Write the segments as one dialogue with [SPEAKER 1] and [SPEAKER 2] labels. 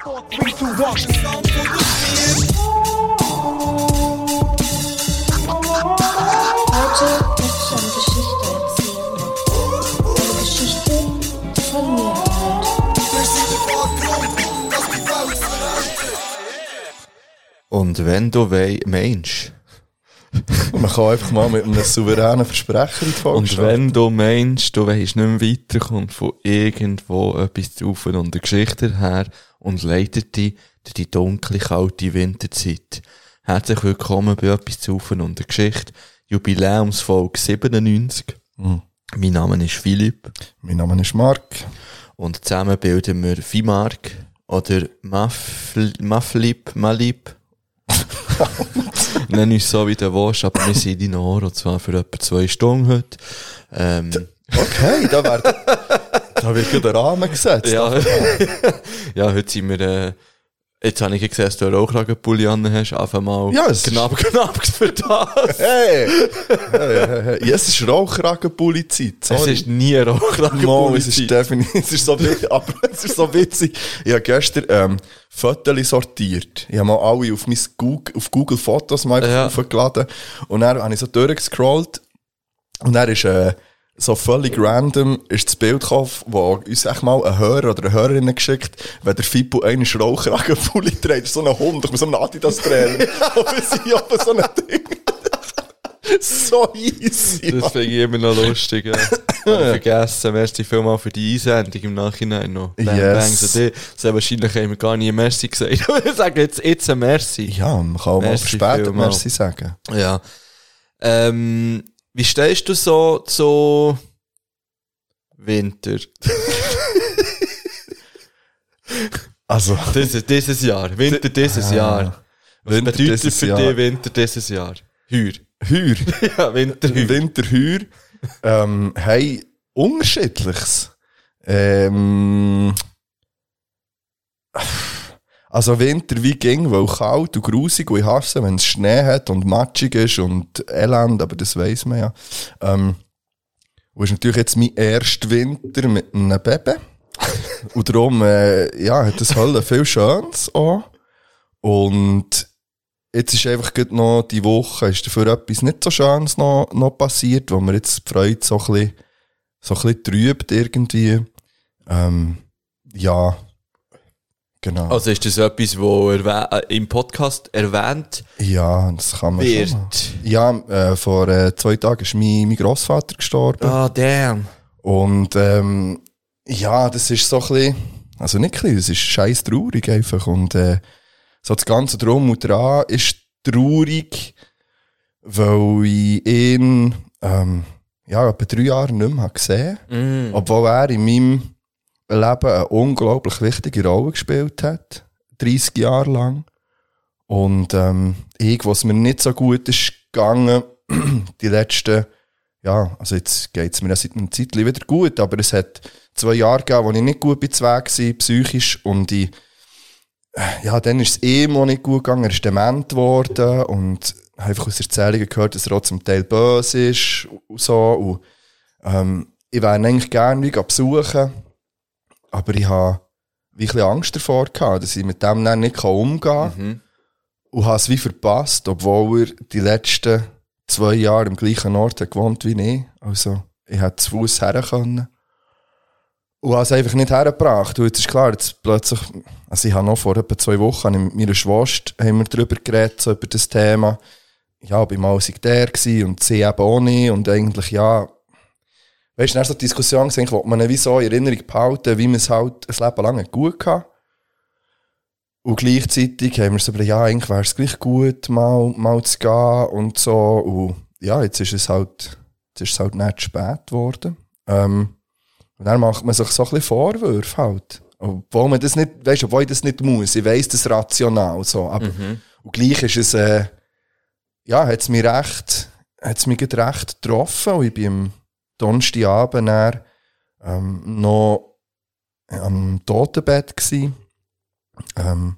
[SPEAKER 1] four, three, two, one.
[SPEAKER 2] Heute möchte ich eine Geschichte erzählen. Eine Geschichte, die von mir handelt.
[SPEAKER 3] Und wenn du wei meinst,
[SPEAKER 4] Man kann einfach mal mit einem souveränen Versprecher in die Folge
[SPEAKER 3] und
[SPEAKER 4] starten.
[SPEAKER 3] wenn du meinst, du weisst nicht mehr weiter, kommt von irgendwo etwas drauf und der Geschichte her und leitet dich durch die dunkle, kalte Winterzeit. Herzlich willkommen bei etwas drauf und der Geschichte, Jubiläumsfolge 97. Hm. Mein Name ist Philipp
[SPEAKER 4] Mein Name ist Marc.
[SPEAKER 3] und zusammen bilden wir Vimark oder Mafl Maflip, Malip. Nenn uns so, wie du willst, aber wir sind in Ohr und zwar für etwa zwei Stunden heute. Ähm,
[SPEAKER 4] Okay, da wird, da wird gerade der Rahmen gesetzt.
[SPEAKER 3] ja, ja, heute sind wir, äh, jetzt habe ich gesehen, dass du einen Rauchragenpulli an hast, einfach mal
[SPEAKER 4] Ja, es ist-
[SPEAKER 3] knapp, knapp für das.
[SPEAKER 4] Hey! Hey, hey, hey. Ja, es ist Rauchragenpulli-Zeit.
[SPEAKER 3] Es
[SPEAKER 4] sorry.
[SPEAKER 3] ist nie ein
[SPEAKER 4] Mal,
[SPEAKER 3] Rauchragenpulli.
[SPEAKER 4] es ist definitiv, es ist so witzig, aber es ist so witzig. Ich habe gestern, ähm, Fotos sortiert. Ich habe mal alle auf mein Google, auf Google Fotos mal
[SPEAKER 3] Ja.
[SPEAKER 4] ja. aufgeladen. Und dann habe ich so durchgescrollt. Und dann ist, äh, so völlig random ist das Bild gekommen, wo uns echt mal ein Hörer oder eine Hörerin geschickt, wenn der Fippo einen Rauchragenpulli trägt, so einen Hund, mit so einem Adidas-Trainer. Aber sie haben so ein Ding. so easy.
[SPEAKER 3] Das finde ich immer noch lustig. Ja. Hab ich vergessen, merci vielmal für die Einsendung im Nachhinein noch. Bang,
[SPEAKER 4] Yes.
[SPEAKER 3] bang, so die. Das haben wahrscheinlich haben wir gar nie Merci gesagt. Aber ich sage jetzt, jetzt ein Merci.
[SPEAKER 4] Ja, man kann auch mal
[SPEAKER 3] Merci
[SPEAKER 4] später
[SPEAKER 3] vielmal.
[SPEAKER 4] Merci sagen.
[SPEAKER 3] Ja. Ähm, wie stehst du so zu Winter?
[SPEAKER 4] Also.
[SPEAKER 3] Dieses, dieses Jahr. Winter dieses Jahr. Was
[SPEAKER 4] Ah. Winter
[SPEAKER 3] bedeutet
[SPEAKER 4] dieses
[SPEAKER 3] für
[SPEAKER 4] Jahr.
[SPEAKER 3] dich Winter dieses Jahr? Heuer.
[SPEAKER 4] Heuer,
[SPEAKER 3] ja, Winter heuer.
[SPEAKER 4] Winterheuer, ähm, hey, unterschiedliches. Ähm, also Winter wie ging, weil kalt und grusig und ich hasse, wenn es Schnee hat und matschig ist und Elend, aber das weiss man ja. Ähm, und ist natürlich jetzt mein erster Winter mit einem Baby. und darum, äh, ja, hat das Hölle viel Schönes auch. Und jetzt ist einfach gerade noch die Woche, ist dafür etwas nicht so Schönes noch, noch passiert, wo mir jetzt die Freude so ein bisschen, so ein bisschen trübt irgendwie. Ähm, ja, genau.
[SPEAKER 3] Also ist das etwas, wo erwäh- äh, im Podcast erwähnt
[SPEAKER 4] ja, das kann man
[SPEAKER 3] wird?
[SPEAKER 4] schon. Mal. Ja, äh, vor äh, zwei Tagen ist mein, mein Großvater gestorben.
[SPEAKER 3] Ah, damn.
[SPEAKER 4] Und ähm, ja, das ist so ein bisschen, also nicht ein bisschen, das ist scheiß traurig einfach. Und äh, so das ganze Drum und Dran ist traurig, weil ich ihn ähm, ja, etwa drei Jahre nicht mehr habe gesehen
[SPEAKER 3] Mm.
[SPEAKER 4] obwohl er in meinem Leben eine unglaublich wichtige Rolle gespielt hat, 30 Jahre lang. Und ähm, ich, was mir nicht so gut ist gegangen, die letzten, ja, also jetzt geht es mir ja seit einer Zeit wieder gut, aber es hat zwei Jahre gegeben, wo ich nicht gut bei Zweig war, psychisch, und ich, ja, dann ist es ihm auch nicht gut gegangen, er ist dement geworden und habe einfach aus Erzählungen gehört, dass er auch zum Teil böse ist und so. Und, ähm, ich wäre ihn eigentlich gerne wieder besuchen, aber ich habe wie ein bisschen Angst davor gehabt, dass ich mit dem dann nicht umgehen kann
[SPEAKER 3] Mhm.
[SPEAKER 4] und habe es wie verpasst, obwohl er die letzten zwei Jahre am gleichen Ort hat gewohnt wie ich. Also, ich hätte zu Fuß her können. Und habe es einfach nicht hergebracht. Und jetzt ist klar, jetzt plötzlich, also ich habe noch vor etwa zwei Wochen habe ich mit meiner Schwester haben wir darüber geredet, so über das Thema. Ja, ob ich mal Signär gsi und sie eben auch nicht. Und eigentlich, ja, weißt du, nach so die Diskussion gesehen, wo man ihn wie so in Erinnerung behalten, wie man es halt ein Leben lang hat gut hatte. Und gleichzeitig haben wir so überlegt, ja, eigentlich wäre es gleich gut, mal, mal zu gehen und so. Und ja, jetzt ist es halt, jetzt ist es halt nicht spät geworden. Ähm, und dann macht man sich so ein bisschen Vorwürfe halt. Obwohl man das nicht, weißt, obwohl ich das nicht muss. Ich weiss das rational, so. Aber,
[SPEAKER 3] Mhm.
[SPEAKER 4] und gleich ist es, äh, ja, hat es mich recht, hat's mich gerade recht getroffen. Und ich bin am Donnerstagabend dann, ähm, noch am Totenbett gewesen. Ähm,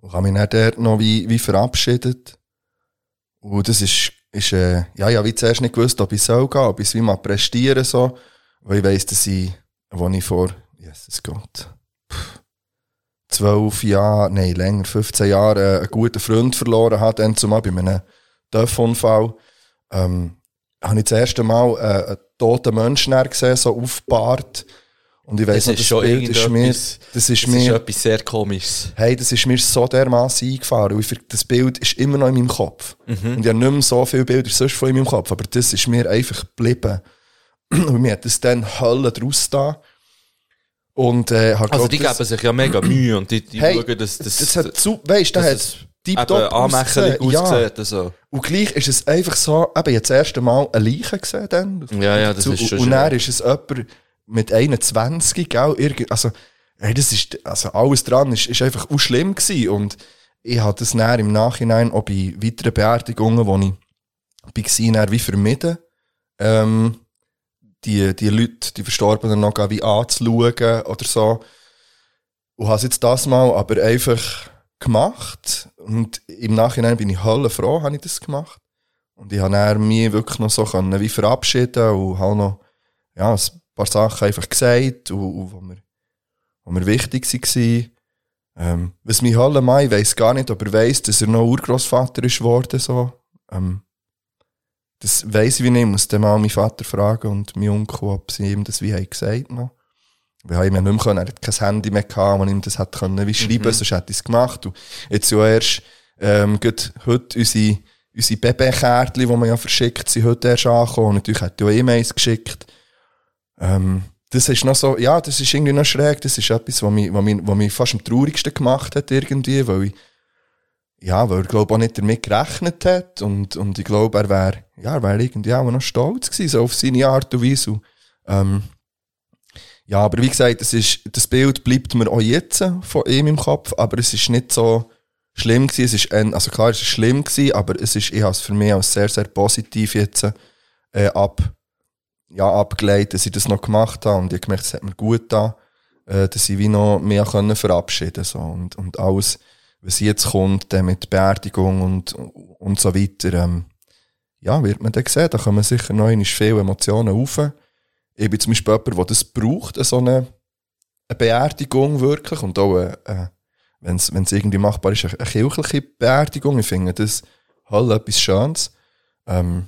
[SPEAKER 4] und habe mich dann dort noch wie, wie verabschiedet. Und das ist, ist äh, ja, ich habe wie zuerst nicht gewusst, ob ich soll gehen, ob ich es wie mal prestieren soll. Weil ich weiss, dass ich, wo ich vor, Jesus Gott, Puh, 12 Jahre, nein, länger, 15 Jahre äh, einen guten Freund verloren habe, dann zumal bei einem Dörfunfall, ähm, habe ich das erste Mal äh, einen toten Menschen dann gesehen, so aufgebahrt. Und ich weiss
[SPEAKER 3] Das ist
[SPEAKER 4] nicht, das
[SPEAKER 3] schon
[SPEAKER 4] Bild ist mir,
[SPEAKER 3] irgendetwas-
[SPEAKER 4] das ist
[SPEAKER 3] Das ist
[SPEAKER 4] mir,
[SPEAKER 3] etwas sehr komisches.
[SPEAKER 4] hey, das ist mir so dermaßen eingefahren. Und ich, ver- das Bild ist immer noch in meinem Kopf.
[SPEAKER 3] Mhm.
[SPEAKER 4] Und ich habe nicht mehr so viele Bilder sonst von in meinem Kopf, aber das ist mir einfach geblieben. Und mir hat das dann Hölle draus da. Und, äh, habe
[SPEAKER 3] Also
[SPEAKER 4] geglaubt,
[SPEAKER 3] die
[SPEAKER 4] das-
[SPEAKER 3] geben sich ja mega Mühe und die, die
[SPEAKER 4] Hey,
[SPEAKER 3] schauen, dass das,
[SPEAKER 4] das hat zu, weißt, der
[SPEAKER 3] dass
[SPEAKER 4] hat
[SPEAKER 3] es eben
[SPEAKER 4] tiptop
[SPEAKER 3] anmächerlich
[SPEAKER 4] ausgesehen. Ja.
[SPEAKER 3] ausgesehen. Also.
[SPEAKER 4] Und gleich ist es einfach so, eben, ich habe das erste Mal eine Leiche gesehen dann.
[SPEAKER 3] Ja, ja, das
[SPEAKER 4] Zu-
[SPEAKER 3] ist schon
[SPEAKER 4] Und
[SPEAKER 3] schön.
[SPEAKER 4] dann ist es jemand mit 21, gell, irgend, also, hey, das ist, also alles dran ist, ist einfach auch schlimm gewesen. Und ich habe das dann im Nachhinein auch bei weiteren Beerdigungen, wo ich war, dann wie vermieden, ähm, die, die Leute, die Verstorbenen noch gar wie anzuschauen oder so. Und habe es jetzt das mal aber einfach gemacht. Und im Nachhinein bin ich höllenfroh, habe ich das gemacht. Und ich habe dann mich wirklich noch so können, wie verabschieden und habe noch ja, ein paar Sachen einfach gesagt, und, und, wo, mir, wo mir wichtig waren. Ähm, was mich höllenmei, ich weiss gar nicht, aber weiss, dass er noch Urgroßvater ist geworden. So. Ähm, das weiss ich wie nicht, ich muss dann mal meinen Vater fragen und meinen Onkel, ob sie ihm das wie haben gesagt haben. Wir haben ihm ja nicht mehr können, er hat kein Handy mehr gehabt, man ihm das hat können, wie schreiben, sonst hätte ich es gemacht. Und jetzt ja erst, ähm, gut, heute unsere, unsere Babykärtchen, die man ja verschickt, sind heute erst angekommen. Und Natürlich hat er ja E-Mails geschickt. Ähm, das ist noch so, ja, das ist irgendwie noch schräg, das ist etwas, was mich, was mich, was mich fast am traurigsten gemacht hat irgendwie, weil ich, ja, weil er, glaube ich, auch nicht damit gerechnet hat und, und ich glaube, er wäre, ja, er wäre irgendwie auch noch stolz gewesen, so auf seine Art und Weise. Und, Ähm, ja, aber wie gesagt, das, ist, das Bild bleibt mir auch jetzt von ihm im Kopf, aber es ist nicht so schlimm gewesen. Es ist ein, also klar, es ist schlimm gewesen, aber es ist, ich habe es für mich als sehr, sehr positiv jetzt äh, ab, ja, abgeleitet, dass ich das noch gemacht habe und ich habe gemerkt, es hat mir gut getan, äh, dass ich wie noch mehr können verabschieden so und, und alles, was jetzt kommt, äh, mit Beerdigung und, und so weiter, ähm, ja, wird man dann sehen, da kommen sicher noch einmal viele Emotionen rauf. Ich bin zum Beispiel jemand, der das braucht, so eine, eine Beerdigung wirklich und auch eine, eine wenn es irgendwie machbar ist, eine eine kirchliche Beerdigung. Ich finde das halt etwas Schönes. Ähm,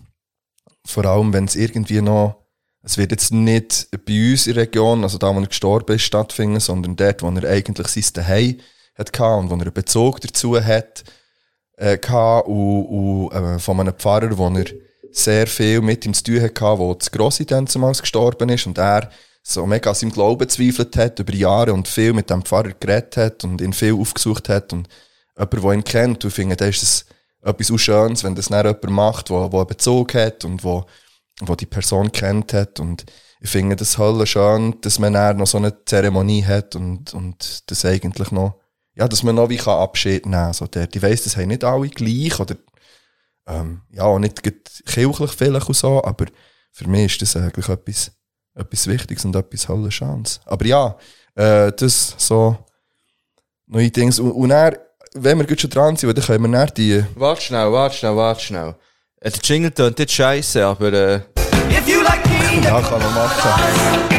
[SPEAKER 4] vor allem, wenn es irgendwie noch, es wird jetzt nicht bei uns in der Region, also da, wo er gestorben ist, stattfinden, sondern dort, wo er eigentlich sein Zuhause hatte und wo er einen Bezug dazu hat, äh, gehabt und, und äh, von einem Pfarrer, wo er sehr viel mit ihm zu tun hatte, wo das Grossi dann damals gestorben ist und er so mega an seinem Glauben zweifelt hat über Jahre und viel mit dem Pfarrer geredet hat und ihn viel aufgesucht hat und jemand, der ihn kennt, und ich finde, da ist es etwas auch Schönes, wenn das dann jemand macht, der, der einen Bezug hat und wo, wo die Person kennt hat und ich finde das hölle schön, dass man dann noch so eine Zeremonie hat und, und das eigentlich noch ja, dass man noch wie kann Abschied nehmen kann. So der, ich weiss, das haben nicht alle gleich oder ähm, ja, auch nicht gerade kirchlich vielleicht und so, aber für mich ist das eigentlich etwas, etwas Wichtiges und etwas holle Chance. Aber ja, äh, das so neue Dinge. Und, und dann, wenn wir gut schon dran sind, dann können wir dann die...
[SPEAKER 3] Warte schnell, warte schnell, warte schnell. Äh, Der Jingle tönt jetzt scheiße, aber äh,
[SPEAKER 1] If you like me,
[SPEAKER 4] Ja, kann man machen.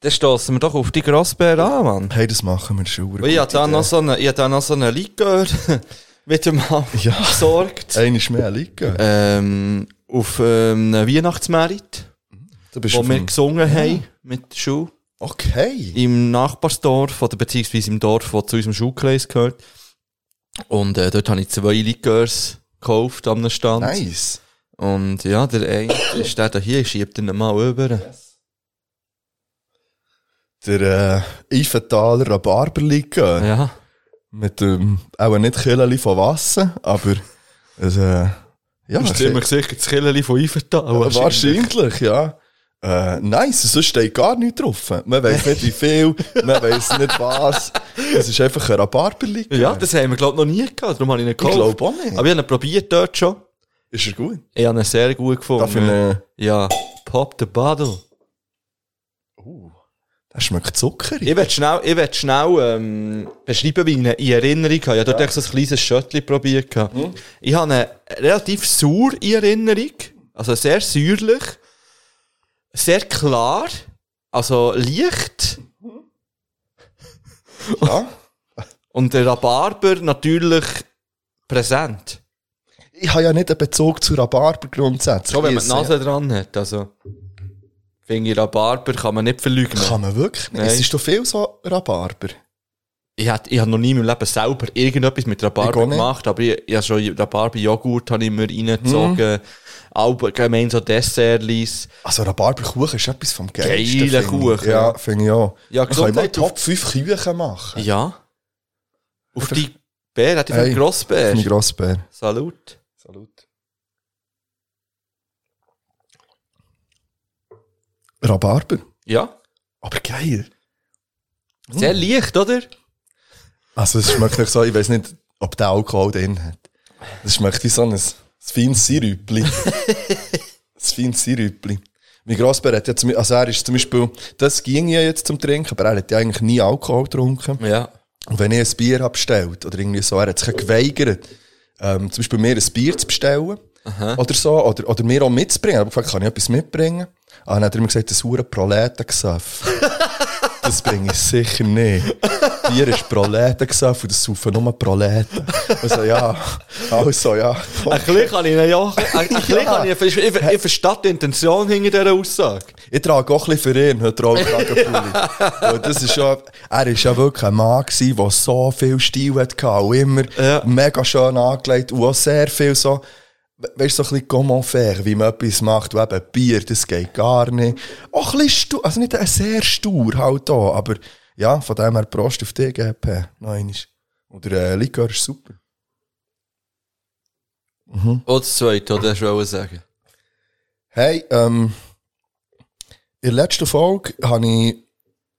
[SPEAKER 3] dann stossen wir doch auf die Grossbär an, Mann.
[SPEAKER 4] Hey, das machen wir schon.
[SPEAKER 3] Weil ich hab da noch so einen, ich hab da noch so einen Likör wieder mal
[SPEAKER 4] Ja.
[SPEAKER 3] besorgt.
[SPEAKER 4] Einer ist mehr liegen.
[SPEAKER 3] Ähm, auf ähm, einem Weihnachtsmerit,
[SPEAKER 4] Du bist
[SPEAKER 3] wo
[SPEAKER 4] auf
[SPEAKER 3] wir
[SPEAKER 4] dem-
[SPEAKER 3] gesungen haben mit der Schule.
[SPEAKER 4] Okay.
[SPEAKER 3] im Nachbarsdorf oder beziehungsweise im Dorf, das zu unserem Schulkreis gehört. Und äh, dort habe ich zwei Likörs gekauft am Stand.
[SPEAKER 4] Nice.
[SPEAKER 3] Und ja, der eine ist der da hier, ich schiebe den mal rüber.
[SPEAKER 4] Der äh, Eifentaler Rhabarberlikör.
[SPEAKER 3] Ja.
[SPEAKER 4] Mit dem, auch nicht Killerli von Wasser, aber es, äh, ja,
[SPEAKER 3] Du bist ziemlich sicher das Killerli von Ivertal.
[SPEAKER 4] wahrscheinlich, wahrscheinlich, ja. Äh, nice, sonst steht gar nichts drauf. Man weiß nicht wie viel, man weiß nicht was. Es ist einfach ein Rhabarberlikör.
[SPEAKER 3] Ja, das haben wir glaube ich noch nie gehabt, darum habe ich ihn
[SPEAKER 4] ich
[SPEAKER 3] gekauft.
[SPEAKER 4] glaube auch nicht.
[SPEAKER 3] Aber ich habe ihn probiert dort schon.
[SPEAKER 4] ist er gut?
[SPEAKER 3] Ich habe ihn sehr gut
[SPEAKER 4] Darf ich ihn,
[SPEAKER 3] gefunden.
[SPEAKER 4] äh,
[SPEAKER 3] Ja, pop the bottle.
[SPEAKER 4] der schmeckt zuckerig.
[SPEAKER 3] Ich will schnell, ich will schnell ähm, beschreiben, wie ich ihn in Erinnerung habe. Ich habe dort echt so ein kleines Schöttchen probiert. gehabt. Ich habe ihn relativ sauer in Erinnerung. Also sehr säuerlich. Sehr klar. Also leicht.
[SPEAKER 4] Ja.
[SPEAKER 3] Und der Rhabarber natürlich präsent.
[SPEAKER 4] Ich habe ja nicht einen Bezug zu Rhabarber grundsätzlich.
[SPEAKER 3] Schon wenn man
[SPEAKER 4] Ich
[SPEAKER 3] die Nase dran hat. Also, finde ich, Rhabarber kann man nicht verleugnen.
[SPEAKER 4] esse- Kann man wirklich nicht.
[SPEAKER 3] Nein.
[SPEAKER 4] Es ist doch viel so Rhabarber.
[SPEAKER 3] Ich habe ich hab noch nie in meinem Leben selber irgendetwas mit
[SPEAKER 4] Ich auch
[SPEAKER 3] Rhabarber
[SPEAKER 4] nicht.
[SPEAKER 3] gemacht, aber ich, ich habe schon Rhabarber-Joghurt habe ich mir reingezogen. Allgemein so Dessertlis.
[SPEAKER 4] Also Rhabarberkuchen ist etwas vom Geilsten.
[SPEAKER 3] Geiler
[SPEAKER 4] finde ich.
[SPEAKER 3] Kuchen.
[SPEAKER 4] Ja, finde ich auch.
[SPEAKER 3] Ja,
[SPEAKER 4] Man kann mal
[SPEAKER 3] Gesundheit auf,
[SPEAKER 4] Top 5 Küchen machen.
[SPEAKER 3] ja. auf
[SPEAKER 4] Einfach-
[SPEAKER 3] die Bär, hat die
[SPEAKER 4] Hey.
[SPEAKER 3] hey. Grossbär.
[SPEAKER 4] Mein Grossbär.
[SPEAKER 3] Salut.
[SPEAKER 4] Salut. Rhabarber.
[SPEAKER 3] Ja.
[SPEAKER 4] Aber geil.
[SPEAKER 3] Sehr leicht, oder?
[SPEAKER 4] Also es schmeckt nicht so, ich weiß nicht, ob der Alkohol drin hat. Es schmeckt wie so ein, ein feines Sirüppli. ein feines Sirüppli. Mein Grossbär hat ja zum, also er ist zum Beispiel, das ging ja jetzt zum Trinken, aber er hat ja eigentlich nie Alkohol getrunken.
[SPEAKER 3] Ja.
[SPEAKER 4] Und wenn ich ein Bier habe bestellt, oder irgendwie so, er hat sich geweigert, ähm, zum Beispiel mir ein Bier zu bestellen, oder so, oder, oder mir auch mitzubringen. Ich habe gefragt, kann ich etwas mitbringen? Ah, dann hat er mir gesagt, das hure Proletengesäff. das bringe ich sicher nicht. Bier ist Proletengesäff und das saufen nur Proleten. Also ja, also ja.
[SPEAKER 3] Ein bisschen kann ich ihn ja. Ein ein bisschen kann ich, ich, ich, ich verstehe die Intention hinter dieser Aussage.
[SPEAKER 4] Ich trage auch ein bisschen für ihn, heute auch Weil das ist ja, er ist ja wirklich ein Mann gewesen, der so viel Stil hatte und immer
[SPEAKER 3] Ja.
[SPEAKER 4] mega schön angelegt und auch sehr viel so, we- weisst du, so ein bisschen comment faire, wie man etwas macht, und eben Bier, das geht gar nicht. Auch ein bisschen stur, also nicht äh, sehr stur halt auch, aber ja, von dem her Prost auf dich, GP, noch einmal. Oder äh, Likör ist super.
[SPEAKER 3] Oder das Zweite, oder? Das wolltest du sagen.
[SPEAKER 4] Hey, ähm, in der letzten Folge habe ich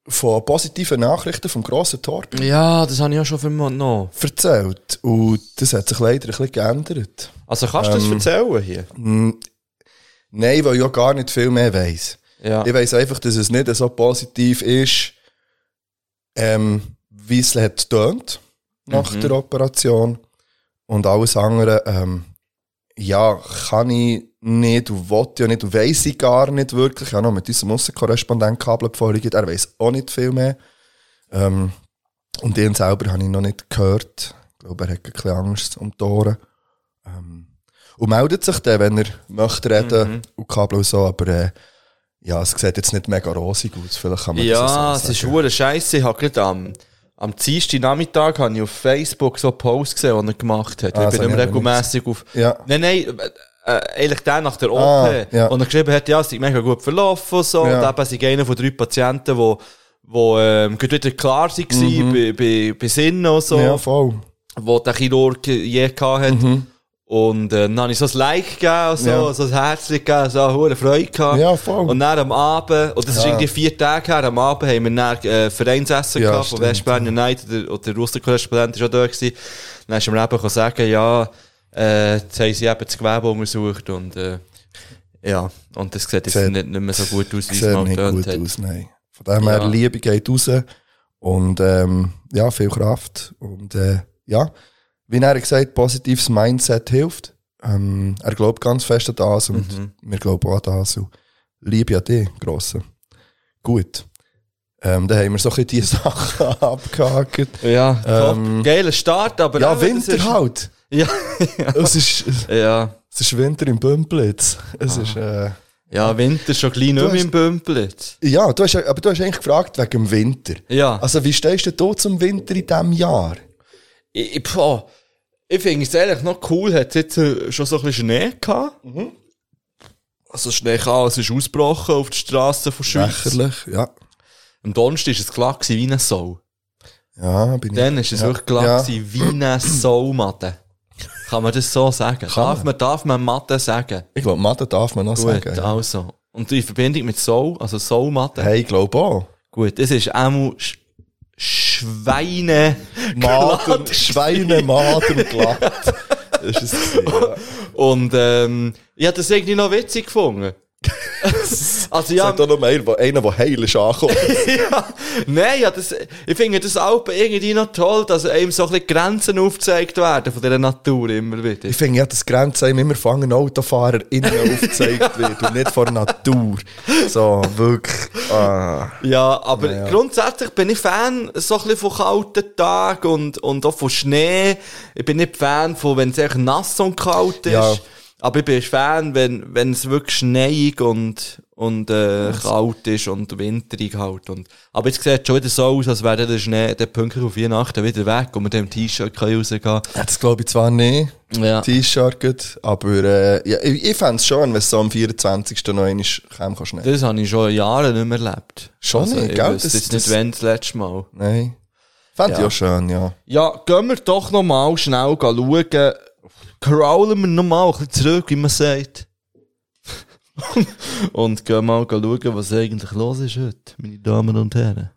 [SPEAKER 4] von positiven Nachrichten vom grossen Tor
[SPEAKER 3] Ja, das habe ich ja schon vernommen.
[SPEAKER 4] erzählt. Und das hat sich leider ein bisschen geändert. Mm,
[SPEAKER 3] Also kannst du das erzählen hier?
[SPEAKER 4] Nein, weil ich auch gar nicht viel mehr weiss.
[SPEAKER 3] Ja.
[SPEAKER 4] Ich weiss einfach, dass es nicht so positiv ist, ähm, wie es hat tönt nach der Operation. Und alles andere, ähm, ja, kann ich nicht und wollte ja nicht und weiss ich gar nicht wirklich. Ich habe noch mit unserem Aussenkorrespondenten gehabelt, bevor ich geht. Er weiss auch nicht viel mehr. Ähm, und den selber habe ich noch nicht gehört. Ich glaube, er hat ein bisschen Angst um die Ohren. Ähm, und meldet sich dann, wenn er möchte reden
[SPEAKER 3] Mhm.
[SPEAKER 4] und Kabel und so, aber äh, ja, es sieht jetzt nicht mega rosig aus. Vielleicht kann man das
[SPEAKER 3] Ja,
[SPEAKER 4] auch
[SPEAKER 3] es
[SPEAKER 4] so
[SPEAKER 3] ist
[SPEAKER 4] sagen.
[SPEAKER 3] hure scheiße. Ich habe gerade am, am Dienstag Nachmittag habe ich auf Facebook so einen Post gesehen, den er gemacht hat.
[SPEAKER 4] Ah, das
[SPEAKER 3] ich bin
[SPEAKER 4] habe
[SPEAKER 3] nicht
[SPEAKER 4] ich
[SPEAKER 3] mehr
[SPEAKER 4] aber nicht
[SPEAKER 3] regelmäßig auf.
[SPEAKER 4] Ja.
[SPEAKER 3] Nein, nein, äh, eigentlich der nach der OP,
[SPEAKER 4] Ah, ja.
[SPEAKER 3] wo er geschrieben hat, ja, es sei mega gut verlaufen und so.
[SPEAKER 4] Ja.
[SPEAKER 3] Und eben sind einer von drei Patienten, wo, wo ähm, gerade wieder klar waren, bei, bei, bei Sinnen und so,
[SPEAKER 4] Mhm. Ja, voll.
[SPEAKER 3] wo der Chirurg je gehabt hat. Und äh, dann habe ich so ein Like gegeben, und so,
[SPEAKER 4] Mhm. Ja.
[SPEAKER 3] so ein Herzlich gegeben, so eine hohe Freude gehabt.
[SPEAKER 4] Ja, voll.
[SPEAKER 3] Und dann am Abend, und das ist
[SPEAKER 4] Ja.
[SPEAKER 3] irgendwie vier Tage her, am Abend haben wir dann äh, Vereinsessen
[SPEAKER 4] Ja,
[SPEAKER 3] gehabt von
[SPEAKER 4] stimmt,
[SPEAKER 3] Westbern United, der, und der Russen-Korrespondent war auch da. Gewesen. Dann ist er mir eben gekommen sagen, ja, äh, jetzt haben sie eben das Gewebe untersucht und äh, ja, und das sieht jetzt
[SPEAKER 4] Sieht-
[SPEAKER 3] nicht, nicht mehr so gut aus, wie es
[SPEAKER 4] Sieht
[SPEAKER 3] mal
[SPEAKER 4] nicht
[SPEAKER 3] getönt
[SPEAKER 4] gut
[SPEAKER 3] hat.
[SPEAKER 4] aus, nein. Von dem her,
[SPEAKER 3] Ja.
[SPEAKER 4] Liebe geht raus und ähm, ja, viel Kraft und äh, ja, wie er gesagt, positives Mindset hilft. Ähm, er glaubt ganz fest an das und
[SPEAKER 3] Mhm.
[SPEAKER 4] wir glauben auch an das. Und Liebe an dich, Grosse. Gut. Ähm, dann haben wir so ein bisschen die Sachen abgehakt.
[SPEAKER 3] Ja, top.
[SPEAKER 4] Ähm,
[SPEAKER 3] Geiler Start, aber
[SPEAKER 4] Ja,
[SPEAKER 3] eben, das
[SPEAKER 4] Winter
[SPEAKER 3] ist-
[SPEAKER 4] halt.
[SPEAKER 3] Ja,
[SPEAKER 4] Es ist,
[SPEAKER 3] ja.
[SPEAKER 4] es ist Winter im Bümplitz. Es
[SPEAKER 3] Ah.
[SPEAKER 4] ist, äh,
[SPEAKER 3] ja, Winter schon gleich nicht mehr
[SPEAKER 4] hast-
[SPEAKER 3] im Bümpelitz.
[SPEAKER 4] ja, du hast, aber du hast eigentlich gefragt wegen dem Winter.
[SPEAKER 3] Ja.
[SPEAKER 4] Also, wie stehst denn du zum Winter in diesem Jahr?
[SPEAKER 3] Ich, ich, boah, ich finde es eigentlich noch cool, hat es jetzt äh, schon so ein bisschen Schnee gehabt.
[SPEAKER 4] Mhm.
[SPEAKER 3] Also Schnee kann, es ist ausgebrochen auf die Straßen von Schweiz.
[SPEAKER 4] Lächerlich, ja.
[SPEAKER 3] Am Donnerstag war es klar gewesen wie eine Sau.
[SPEAKER 4] Ja, bin
[SPEAKER 3] Dann war es wirklich klar
[SPEAKER 4] Ja.
[SPEAKER 3] gewesen wie eine Sau, Matte. Kann man das so sagen? darf, man. darf man Matte sagen?
[SPEAKER 4] ich. Ich glaube, Mathe darf man noch
[SPEAKER 3] Gut,
[SPEAKER 4] sagen.
[SPEAKER 3] also. Und in Verbindung mit Sau, also Sau, Matte.
[SPEAKER 4] Hey, ich glaube auch.
[SPEAKER 3] Gut, es ist auch Sch Schweine.
[SPEAKER 4] Maden, Schweine, Maden, glatt. Das ist es. gewesen, Ja.
[SPEAKER 3] Und ähm, ich habe das irgendwie noch witzig gefunden. Also
[SPEAKER 4] Ja.
[SPEAKER 3] ja,
[SPEAKER 4] Sagt auch noch mehr, wo- einer, der heil ist angekommen.
[SPEAKER 3] ja, nein, ja, das, ich finde das auch irgendwie noch toll, dass einem so ein bisschen Grenzen aufgezeigt werden von dieser Natur immer wieder.
[SPEAKER 4] ich finde ja, dass die Grenze einem immer von anderen Autofahrern innen aufgezeigt wird und nicht von der Natur. So, wirklich. Ah.
[SPEAKER 3] Ja, aber
[SPEAKER 4] Ja, ja.
[SPEAKER 3] grundsätzlich bin ich Fan so ein bisschen von kalten Tagen und, und auch von Schnee. Ich bin nicht Fan von, wenn es echt nass und kalt ist.
[SPEAKER 4] Ja.
[SPEAKER 3] Aber ich bin Fan, wenn, wenn es wirklich schneeig und, und äh, kalt ist und winterig halt. Und, aber jetzt sieht es schon wieder so aus, als wäre der Schnee der pünktlich auf Weihnachten wieder weg und mit dem T-Shirt kann ich rausgehen.
[SPEAKER 4] Ja, Das glaube ich zwar nicht,
[SPEAKER 3] Ja.
[SPEAKER 4] T-Shirt, gut, aber äh, ja, ich, ich fände es schon, wenn es so am 24. noch einmal käme, kannst ne. du nicht.
[SPEAKER 3] Das habe ich schon Jahre nicht mehr erlebt. Also,
[SPEAKER 4] Schon nicht,
[SPEAKER 3] ich
[SPEAKER 4] gell?
[SPEAKER 3] wüsste
[SPEAKER 4] Das-
[SPEAKER 3] jetzt
[SPEAKER 4] das-
[SPEAKER 3] nicht, wenn das letzte Mal.
[SPEAKER 4] Nein. Fände ich
[SPEAKER 3] Ja.
[SPEAKER 4] auch schön, ja.
[SPEAKER 3] Ja, gehen wir doch nochmal schnell schauen. Crawlen wir nochmal ein bisschen zurück, wie man sagt. und gehen mal schauen, was eigentlich los ist heute, meine Damen und Herren.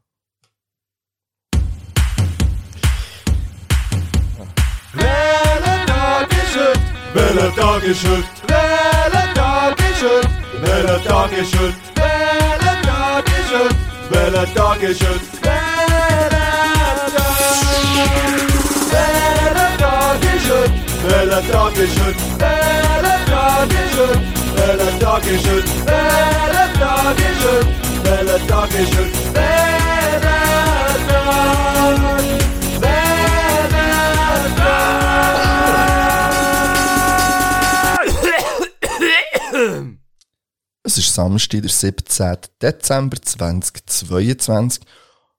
[SPEAKER 4] Es ist Samstag, der 17. Dezember 2022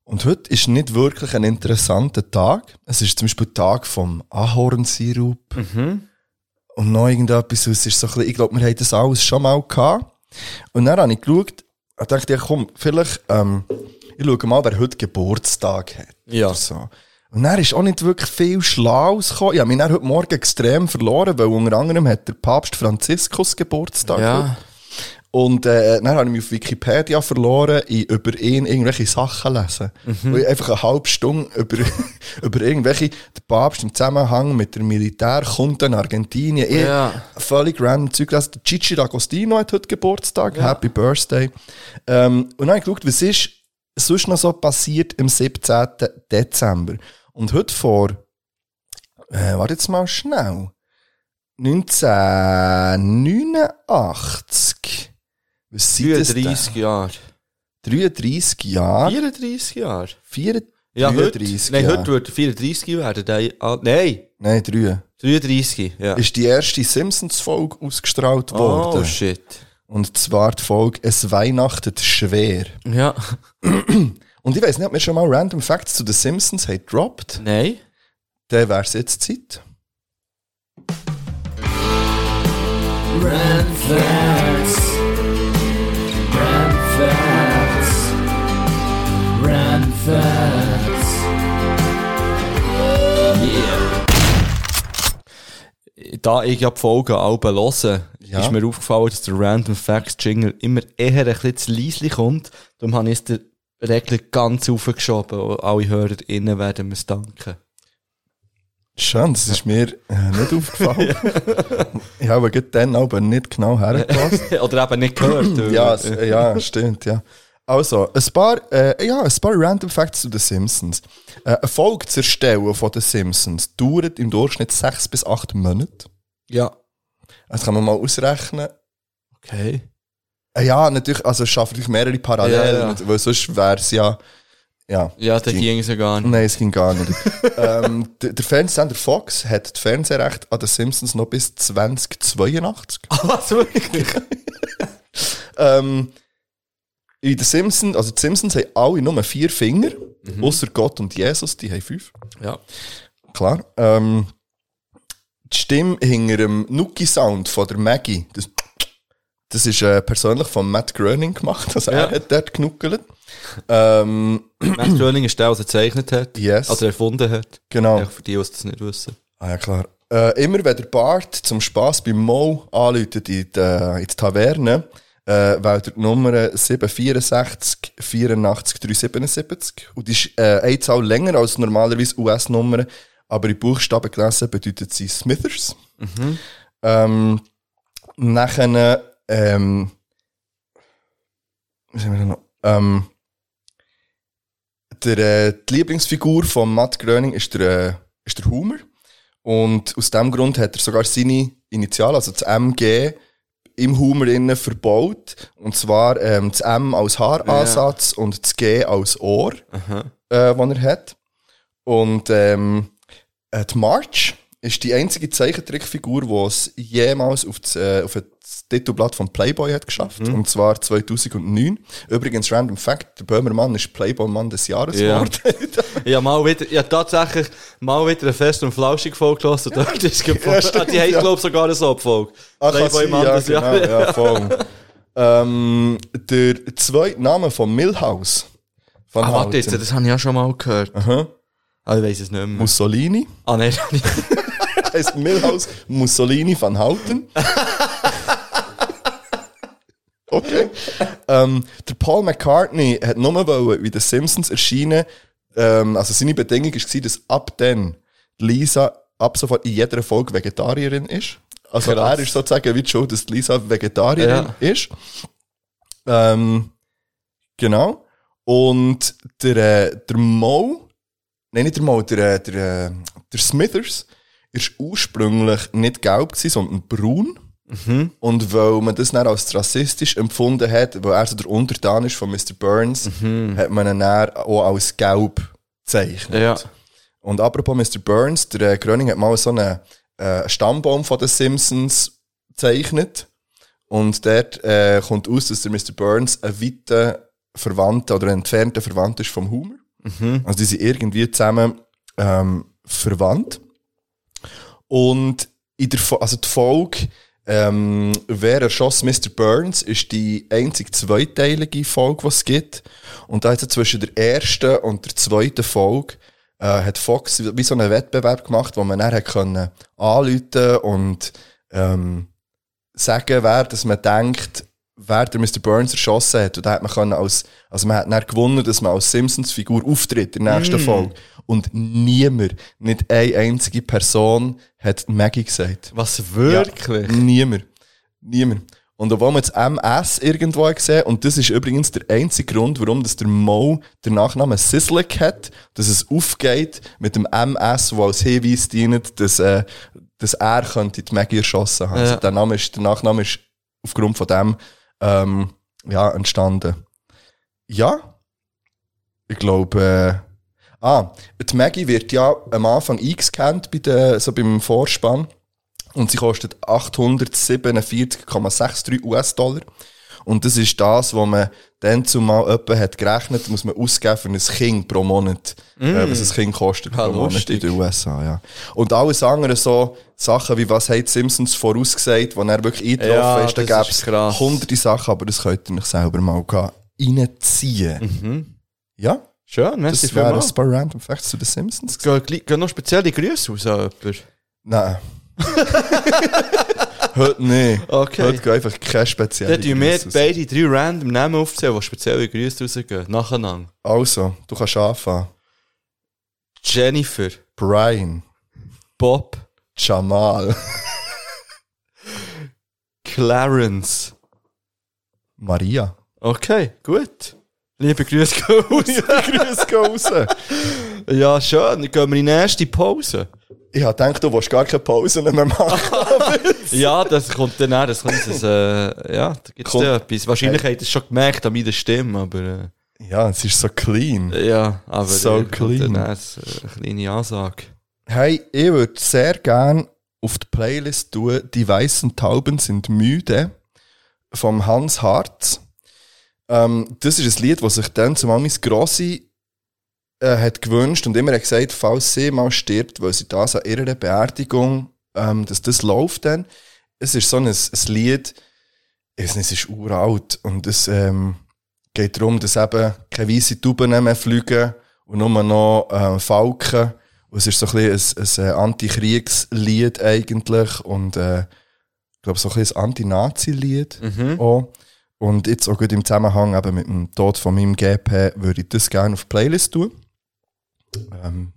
[SPEAKER 4] und heute ist nicht wirklich ein interessanter Tag. Es ist zum Beispiel Tag vom Ahornsirup und noch irgendetwas. Es ist so ein bisschen, ich glaube, wir haben das alles schon mal gehabt. Und dann habe ich geschaut und dachte, ja, komm, vielleicht, ähm, ich schaue mal, wer heute Geburtstag hat.
[SPEAKER 3] Ja.
[SPEAKER 4] Oder So. Und dann ist auch nicht wirklich viel Schlaues gekommen. Ich habe mich dann heute Morgen extrem verloren, weil unter anderem hat der Papst Franziskus Geburtstag. heute. Und äh, dann habe ich mich auf Wikipedia verloren, in über ihn irgendwelche Sachen lesen. Weil ich einfach eine halbe Stunde über, über irgendwelche, der Papst im Zusammenhang mit der Militärkunde in Argentinien, eh
[SPEAKER 3] Ja.
[SPEAKER 4] völlig random Zeug gelesen. Der Gigi D'Agostino hat heute Geburtstag, Happy Birthday. Ähm, und dann habe ich geschaut, was ist sonst noch so passiert am 17. Dezember. Und heute vor, äh, warte jetzt mal schnell, 1989. Was sind das denn?
[SPEAKER 3] 34 Jahre.
[SPEAKER 4] 33 Jahre.
[SPEAKER 3] 34 Jahre?
[SPEAKER 4] 4,
[SPEAKER 3] Ja,
[SPEAKER 4] 33
[SPEAKER 3] heute. Nein,
[SPEAKER 4] Jahre.
[SPEAKER 3] heute würde 34 werden. Der, ah, nein,
[SPEAKER 4] Nein, 3.
[SPEAKER 3] 33. Ja.
[SPEAKER 4] Ist die erste Simpsons-Folge ausgestrahlt
[SPEAKER 3] oh,
[SPEAKER 4] worden.
[SPEAKER 3] shit.
[SPEAKER 4] Und zwar die Folge «Es weihnachtet schwer».
[SPEAKER 3] Ja.
[SPEAKER 4] Und ich weiss nicht, ob wir schon mal Random Facts zu den Simpsons haben gedroppt.
[SPEAKER 3] Nein.
[SPEAKER 4] Dann wär's jetzt Zeit.
[SPEAKER 3] da ich ja die Folgen alle höre,
[SPEAKER 4] Ja.
[SPEAKER 3] ist mir aufgefallen, dass der Random Facts Jingle immer eher ein bisschen zu leise kommt. Darum habe ich es der Regel ganz aufgeschoben und alle HörerInnen werden mir es danken.
[SPEAKER 4] Schön, das ist mir äh, nicht aufgefallen. ich habe gerade dann aber nicht genau hergelassen.
[SPEAKER 3] Oder eben nicht gehört. weil-
[SPEAKER 4] ja, s- ja, stimmt, ja. Also, ein paar, äh, ja, ein paar Random Facts zu den Simpsons. Äh, eine Folge zu erstellen von den Simpsons dauert im Durchschnitt sechs bis acht Monate.
[SPEAKER 3] ja.
[SPEAKER 4] Das kann man mal ausrechnen.
[SPEAKER 3] Okay.
[SPEAKER 4] Äh, ja, natürlich, also es schaffen natürlich mehrere Parallelen,
[SPEAKER 3] Ja, ja.
[SPEAKER 4] weil sonst wäre es ja, ja.
[SPEAKER 3] Ja, da ging es ja gar nicht.
[SPEAKER 4] Nein, es ging gar nicht. ähm, der, der Fernsehsender Fox hat das Fernsehrecht an den Simpsons noch bis 2082.
[SPEAKER 3] Ah, Was wirklich?
[SPEAKER 4] Ähm, in den Simpsons, also die Simpsons haben alle nur vier Finger,
[SPEAKER 3] Mhm.
[SPEAKER 4] außer Gott und Jesus, die haben fünf.
[SPEAKER 3] Ja.
[SPEAKER 4] Klar. Ähm, die Stimme hinter dem Nuki-Sound von der Maggie, das, das ist äh, persönlich von Matt Groening gemacht, also
[SPEAKER 3] Ja.
[SPEAKER 4] er hat dort genuckelt. Ähm,
[SPEAKER 3] Matt Groening ist der, der es gezeichnet hat.
[SPEAKER 4] Yes.
[SPEAKER 3] Also erfunden hat.
[SPEAKER 4] genau.
[SPEAKER 3] Ja. Für die, die es nicht wissen.
[SPEAKER 4] Ah ja, klar. Äh, immer wenn der Bart zum Spass beim Mo anläutet in die, äh, in die Taverne, äh, wählt er die Nummer 764 84 377. Und die ist äh, eine Zahl länger als normalerweise US-Nummern, aber in Buchstaben gelesen bedeutet sie Smithers. Ähm, nachher, ähm, was haben wir denn noch? Ähm, der, äh, die Lieblingsfigur von Matt Gröning ist der, äh, ist der Humor. Und aus dem Grund hat er sogar seine Initialen, also das MG, im Humor innen verbaut. Und zwar ähm, das M als Haaransatz und das G als Ohr, äh, das er hat. Und ähm, äh, die March ist die einzige Zeichentrickfigur, die es jemals auf das, äh, auf das Titelblatt von Playboy hat geschafft. Und zwar 2009. Übrigens, random fact, der Böhmermann ist Playboy-Mann des Jahres
[SPEAKER 3] Ja.
[SPEAKER 4] geworden.
[SPEAKER 3] Ich habe mal wieder, ich habe tatsächlich mal wieder eine Fest- und Flauschig-Folge gelassen. Und dort ist gefunden.
[SPEAKER 4] Ja, stimmt,
[SPEAKER 3] ah, die haben,
[SPEAKER 4] ja.
[SPEAKER 3] glaube ich, sogar eine Sub-Folge.
[SPEAKER 4] Ah, kann
[SPEAKER 3] Playboy
[SPEAKER 4] sein,
[SPEAKER 3] Mann
[SPEAKER 4] ja, nou.
[SPEAKER 3] des
[SPEAKER 4] genau,
[SPEAKER 3] Jahres.
[SPEAKER 4] ja, voll. ähm, der zweite Name von Milhouse. Van
[SPEAKER 3] Ah, warte jetzt,
[SPEAKER 4] Houten.
[SPEAKER 3] das habe ich ja schon mal gehört.
[SPEAKER 4] Aha.
[SPEAKER 3] Aber ich weiß es nicht mehr.
[SPEAKER 4] Mussolini.
[SPEAKER 3] ah, nein, das hab ich-
[SPEAKER 4] heißt Milhouse Mussolini van Houten. Okay. Ähm, der Paul McCartney hat nur wollen, wie The Simpsons erscheinen. Ähm, also seine Bedingung war, dass ab dann Lisa ab sofort in jeder Folge Vegetarierin ist. Also
[SPEAKER 3] Krass.
[SPEAKER 4] er ist sozusagen wie die Schuld, dass Lisa Vegetarierin ist. Ähm, genau. Und der, äh, der Mo, nein, nicht der Mo, der, äh, der, äh, der Smithers ist ursprünglich nicht gelb, gewesen, sondern braun. Und weil man das dann als rassistisch empfunden hat, weil er so der Untertan ist von Mr. Burns, hat man ihn dann auch als gelb gezeichnet.
[SPEAKER 3] Ja.
[SPEAKER 4] Und apropos Mr. Burns, der äh, Gröning hat mal so einen äh, Stammbaum von den Simpsons gezeichnet. Und dort äh, kommt aus, dass der Mr. Burns ein weiter Verwandter oder ein entfernter Verwandter ist vom Homer. Also die sind irgendwie zusammen ähm, verwandt. Und in der, Fo- also die Folge ähm, «Wer erschoss Mr. Burns» ist die einzig zweiteilige Folge, die es gibt. Und da hat es zwischen der ersten und der zweiten Folge äh, hat Fox wie so einen Wettbewerb gemacht, wo man dann hat können anrufen und ähm, sagen, wer dass man denkt, wer der Mr. Burns erschossen hat. Und da hat man können als, also man hat dann gewonnen, dass man als Simpsons-Figur auftritt in der nächsten Folge. Und niemand, nicht eine einzige Person hat Maggie gesagt.
[SPEAKER 3] Was wirklich?
[SPEAKER 4] Niemand. Niemand. Und obwohl man das MS irgendwo hat gesehen und das ist übrigens der einzige Grund, warum dass der Mo den Nachnamen Sizzlick hat, dass es aufgeht mit dem MS, wo als Hinweis dient, dass, äh, dass er könnte die Maggie erschossen haben.
[SPEAKER 3] Ja.
[SPEAKER 4] Also der, Name ist, der Nachname ist aufgrund von dem ähm, ja, entstanden. Ja, ich glaube. Äh, Ah, die Maggie wird ja am Anfang eingescannt bei den, so beim Vorspann. Und sie kostet 847,63 US-Dollar. Und das ist das, was man dann zumal jemand hat gerechnet, muss man ausgeben für ein Kind pro Monat. Äh, was ein Kind kostet
[SPEAKER 3] Ah,
[SPEAKER 4] pro Monat in
[SPEAKER 3] lustig.
[SPEAKER 4] den USA, ja. Und alles andere so Sachen wie, was hat Simpsons vorausgesagt, wo er wirklich eingetroffen
[SPEAKER 3] Ja,
[SPEAKER 4] ist, da
[SPEAKER 3] das
[SPEAKER 4] gäbe
[SPEAKER 3] ist
[SPEAKER 4] es
[SPEAKER 3] krass.
[SPEAKER 4] hunderte Sachen, aber das könnt ihr euch selber mal gehen reinziehen.
[SPEAKER 3] Mhm.
[SPEAKER 4] Ja?
[SPEAKER 3] Schön,
[SPEAKER 4] Das,
[SPEAKER 3] merci
[SPEAKER 4] das wäre
[SPEAKER 3] vielmals.
[SPEAKER 4] ein paar random Facts zu The Simpsons.
[SPEAKER 3] Gehen gleich- gehen noch spezielle Grüße raus an jemanden.
[SPEAKER 4] Nein. Heute nicht.
[SPEAKER 3] Okay.
[SPEAKER 4] Heute gehen einfach keine spezielle
[SPEAKER 3] Dann tun wir
[SPEAKER 4] Grüße raus.
[SPEAKER 3] beide drei random Namen aufzählen, die spezielle Grüße rausgehen. Nacheinander.
[SPEAKER 4] Also, du kannst anfangen.
[SPEAKER 3] Jennifer,
[SPEAKER 4] Brian,
[SPEAKER 3] Bob,
[SPEAKER 4] Jamal,
[SPEAKER 3] Clarence.
[SPEAKER 4] Maria.
[SPEAKER 3] Okay, gut. Liebe Grüße gehen raus.
[SPEAKER 4] Grüß gehen raus.
[SPEAKER 3] ja, schön. Dann gehen wir in die nächste Pause.
[SPEAKER 4] Ich habe gedacht, du willst gar keine Pause mehr machen.
[SPEAKER 3] Ja, das kommt dann auch. Das kommt das, äh, ja, da gibt es
[SPEAKER 4] Kommt-
[SPEAKER 3] etwas. Wahrscheinlich habt ihr es schon gemerkt an meiner Stimme, aber
[SPEAKER 4] ja, es ist so clean.
[SPEAKER 3] äh, ja, aber
[SPEAKER 4] So
[SPEAKER 3] äh, kommt
[SPEAKER 4] clean.
[SPEAKER 3] Dann erst, äh, eine kleine Ansage.
[SPEAKER 4] Hey, ich würde sehr gerne auf die Playlist tun, die weißen Tauben sind müde, vom Hans Harz. Ähm, das ist ein Lied, das sich dann zumal mein Grossi äh, hat gewünscht und immer hat gesagt, falls sie mal stirbt, weil sie das an ihrer Beerdigung, ähm, dass das läuft dann. Es ist so ein, ein Lied, ich weiss nicht, es ist uralt und es ähm, geht darum, dass eben keine weißen Tauben mehr fliegen und nur noch äh, Falken. Und es ist so ein bisschen ein, ein äh, Antikriegslied eigentlich und äh, ich glaube, so ein, bisschen ein Anti-Nazi-Lied
[SPEAKER 3] Mhm.
[SPEAKER 4] auch. Und jetzt auch gut im Zusammenhang eben mit dem Tod von meinem GP würde ich das gerne auf die Playlist tun. Ähm,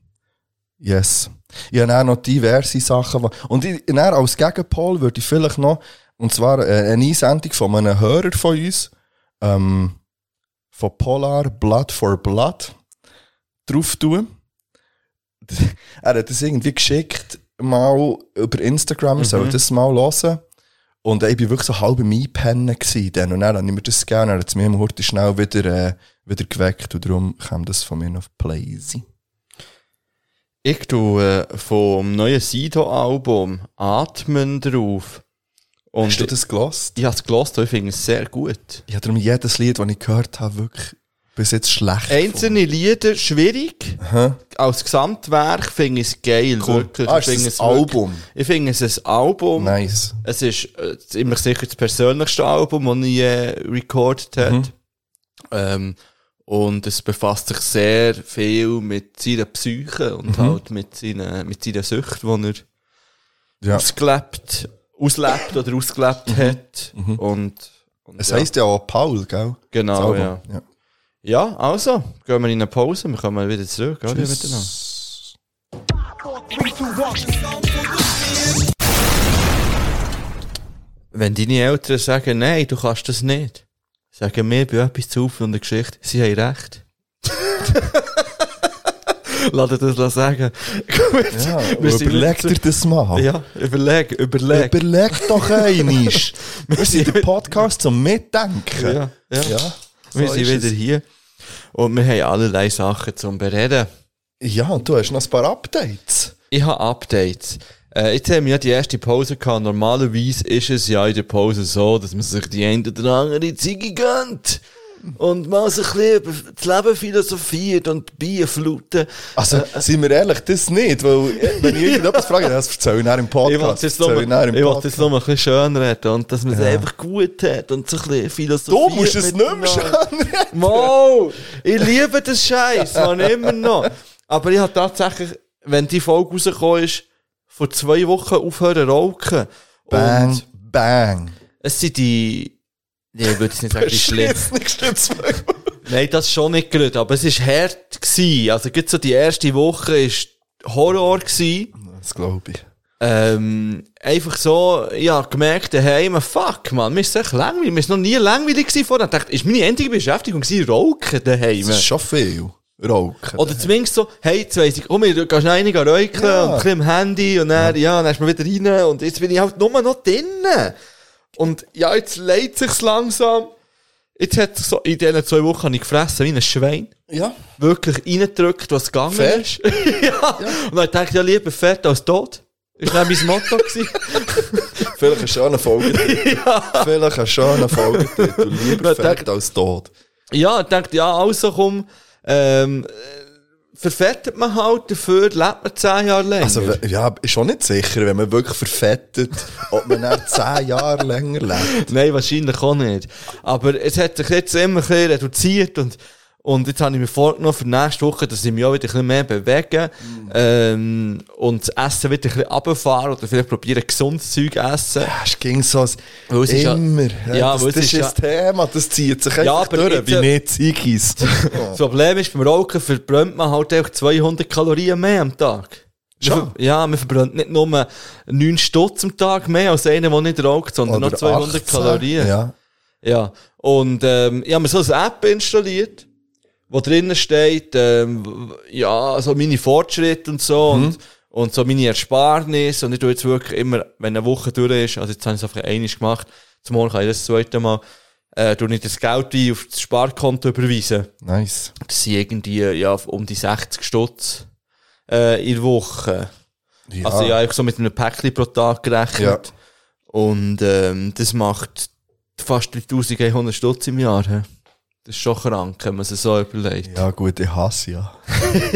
[SPEAKER 4] yes. Ich habe auch noch diverse Sachen. die- Und ich, dann als Gegenpol würde ich vielleicht noch, und zwar äh, eine Einsendung von einem Hörer von uns, ähm, von Polar Blood for Blood drauf tun. Er hat das irgendwie geschickt, mal über Instagram, ich soll das mal hören. Und äh, ich war wirklich so halb im Einpennen. Gewesen dann. Und dann habe ich mir das gegeben und dann hat es mich im Hurti schnell wieder, äh, wieder geweckt. Und darum kam das von mir auf Plazy.
[SPEAKER 3] Ich tue äh, vom neuen Sido-Album Atmen drauf. Und
[SPEAKER 4] Hast du das gelost?
[SPEAKER 3] ich habe es gehört und ich finde es sehr gut.
[SPEAKER 4] Ich habe darum jedes Lied, das ich gehört habe, wirklich bis jetzt schlecht.
[SPEAKER 3] Einzelne Lieder schwierig. Als Gesamtwerk finde ich es geil. Wirklich.
[SPEAKER 4] Ah,
[SPEAKER 3] ich
[SPEAKER 4] ist
[SPEAKER 3] finde
[SPEAKER 4] das
[SPEAKER 3] es wirklich-
[SPEAKER 4] Album?
[SPEAKER 3] Ich finde es ein Album.
[SPEAKER 4] Nice.
[SPEAKER 3] Es ist äh, ziemlich sicher das persönlichste Album, das ich äh, recorded habe.
[SPEAKER 4] Mhm.
[SPEAKER 3] Ähm, und es befasst sich sehr viel mit seiner Psyche und halt mit seiner, mit seiner Sucht, die er
[SPEAKER 4] Mhm. Ja.
[SPEAKER 3] ausgelebt, auslebt oder ausgelebt hat. Und, und
[SPEAKER 4] Mhm. Es
[SPEAKER 3] ja,
[SPEAKER 4] heisst ja auch Paul, gell? Das
[SPEAKER 3] genau,
[SPEAKER 4] Album.
[SPEAKER 3] ja. Ja, also, gehen wir in eine Pause, wir kommen wieder zurück, oder? Miteinander. Wenn deine Eltern sagen, nein, du kannst das nicht, sagen wir bei etwas zu Haufen und der Geschichte, sie haben recht. Lass dir das mal sagen. Gut,
[SPEAKER 4] Ja,
[SPEAKER 3] wir sind
[SPEAKER 4] überleg dir das mal.
[SPEAKER 3] Ja, überleg, überleg.
[SPEAKER 4] Überleg doch einmal. Wir sind der Podcast zum Mitdenken.
[SPEAKER 3] Ja, ja.
[SPEAKER 4] Ja.
[SPEAKER 3] wir
[SPEAKER 4] so
[SPEAKER 3] sind
[SPEAKER 4] ist
[SPEAKER 3] wieder
[SPEAKER 4] es.
[SPEAKER 3] hier und wir haben allerlei Sachen zum Bereden.
[SPEAKER 4] Ja, und du hast noch ein paar Updates.
[SPEAKER 3] Ich habe Updates. Äh, jetzt haben wir ja die erste Pause gehabt. Normalerweise ist es ja in der Pause so, dass man sich die eine oder andere Ziege gönnt. Und mal sich ein bisschen über das Leben philosophiert und beifluten.
[SPEAKER 4] Also,
[SPEAKER 3] Äh,
[SPEAKER 4] sind wir ehrlich, das nicht, weil äh, wenn ich irgendetwas frage, das erzähle ich nachher im
[SPEAKER 3] Ich will
[SPEAKER 4] Podcast.
[SPEAKER 3] es jetzt noch,
[SPEAKER 4] Erzähle
[SPEAKER 3] ich
[SPEAKER 4] ich nachher im
[SPEAKER 3] will
[SPEAKER 4] Podcast.
[SPEAKER 3] jetzt noch mal ein bisschen schön reden und dass man es einfach gut hat und so ein bisschen
[SPEAKER 4] Du
[SPEAKER 3] philosophiert.
[SPEAKER 4] musst es nicht mehr
[SPEAKER 3] miteinander.
[SPEAKER 4] schauen.
[SPEAKER 3] Wow, ich liebe das Scheiß, man immer noch. Aber ich habe tatsächlich, wenn die Folge rausgekommen ist, vor zwei Wochen aufhören rauchen.
[SPEAKER 4] Bang,
[SPEAKER 3] Und
[SPEAKER 4] bang.
[SPEAKER 3] es sind die, nee, ich würde es nicht sagen, die schlimmsten.
[SPEAKER 4] nicht zwei
[SPEAKER 3] Nein, das schon nicht gerade, aber es war hart. Gewesen. Also, gerade so die erste Woche ist Horror gewesen.
[SPEAKER 4] Das glaube ich.
[SPEAKER 3] Ähm, einfach so, ja, gemerkt, hey, fuck, man, mir ist echt langweilig, mir ist noch nie langweilig gewesen vorher. Ich dachte, ist meine einzige Beschäftigung gewesen, rauchen daheim.
[SPEAKER 4] Das ist schon viel. Rauchen.
[SPEAKER 3] Oder zumindest so, hey, jetzt weiss ich, oh, komm, ich gehst noch rein, geh räucheln
[SPEAKER 4] Ja.
[SPEAKER 3] und ein bisschen im Handy und dann, ja. dann ist man wieder rein und jetzt bin ich halt nur noch drinnen. Und ja, jetzt leidet sich's langsam. Jetzt hat sich so, in diesen zwei Wochen habe ich gefressen wie ein Schwein.
[SPEAKER 4] ja.
[SPEAKER 3] Wirklich reingedrückt, was gegangen
[SPEAKER 4] Fair.
[SPEAKER 3] ist. ja. Und dann dachte ich, ja, lieber fett als tot. Ist dann mein Motto gewesen.
[SPEAKER 4] Vielleicht eine schöne Folge. Vielleicht eine schöne Folge. Du lieber fett als tot.
[SPEAKER 3] Ja, ich dachte, ja, also komm, ähm, äh, verfettet man halt, dafür lebt man zehn Jahre länger.
[SPEAKER 4] Also, we- ja, ist schon nicht sicher, wenn man wirklich verfettet, ob man nach 10 Jahren länger lebt.
[SPEAKER 3] Nein, wahrscheinlich auch nicht. Aber es hat sich jetzt immer ein bisschen reduziert und, und jetzt habe ich mir vorgenommen für nächste Woche, dass ich mich auch wieder ein bisschen mehr bewege ähm, und das Essen wieder ein bisschen runterfahren oder vielleicht probieren, gesundes Zeug essen.
[SPEAKER 4] Ah, Es ging so als
[SPEAKER 3] Weil es ist ja-
[SPEAKER 4] immer.
[SPEAKER 3] Ja,
[SPEAKER 4] das
[SPEAKER 3] weil es
[SPEAKER 4] das ist
[SPEAKER 3] ist ja-
[SPEAKER 4] ein Thema, das zieht sich einfach
[SPEAKER 3] aber
[SPEAKER 4] durch,
[SPEAKER 3] jetzt-
[SPEAKER 4] wie nicht Zigis.
[SPEAKER 3] Das Problem ist, beim Rauchen verbrennt man halt einfach 200 Kalorien mehr am Tag.
[SPEAKER 4] Schon?
[SPEAKER 3] Man ver- Ja, man verbrennt nicht nur 9 Stutz am Tag mehr als einer, der nicht raucht, sondern noch 200 Kalorien.
[SPEAKER 4] Ja.
[SPEAKER 3] Ja, und ähm, ich habe mir so eine App installiert, wo drinnen steht, ähm, w- ja, so meine Fortschritte und so und, und so meine Ersparnisse. Und ich tue jetzt wirklich immer, wenn eine Woche durch ist, also jetzt habe ich es einfach einmal gemacht, zum Morgen kann ich das zweite Mal, äh, tue ich das Geld ein auf das Sparkonto überweisen.
[SPEAKER 4] Nice.
[SPEAKER 3] Das sind irgendwie ja, um die 60 Stutz äh, in der Woche.
[SPEAKER 4] Ja.
[SPEAKER 3] Also ja, ich so mit einem Päckchen pro Tag gerechnet.
[SPEAKER 4] Ja.
[SPEAKER 3] Und ähm, das macht fast 3100 Stutz im Jahr. hä? Das ist schon krank, wenn man es so überlegt.
[SPEAKER 4] Ja, gut, ich hasse ja.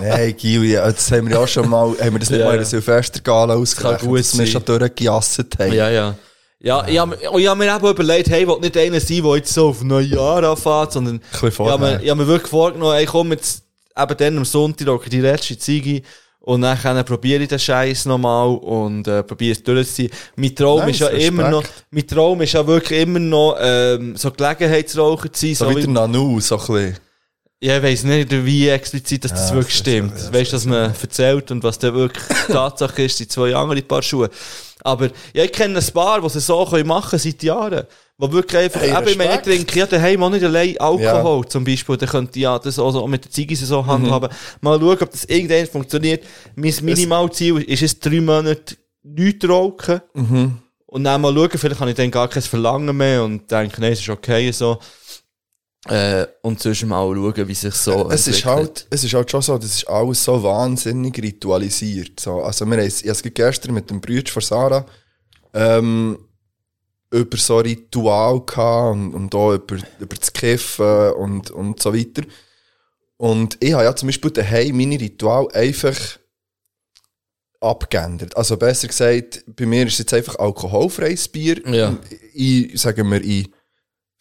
[SPEAKER 4] Nein, Gili, jetzt haben wir ja auch schon mal, haben wir das nicht
[SPEAKER 3] Ja,
[SPEAKER 4] mal in
[SPEAKER 3] ja.
[SPEAKER 4] der Silvestergala ausgerechnet,
[SPEAKER 3] gut
[SPEAKER 4] dass wir
[SPEAKER 3] sein.
[SPEAKER 4] schon durchgejasset haben.
[SPEAKER 3] Ja, ja. Ja, ich habe mir- und ich habe mir eben überlegt, hey, ich will nicht einer sein, der jetzt so auf Neujahr anfängt, sondern
[SPEAKER 4] bisschen
[SPEAKER 3] ich habe mir,
[SPEAKER 4] vorher.
[SPEAKER 3] ich habe mir wirklich vorgenommen, hey, komm jetzt eben dann am Sonntag rauche ich die letzte Ziege und dann probiere ich den Scheiß nochmal und äh, probiere es durchzuziehen. Mein Traum
[SPEAKER 4] Nice,
[SPEAKER 3] ist ja immer
[SPEAKER 4] Respekt.
[SPEAKER 3] noch, mein Traum ist ja wirklich immer noch, ähm, so Gelegenheitsraucher zu sein,
[SPEAKER 4] So
[SPEAKER 3] so
[SPEAKER 4] wie der
[SPEAKER 3] wie-
[SPEAKER 4] Nanu, so ein bisschen.
[SPEAKER 3] Ja, ich weiss nicht, wie explizit dass das
[SPEAKER 4] Ja,
[SPEAKER 3] wirklich
[SPEAKER 4] das ist-
[SPEAKER 3] stimmt.
[SPEAKER 4] das ist-
[SPEAKER 3] weißt du, dass man erzählt und was dann wirklich Tatsache ist, sind zwei andere Paar Schuhe. Aber ja, ich kenne ein paar, die sie so können machen können seit Jahren. Wo wirklich einfach,
[SPEAKER 4] Hey,
[SPEAKER 3] eben, ich meine, ich
[SPEAKER 4] Respekt.
[SPEAKER 3] trinke ja daheim auch nicht allein Alkohol zum Beispiel. Dann könnte ich ja das auch so mit der Ziege so
[SPEAKER 4] Mhm.
[SPEAKER 3] handhaben. Mal schauen, ob das irgendwann funktioniert. Mein Minimalziel ist es, drei Monate nichts rauchen. Und dann mal schauen, vielleicht habe ich dann gar kein Verlangen mehr und denke, nein, es ist okay so. Äh, und sonst mal schauen, wie sich so
[SPEAKER 4] Es ist,
[SPEAKER 3] entwickelt.
[SPEAKER 4] halt, es ist halt schon so, das ist alles so wahnsinnig ritualisiert. So. Also wir haben, es- ich habe es gestern mit dem Bruder von Sarah ähm, über so Ritual gehabt und, und auch über, über das Kiffen und, und so weiter. Und ich habe ja zum Beispiel daheim meine Ritual einfach abgeändert. Also besser gesagt, bei mir ist jetzt einfach alkoholfreies Bier.
[SPEAKER 3] Ja.
[SPEAKER 4] In, sagen wir, in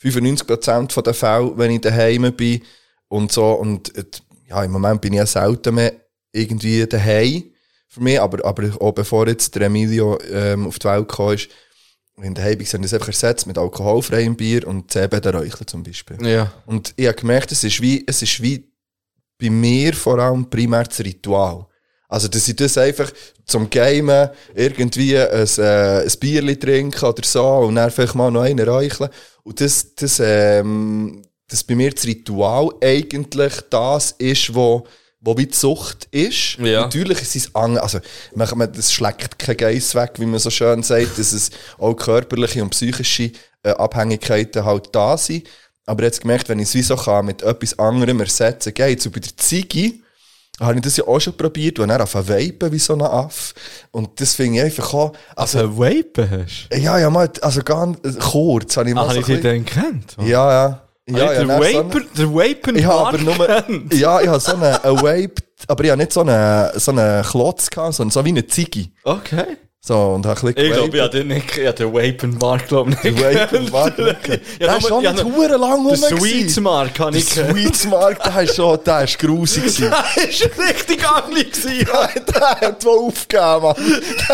[SPEAKER 4] 95% der Fälle, wenn ich daheim bin und so. Und äh, ja, im Moment bin ich ja selten mehr irgendwie daheim für mich, aber, aber auch bevor jetzt der Emilio ähm, auf die Welt gekommen ist, in der Heimung sind das einfach ersetzt mit alkoholfreiem Bier und CBD-Räuchler zum Beispiel.
[SPEAKER 3] Ja.
[SPEAKER 4] Und ich habe gemerkt, es ist, wie, es ist wie bei mir vor allem primär das Ritual. Also, dass ich das einfach zum Gamen irgendwie ein, äh, ein Bierli trinke oder so und dann vielleicht mal noch einen reichle. Und das, das, ähm, das bei mir das Ritual eigentlich das ist, wo, wo wie die Sucht ist.
[SPEAKER 3] Ja.
[SPEAKER 4] Natürlich ist es an, also, man, man, das schlägt kein Geiss weg, wie man so schön sagt, dass es auch körperliche und psychische äh, Abhängigkeiten halt da sind. Aber jetzt gemerkt, wenn ich es wie so kann, mit etwas anderem ersetzen, gehe jetzt so bei der Ziege, habe ich das ja auch schon probiert, wenn er auf Vapen wie so ein Aff. Und das finde ich einfach auch, also,
[SPEAKER 3] Also, Vapen hast
[SPEAKER 4] ja, ja, mal, also ganz äh, kurz, habe ich
[SPEAKER 3] du?
[SPEAKER 4] mal
[SPEAKER 3] Ah, habe
[SPEAKER 4] so
[SPEAKER 3] ich dich
[SPEAKER 4] Also ein bisschen-
[SPEAKER 3] dann gekannt?
[SPEAKER 4] Ja, ja. Ja,
[SPEAKER 3] der
[SPEAKER 4] dann so eine-
[SPEAKER 3] Vaper, der Vapen
[SPEAKER 4] ich habe aber
[SPEAKER 3] Mark
[SPEAKER 4] nur,
[SPEAKER 3] kennt.
[SPEAKER 4] ja, ich habe so einen einen Vape, aber ich habe nicht so einen, so einen Klotz gehabt, sondern so wie eine Ziege.
[SPEAKER 3] Okay.
[SPEAKER 4] So, und habe ein
[SPEAKER 3] Ich
[SPEAKER 4] bisschen
[SPEAKER 3] glaube, ich habe den nicht, ich habe den Vapen Mark, glaube ich, nicht
[SPEAKER 4] Vapen Mark nicht
[SPEAKER 3] gekannt.
[SPEAKER 4] gekannt.
[SPEAKER 3] Ja,
[SPEAKER 4] Der ist
[SPEAKER 3] nur-
[SPEAKER 4] schon
[SPEAKER 3] ja,
[SPEAKER 4] nicht
[SPEAKER 3] nur-
[SPEAKER 4] verdammt lang
[SPEAKER 3] Der
[SPEAKER 4] rum gewesen.
[SPEAKER 3] Sweet Mark habe
[SPEAKER 4] Der
[SPEAKER 3] ich gekannt.
[SPEAKER 4] Sweet Mark, der ist schon, der ist grusig gewesen.
[SPEAKER 3] Das war richtig angelig. gewesen.
[SPEAKER 4] der hat wohl aufgegeben, Mann.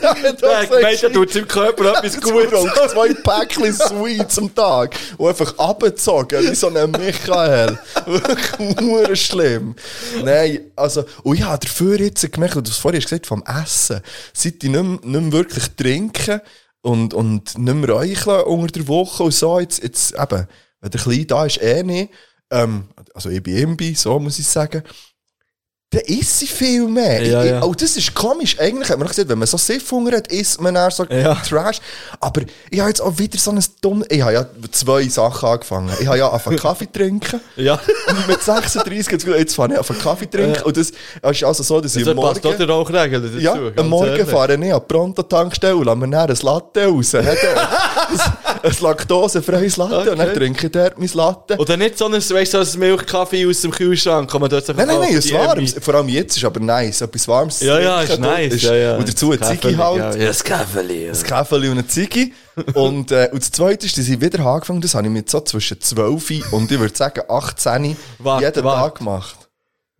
[SPEAKER 4] Der, der,
[SPEAKER 3] Der hat gemeint, er
[SPEAKER 4] gesagt,
[SPEAKER 3] tut seinem Körper etwas
[SPEAKER 4] Jetzt gut
[SPEAKER 3] Gutes.
[SPEAKER 4] auch zwei Päckchen Sweets am Tag und einfach abgezogen, wie so ein Michael. Wirklich nur schlimm. Nein, also, und ich habe dafür jetzt gemerkt, und du hast vorhin gesagt, vom Essen, seit ich nicht, mehr- nicht mehr wirklich trinken und, und nicht mehr räucheln unter der Woche und so, jetzt, jetzt eben, wenn der Kleine da ist, eh nicht, ähm, also ich bin Imbi, so muss ich sagen, dann isst sie viel mehr.
[SPEAKER 3] Ja,
[SPEAKER 4] ich, ich,
[SPEAKER 3] ja.
[SPEAKER 4] auch das ist komisch. Eigentlich hat man doch gesagt, wenn man so Siffhunger hat, isst man dann so
[SPEAKER 3] Ja.
[SPEAKER 4] Trash. Aber ich habe jetzt auch wieder so ein dummes... Ich habe ja zwei Sachen angefangen. Ich habe ja angefangen Kaffee trinken.
[SPEAKER 3] Ja,
[SPEAKER 4] Und mit 36 jetzt, jetzt fange ich an Kaffee trinken. Und das ist also so, dass ich
[SPEAKER 3] das passt auch
[SPEAKER 4] morgen...
[SPEAKER 3] der Rauchregel dazu.
[SPEAKER 4] Ja,
[SPEAKER 3] ganz
[SPEAKER 4] am Morgen
[SPEAKER 3] ehrlich.
[SPEAKER 4] fahre ich an die Pronto-Tankstelle und lasse mir dann ein Latte raus. Hat er- ein ein laktosefreies Latte. Und dann
[SPEAKER 3] Okay.
[SPEAKER 4] trinke ich dort mein Latte.
[SPEAKER 3] Oder nicht so ein, weißt du, so ein Milchkaffee aus dem Kühlschrank, kann man dort so
[SPEAKER 4] Nein, nein, nein,
[SPEAKER 3] Oh,
[SPEAKER 4] es
[SPEAKER 3] die
[SPEAKER 4] warmes.
[SPEAKER 3] Emmy.
[SPEAKER 4] Vor allem jetzt ist aber nice. Etwas warmes. zu
[SPEAKER 3] Ja, ja, ist
[SPEAKER 4] trinken,
[SPEAKER 3] nice.
[SPEAKER 4] ist-
[SPEAKER 3] ja, ja.
[SPEAKER 4] Und dazu ein Ziggy halt.
[SPEAKER 3] Ja, ja, das Käferli. Ja.
[SPEAKER 4] Ein Käferli und ein Ziggy. und, äh, und das Zweite ist, dass ich wieder angefangen das habe ich mit so zwischen 12 und ich würde sagen 18
[SPEAKER 3] Warte,
[SPEAKER 4] jeden
[SPEAKER 3] warte.
[SPEAKER 4] Tag gemacht.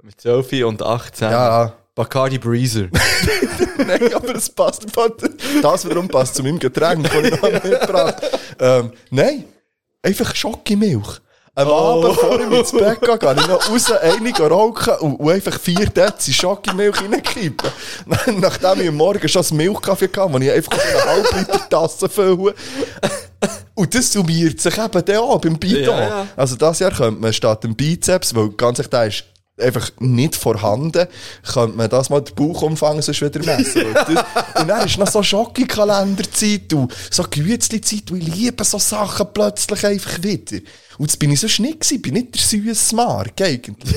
[SPEAKER 3] Mit 12 und 18.
[SPEAKER 4] Ja,
[SPEAKER 3] Bacardi Breezer.
[SPEAKER 4] nein, aber es passt. Das wiederum passt zu meinem Getränk, das ich noch mitgebracht ähm, Nein, einfach Schokimilch.
[SPEAKER 3] Oh.
[SPEAKER 4] Am Abend, vor ich ins Bett gehe, gehe ich noch raus, einig rauchen und, und einfach vier Dezi Schokimilch reinkippen. Nachdem ich am Morgen schon einen Milchkaffee hatte, wo ich einfach so eine halbe Liter Tasse fülle. Und das summiert sich eben dann an beim Bidon.
[SPEAKER 3] Ja, ja.
[SPEAKER 4] Also das Jahr könnte man statt dem Bizeps, weil ganz ehrlich, der ist einfach nicht vorhanden, könnte man das mal den Bauchumfang sonst wieder messen. Und das- und dann ist noch so Schocki-Kalenderzeit und so Gewürzli-Zeit und ich liebe so Sachen plötzlich einfach wieder. Und das bin ich sonst nicht gewesen, bin nicht der süße Mark eigentlich.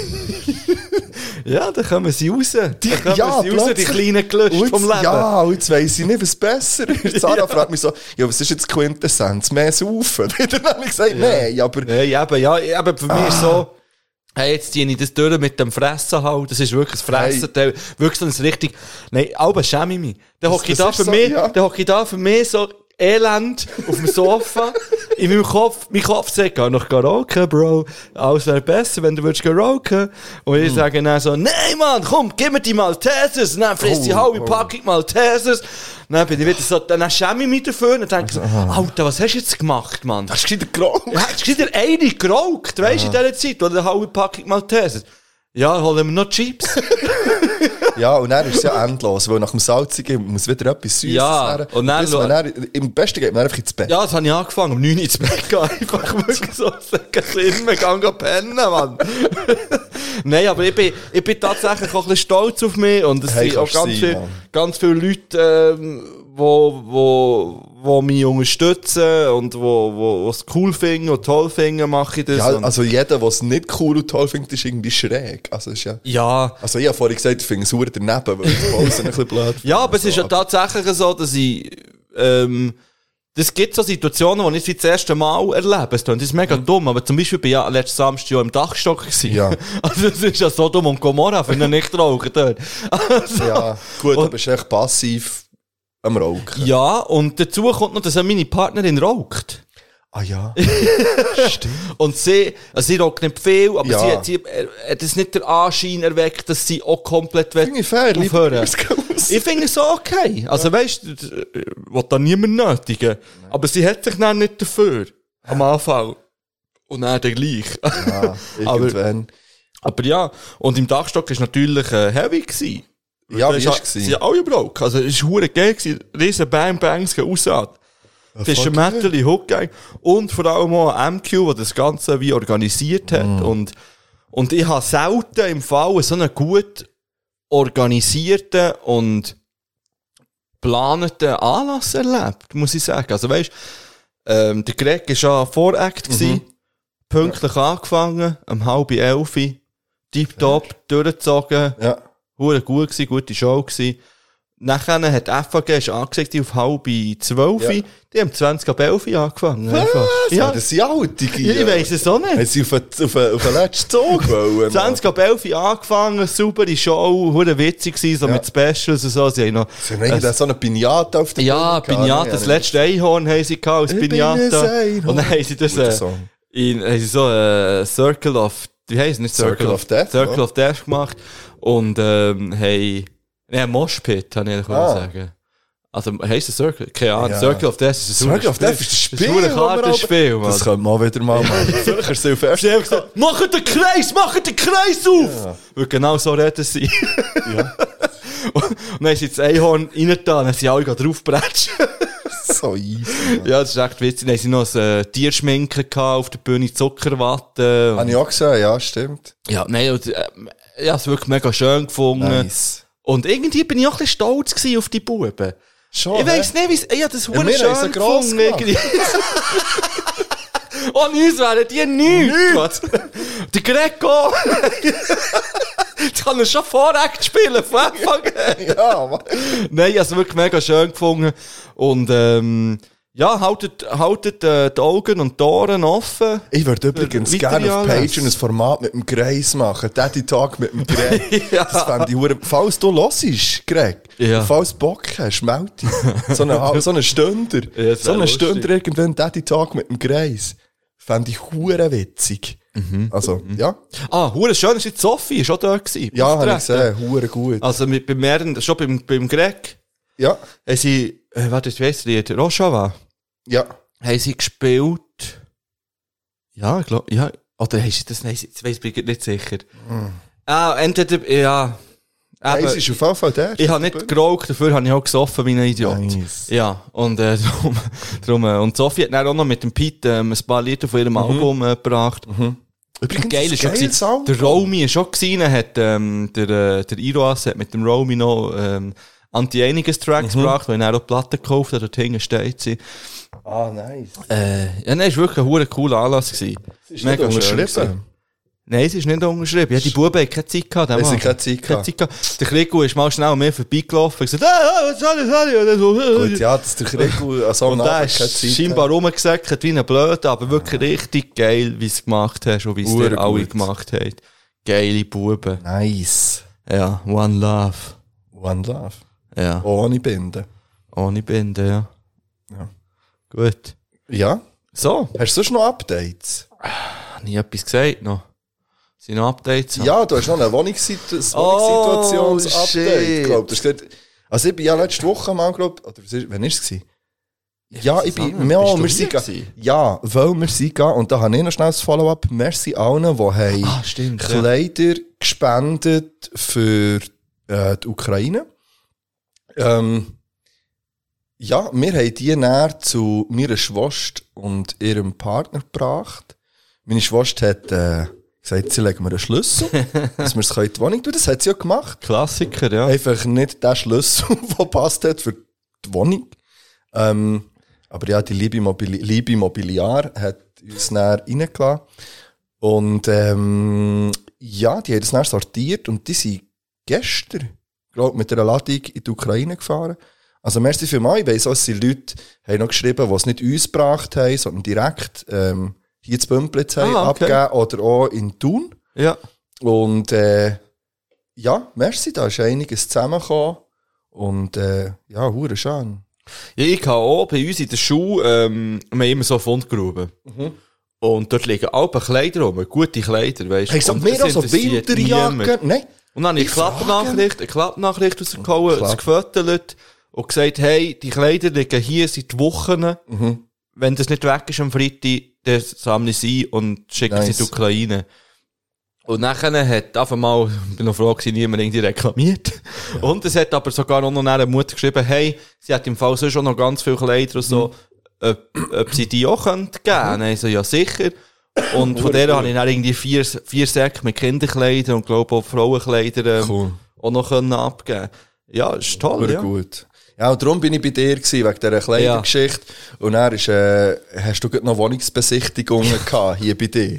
[SPEAKER 3] ja, da kommen sie raus. Die, da kommen
[SPEAKER 4] ja,
[SPEAKER 3] sie raus, die
[SPEAKER 4] plötzlich.
[SPEAKER 3] kleinen
[SPEAKER 4] Und
[SPEAKER 3] Gelüste
[SPEAKER 4] jetzt-
[SPEAKER 3] vom Leben.
[SPEAKER 4] Ja, und jetzt weiss ich nicht, was besser ist. Sarah fragt mich so, ja, was ist jetzt die Quintessenz? Mehr saufen? Dann habe ich gesagt, nein, aber...
[SPEAKER 3] Hey, eben, ja, eben, für mich ist so, hey, jetzt ziehe ich das durch mit dem Fressen halt, das ist wirklich ein
[SPEAKER 4] Hey.
[SPEAKER 3] Fressen, hey. wirklich so ein richtig, nein, aber schäme ich mich. Dann hocke ich
[SPEAKER 4] das
[SPEAKER 3] da
[SPEAKER 4] ist
[SPEAKER 3] für
[SPEAKER 4] so,
[SPEAKER 3] mich,
[SPEAKER 4] ja.
[SPEAKER 3] dann hocke ich da für mich so, elend auf dem Sofa. in meinem Kopf, mein Kopf sagt, geh noch roken, Bro. Alles wäre besser, wenn du würdest gehen roken. Und
[SPEAKER 4] Hm.
[SPEAKER 3] ich sage dann so, nein, Mann, komm, gib mir die Maltesers. Und dann friss die
[SPEAKER 4] Oh,
[SPEAKER 3] halbe
[SPEAKER 4] oh.
[SPEAKER 3] Packung Maltesers. Und dann bin ich wieder so, dann schäme ich mich dafür. Und dann denke
[SPEAKER 4] Also,
[SPEAKER 3] ich, Alter, was hast du jetzt gemacht, Mann?
[SPEAKER 4] Hast du wieder geraucht?
[SPEAKER 3] Ja, Hast du wieder eine geraucht, weißt du, in dieser Zeit, oder eine halbe Packung Malteser? Ja, holen wir noch Chips.
[SPEAKER 4] Ja, und dann ist es ja endlos, weil nach dem Salzigen muss wieder etwas Süßes
[SPEAKER 3] Ja,
[SPEAKER 4] her.
[SPEAKER 3] und dann
[SPEAKER 4] Bis man dann Im Besten geht man einfach ins Bett.
[SPEAKER 3] ja, das habe ich angefangen, um 9 Uhr ins Bett gehen. Einfach wirklich so sagen, immer gehen gehen pennen, Mann. Nein, aber ich bin, ich bin tatsächlich auch ein bisschen stolz auf mich und es
[SPEAKER 4] Hey,
[SPEAKER 3] sind auch
[SPEAKER 4] kannst
[SPEAKER 3] ganz,
[SPEAKER 4] sein,
[SPEAKER 3] viel,
[SPEAKER 4] Mann.
[SPEAKER 3] ganz viele Leute, ähm, wo, wo, wo mich unterstützen und wo, wo, wo es cool finden und toll finden, mache ich das.
[SPEAKER 4] Ja,
[SPEAKER 3] und,
[SPEAKER 4] also jeder, der es nicht cool und toll findet, ist irgendwie schräg. Also, ist ja,
[SPEAKER 3] ja.
[SPEAKER 4] also ich habe vorhin gesagt, ich finde es verdammt daneben, weil ich die Pause ein bisschen blöd finde.
[SPEAKER 3] Ja, aber es ist ja tatsächlich so, dass ich, ähm, das gibt so Situationen, die ich seit das erste Mal erlebe. Es klingt jetzt mega dumm, aber zum Beispiel bin ich ja letzten Samstag ja im Dachstock gewesen.
[SPEAKER 4] Mhm. Ja.
[SPEAKER 3] Also es ist ja so dumm und Gomorra für einen Nichtraucher dort. Also,
[SPEAKER 4] Ja, gut,
[SPEAKER 3] Und-
[SPEAKER 4] aber bist echt passiv am Rauchen.
[SPEAKER 3] ja, und dazu kommt noch, dass ja meine Partnerin raucht.
[SPEAKER 4] Ah ja.
[SPEAKER 3] Und sie, also sie raucht nicht viel, aber
[SPEAKER 4] Ja.
[SPEAKER 3] sie, hat, sie äh, hat es nicht den Anschein erweckt, dass sie auch komplett
[SPEAKER 4] Finde ich fair, lieber
[SPEAKER 3] aufhören.
[SPEAKER 4] Grüße.
[SPEAKER 3] Ich finde es auch okay. Also weißt du, das, äh, will da niemand nötigen. Aber sie hat sich dann nicht dafür. Am Anfang. Und dann dann gleich.
[SPEAKER 4] Ja, irgendwann.
[SPEAKER 3] Aber ja, und im Dachstock war natürlich äh, heavy. Gewesen.
[SPEAKER 4] Ja,
[SPEAKER 3] Da
[SPEAKER 4] wie
[SPEAKER 3] ist
[SPEAKER 4] war
[SPEAKER 3] ja- Sie sind alle broke. Also es war verdammt geil. gewesen. Riesen Bang Bangs gehen raus. Zwischen
[SPEAKER 4] fuck.
[SPEAKER 3] Metal, Hookgang und vor allem auch MQ, der das Ganze wie organisiert hat.
[SPEAKER 4] Mhm.
[SPEAKER 3] Und, und ich habe selten im Fall so einen gut organisierten und geplanten Anlass erlebt, muss ich sagen. Also weißt, ähm, der Greg war ja Vorakt, mhm. pünktlich angefangen, um halb elf, tiptop, durchgezogen,
[SPEAKER 4] Ja.
[SPEAKER 3] Hure gut gsi, gute Show gsi. Nachher hat die FAG ist angesagt, die auf halbe zwölf.
[SPEAKER 4] Ja.
[SPEAKER 3] Die haben 20 ab 11 angefangen. Einfach.
[SPEAKER 4] Ja,
[SPEAKER 3] Ja,
[SPEAKER 4] das sind alte
[SPEAKER 3] ja, ich weiss es auch nicht.
[SPEAKER 4] Haben sie auf den, auf den, auf den letzten Zug wollen?
[SPEAKER 3] 20 ab 11 angefangen, saubere Show, hure witzig gsi, so
[SPEAKER 4] Ja.
[SPEAKER 3] mit Specials und so. Sie haben noch,
[SPEAKER 4] Sie haben irgendwie so eine Pinata auf der
[SPEAKER 3] ja,
[SPEAKER 4] Bühne gehabt,
[SPEAKER 3] Pinata,
[SPEAKER 4] ne?
[SPEAKER 3] das letzte Einhorn haben sie gehabt, als
[SPEAKER 4] Ich bin
[SPEAKER 3] Pinata.
[SPEAKER 4] ein Einhorn.
[SPEAKER 3] Und dann haben sie das,
[SPEAKER 4] Guter
[SPEAKER 3] äh,
[SPEAKER 4] Song.
[SPEAKER 3] in, haben sie so, äh, Circle of, wie heisst es nicht?
[SPEAKER 4] Circle of Death,
[SPEAKER 3] Circle
[SPEAKER 4] ja.
[SPEAKER 3] of Death gemacht. Und, ähm, haben, ne, Moshpit, kann ich eigentlich
[SPEAKER 4] Ah.
[SPEAKER 3] sagen. Also, heisst es Circle? Keine Ahnung,
[SPEAKER 4] Ja.
[SPEAKER 3] Circle of Death ist ein
[SPEAKER 4] Circle of
[SPEAKER 3] Spiel.
[SPEAKER 4] Death ist das Spiel,
[SPEAKER 3] Das ist
[SPEAKER 4] wo
[SPEAKER 3] ein
[SPEAKER 4] wir
[SPEAKER 3] Kartenspiel, Mann.
[SPEAKER 4] Das könnte man auch wieder mal machen. Vielleicht ist Silvester.
[SPEAKER 3] Sie haben gesagt, macht den Kreis, macht den Kreis auf!
[SPEAKER 4] Ja.
[SPEAKER 3] Weil genau so reden sie. und dann haben sie das Einhorn reingetan, dann sind alle gerade draufgebratscht.
[SPEAKER 4] so easy.
[SPEAKER 3] ja, das ist echt witzig. Dann haben sie noch ein äh, Tierschminken gehabt auf der Bühne, Zuckerwatte.
[SPEAKER 4] Habe ich auch gesehen, ja, stimmt.
[SPEAKER 3] Ja, nein, und, äh, ich habe es wirklich mega schön gefunden.
[SPEAKER 4] Nice.
[SPEAKER 3] Und irgendwie bin ich auch ein bisschen stolz gewesen auf die Buben.
[SPEAKER 4] Schon,
[SPEAKER 3] ich weiss nicht, wie's, ich habe das
[SPEAKER 4] wir
[SPEAKER 3] hure
[SPEAKER 4] haben
[SPEAKER 3] schön
[SPEAKER 4] sie gross
[SPEAKER 3] gefunden. irgendwie. Ohne uns wären die nichts. Der Greco. Jetzt kann er schon vorrecht spielen, von Anfang an.
[SPEAKER 4] hä? Ja, Mann.
[SPEAKER 3] Nein, ich habe es wirklich mega schön gefunden. Und ähm, ja, haltet, haltet äh, die Augen und die Ohren offen.
[SPEAKER 4] Ich würde übrigens
[SPEAKER 3] Weitere
[SPEAKER 4] gerne auf
[SPEAKER 3] Anlässe.
[SPEAKER 4] Patreon ein Format mit dem Greis machen. Daddy Talk mit dem Grey.
[SPEAKER 3] Ja.
[SPEAKER 4] Das fände ich hure- Falls du hörst, Greg.
[SPEAKER 3] Ja.
[SPEAKER 4] und Falls du Bock hast, melde dich. So einen so eine Stünder.
[SPEAKER 3] Ja, das wär
[SPEAKER 4] so einen
[SPEAKER 3] lustig.
[SPEAKER 4] Stünder irgendwann Daddy Talk mit dem Greis. Fände ich hure witzig.
[SPEAKER 3] Mhm.
[SPEAKER 4] Also, ja.
[SPEAKER 3] Ah, hure schön ist jetzt Sophie, ist auch da gewesen.
[SPEAKER 4] Ja, habe ich
[SPEAKER 3] Auftreten.
[SPEAKER 4] gesehen. Hure gut.
[SPEAKER 3] Also mit, bei mehreren, schon beim, beim Greg,
[SPEAKER 4] Ja.
[SPEAKER 3] haben sie, äh, warte, ich weiss nicht, Rojava,
[SPEAKER 4] Ja.
[SPEAKER 3] haben sie gespielt, ja, ich glaube, ja, oder haben sie das, nein, ich weiss, bin ich nicht sicher. Ah, entweder, ja,
[SPEAKER 4] Greis
[SPEAKER 3] eben,
[SPEAKER 4] Hm. ist auf jeden Fall der.
[SPEAKER 3] ich habe nicht geraucht, dafür habe ich auch gesoffen wie ein Idiot.
[SPEAKER 4] Nice.
[SPEAKER 3] Ja, und äh, drum, drum, äh, und Sophie hat dann auch noch mit dem Pete ähm, ein paar Lieder von ihrem
[SPEAKER 4] Mhm.
[SPEAKER 3] Album äh, gebracht.
[SPEAKER 4] Übrigens,
[SPEAKER 3] Geil ist schon
[SPEAKER 4] geiler
[SPEAKER 3] gewesen.
[SPEAKER 4] Sound.
[SPEAKER 3] Der Romy ist schon gesehen, er hat, ähm, der, äh, der Iroas hat mit dem Romy noch, ähm, Anti-Einiges-Tracks
[SPEAKER 4] Mhm.
[SPEAKER 3] gebracht, weil er auch Platten gekauft hat, dort hinten steht sie.
[SPEAKER 4] Ah, nice.
[SPEAKER 3] Äh, ja, nein, es war wirklich ein verdammt cooler Anlass gewesen. Ist Mega eh. schön. gewesen.
[SPEAKER 4] Unterschrieben.
[SPEAKER 3] Nein, es ist nicht unterschrieben. Ja, die Buben haben keine Zeit gehabt. der
[SPEAKER 4] Es
[SPEAKER 3] Mann.
[SPEAKER 4] ist keine
[SPEAKER 3] Keine
[SPEAKER 4] Zeit gehabt.
[SPEAKER 3] Zeit gehabt. Der Krigo ist mal schnell an mir vorbeigelaufen und gesagt, ah, ah, was soll ich, soll ich? Und dann so, äh,
[SPEAKER 4] Gut, ja, das ist der Krieg. Also,
[SPEAKER 3] und der ist scheinbar rumgesackt wie ein Blöd, aber wirklich richtig geil, wie es gemacht hast und wie es
[SPEAKER 4] Ure
[SPEAKER 3] dir alle
[SPEAKER 4] gut.
[SPEAKER 3] gemacht haben. Geile Buben.
[SPEAKER 4] Nice.
[SPEAKER 3] Ja, One Love.
[SPEAKER 4] One Love.
[SPEAKER 3] Ja,
[SPEAKER 4] Ohne Binden.
[SPEAKER 3] ohne Binde, ja.
[SPEAKER 4] Ja.
[SPEAKER 3] Gut.
[SPEAKER 4] Ja.
[SPEAKER 3] So,
[SPEAKER 4] Hast du sonst noch Updates?
[SPEAKER 3] habe ich etwas gesagt noch? Sind noch Updates?
[SPEAKER 4] Ja, du hast noch eine Wohnungssituationsupdate,
[SPEAKER 3] shit.
[SPEAKER 4] oh, glaube ich. Also ich bin ja letzte Woche mal, glaube oder was ist- wann war es? Ja, ich bin,
[SPEAKER 3] sagen, bist
[SPEAKER 4] ja,
[SPEAKER 3] du
[SPEAKER 4] wir
[SPEAKER 3] hier
[SPEAKER 4] sind
[SPEAKER 3] gewesen?
[SPEAKER 4] gegangen. Ja, weil wir sind gegangen. Und da habe ich noch schnell das Follow-up. Merci allen, die haben
[SPEAKER 3] Ah, stimmt, ja.
[SPEAKER 4] Kleider gespendet für äh, die Ukraine. Ähm, ja, wir haben die näher zu meiner Schwester und ihrem Partner gebracht. Meine Schwester hat äh, gesagt, sie legen mir einen Schlüssel, dass wir es in die Wohnung tun. Das hat sie ja gemacht
[SPEAKER 3] Klassiker, ja.
[SPEAKER 4] einfach nicht der Schlüssel, der passt hat für die Wohnung. Ähm, aber ja, die liebe, Mobili liebe Mobiliar hat uns näher reingelassen. Und ähm, ja, die haben das näher sortiert und die sind gestern, glaube ich, mit einer Ladung in die Ukraine gefahren. Also merci vielmals, ich weiss auch, es sind Leute haben noch geschrieben, die es nicht uns gebracht haben, sondern direkt ähm, hier zu Bümplitz haben
[SPEAKER 3] Ah, okay.
[SPEAKER 4] abgegeben oder auch in Thun.
[SPEAKER 3] ja.
[SPEAKER 4] Und äh, ja, merci, da ist einiges zusammengekommen. Und äh, ja, hure schön.
[SPEAKER 3] Ja, ich habe auch bei uns in der Schule, ähm, wir haben immer so Fundgruben. Und dort liegen alle Kleider rum, gute Kleider, weißt
[SPEAKER 4] Hast du
[SPEAKER 3] Und
[SPEAKER 4] mir
[SPEAKER 3] es
[SPEAKER 4] also
[SPEAKER 3] interessiert niemand.
[SPEAKER 4] Winterjacke? Nein.
[SPEAKER 3] Und dann habe ich
[SPEAKER 4] Ich
[SPEAKER 3] eine Klappnachricht, eine Klappnachricht rausgehauen,
[SPEAKER 4] Klapp.
[SPEAKER 3] es gefüttert und gesagt, hey, die Kleider liegen hier seit Wochen.
[SPEAKER 4] Mhm.
[SPEAKER 3] Wenn das nicht weg ist am Freitag, dann sammle ich sie ein und schicke sie in
[SPEAKER 4] Nice.
[SPEAKER 3] die Ukraine. Und nachher hat auf einmal, ich bin noch froh gewesen, niemand irgendwie reklamiert. Und es hat aber sogar auch noch eine Mutter geschrieben, hey, sie hat im Fall sonst auch noch ganz viele Kleider und so,
[SPEAKER 4] Mhm.
[SPEAKER 3] ob, ob sie die auch könnte geben könnte. Nein, so, ja sicher. Und von der habe ich dann irgendwie vier, vier Säcke mit Kinderkleidern und glaube auch Frauenkleidern ähm,
[SPEAKER 4] Cool.
[SPEAKER 3] auch noch können abgeben Ja, ist toll,
[SPEAKER 4] Hure
[SPEAKER 3] ja.
[SPEAKER 4] gut. Ja, und darum bin ich bei dir gewesen, wegen dieser Kleidergeschichte. Und dann ist, äh, hast du gerade noch Wohnungsbesichtigungen gehabt, hier bei dir.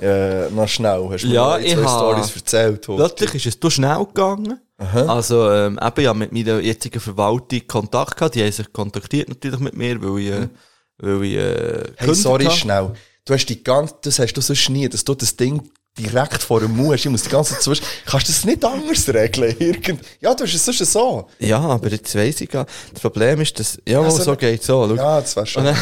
[SPEAKER 4] äh, noch schnell. Hast du mir
[SPEAKER 3] Ja,
[SPEAKER 4] noch ein,
[SPEAKER 3] ich
[SPEAKER 4] zwei
[SPEAKER 3] habe-
[SPEAKER 4] Storys erzählt. heute.
[SPEAKER 3] Plötzlich ist es zu schnell gegangen. Also, ähm, eben, ich habe mit meiner jetzigen Verwaltung Kontakt gehabt. Die haben sich kontaktiert natürlich mit mir, weil ich, äh, weil ich, äh,
[SPEAKER 4] Hey, sorry,
[SPEAKER 3] gekündigt habe.
[SPEAKER 4] schnell. Du hast die ganze, das hast du so nie, dass du das Ding direkt vor dem Mund hast. Ich muss die ganze Zeit zwischen, kannst du das nicht anders regeln? Irgend, ja, du hast es sonst so.
[SPEAKER 3] Ja, aber jetzt weiss ich gar Das Problem ist, dass, ja,
[SPEAKER 4] Also-
[SPEAKER 3] so geht's so. Schau.
[SPEAKER 4] Ja, das wär schon.
[SPEAKER 3] Und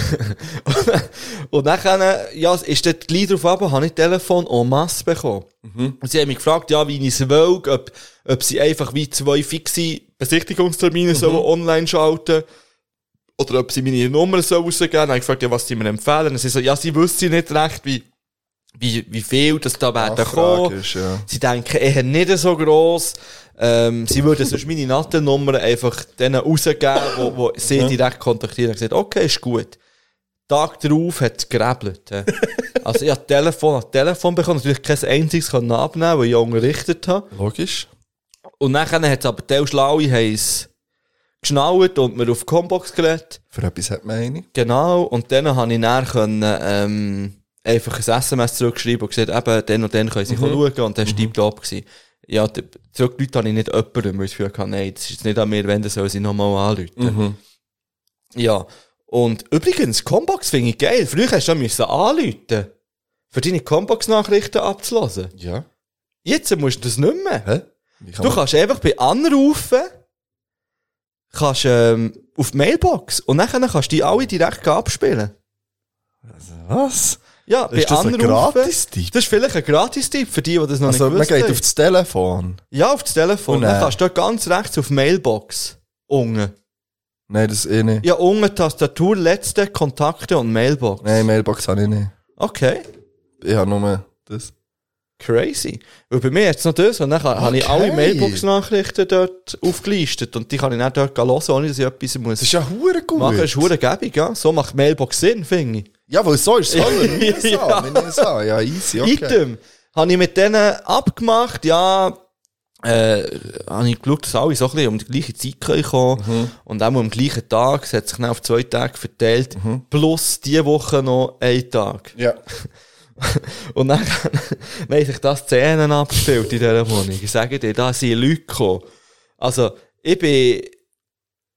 [SPEAKER 3] dann- und nachher, ja, ist dort gleich drauf ab, habe ich Telefon en masse bekommen. Und sie haben mich gefragt, ja, wie ich es will, ob, ob sie einfach wie zwei fixe Besichtigungstermine sollen online schalten oder ob sie meine Nummer so rausgeben. Dann habe ich gefragt, ja, was sie mir empfehlen. Und sie so, ja, sie wissen nicht recht, wie, wie, wie viel das da werden kommen.
[SPEAKER 4] Nachfrage ist, ja.
[SPEAKER 3] Sie denken eher nicht so gross. Ähm, sie würden sonst meine Nattennummer einfach denen rausgeben, wo, wo sie direkt kontaktieren. Ich gesagt, okay, ist gut. Tag darauf hat es gerebelt. hä. Also ich habe Telefon an Telefon bekommen, natürlich kein einziges können abnehmen, weil ich unterrichtet habe.
[SPEAKER 4] Logisch.
[SPEAKER 3] Und nachher hat es aber Teil Schlaue haben es geschnallt und mir auf die Combox geredet.
[SPEAKER 4] Für etwas hat man eine.
[SPEAKER 3] Genau, und dann habe ich dann können, ähm, einfach ein SMS zurückgeschrieben und gesagt, eben, dann und dann können sie schauen und dann war mhm. top. Gewesen. Ja, d- zurückgeläutet habe ich nicht jemandem, weil ich das Gefühl hatte, nein, das ist jetzt nicht an mir, wenn, dann sollen sie nochmal anrufen.
[SPEAKER 4] Mhm.
[SPEAKER 3] Ja, und übrigens, Combox finde ich geil. Früher hast du ja müssen anrufen, für deine Combox-Nachrichten abzulassen.
[SPEAKER 4] Ja.
[SPEAKER 3] Jetzt musst du das nicht mehr.
[SPEAKER 4] Hä? Wie kann
[SPEAKER 3] Du
[SPEAKER 4] man-
[SPEAKER 3] kannst einfach bei Anrufen kannst, ähm, auf die Mailbox und dann kannst du die alle direkt abspielen.
[SPEAKER 4] Was?
[SPEAKER 3] Ja, bei
[SPEAKER 4] Ist das ein
[SPEAKER 3] Anrufen.
[SPEAKER 4] Gratis-Tipp?
[SPEAKER 3] Das ist vielleicht ein Gratis-Tipp für die, die das noch
[SPEAKER 4] Also,
[SPEAKER 3] nicht
[SPEAKER 4] man
[SPEAKER 3] gewusst
[SPEAKER 4] geht
[SPEAKER 3] haben.
[SPEAKER 4] auf das Telefon.
[SPEAKER 3] ja, auf das Telefon.
[SPEAKER 4] Oh,
[SPEAKER 3] dann
[SPEAKER 4] nein.
[SPEAKER 3] kannst du da ganz rechts auf Mailbox. Unten.
[SPEAKER 4] Nein, das eh nicht.
[SPEAKER 3] Ja, unten Tastatur, letzte Kontakte und Mailbox.
[SPEAKER 4] Nein, Mailbox habe ich nicht.
[SPEAKER 3] Okay,
[SPEAKER 4] Ich habe nur das.
[SPEAKER 3] crazy. Weil bei mir jetzt noch das und dann kann- habe ich
[SPEAKER 4] Okay.
[SPEAKER 3] alle Mailbox-Nachrichten dort aufgelistet und die kann ich dann dort hören, ohne dass ich etwas muss.
[SPEAKER 4] Das ist ja hure gut.
[SPEAKER 3] Machen ist verdammt gäbig, ja. So macht Mailbox Sinn, finde ich.
[SPEAKER 4] Ja, weil so ist es.
[SPEAKER 3] Ja.
[SPEAKER 4] Ja, ja. ja, easy, okay.
[SPEAKER 3] Item. Habe ich mit denen abgemacht, ja, äh, habe ich geschaut, dass alle so ein bisschen um die gleiche Zeit können kommen
[SPEAKER 4] Mhm.
[SPEAKER 3] und auch am gleichen Tag, es hat sich dann auf zwei Tage verteilt,
[SPEAKER 4] Mhm.
[SPEAKER 3] plus diese Woche noch einen Tag.
[SPEAKER 4] Ja.
[SPEAKER 3] Und dann, dann haben sich das Szenen abgespielt in dieser Wohnung. Ich sage dir, da sind Leute gekommen. Also, ich bin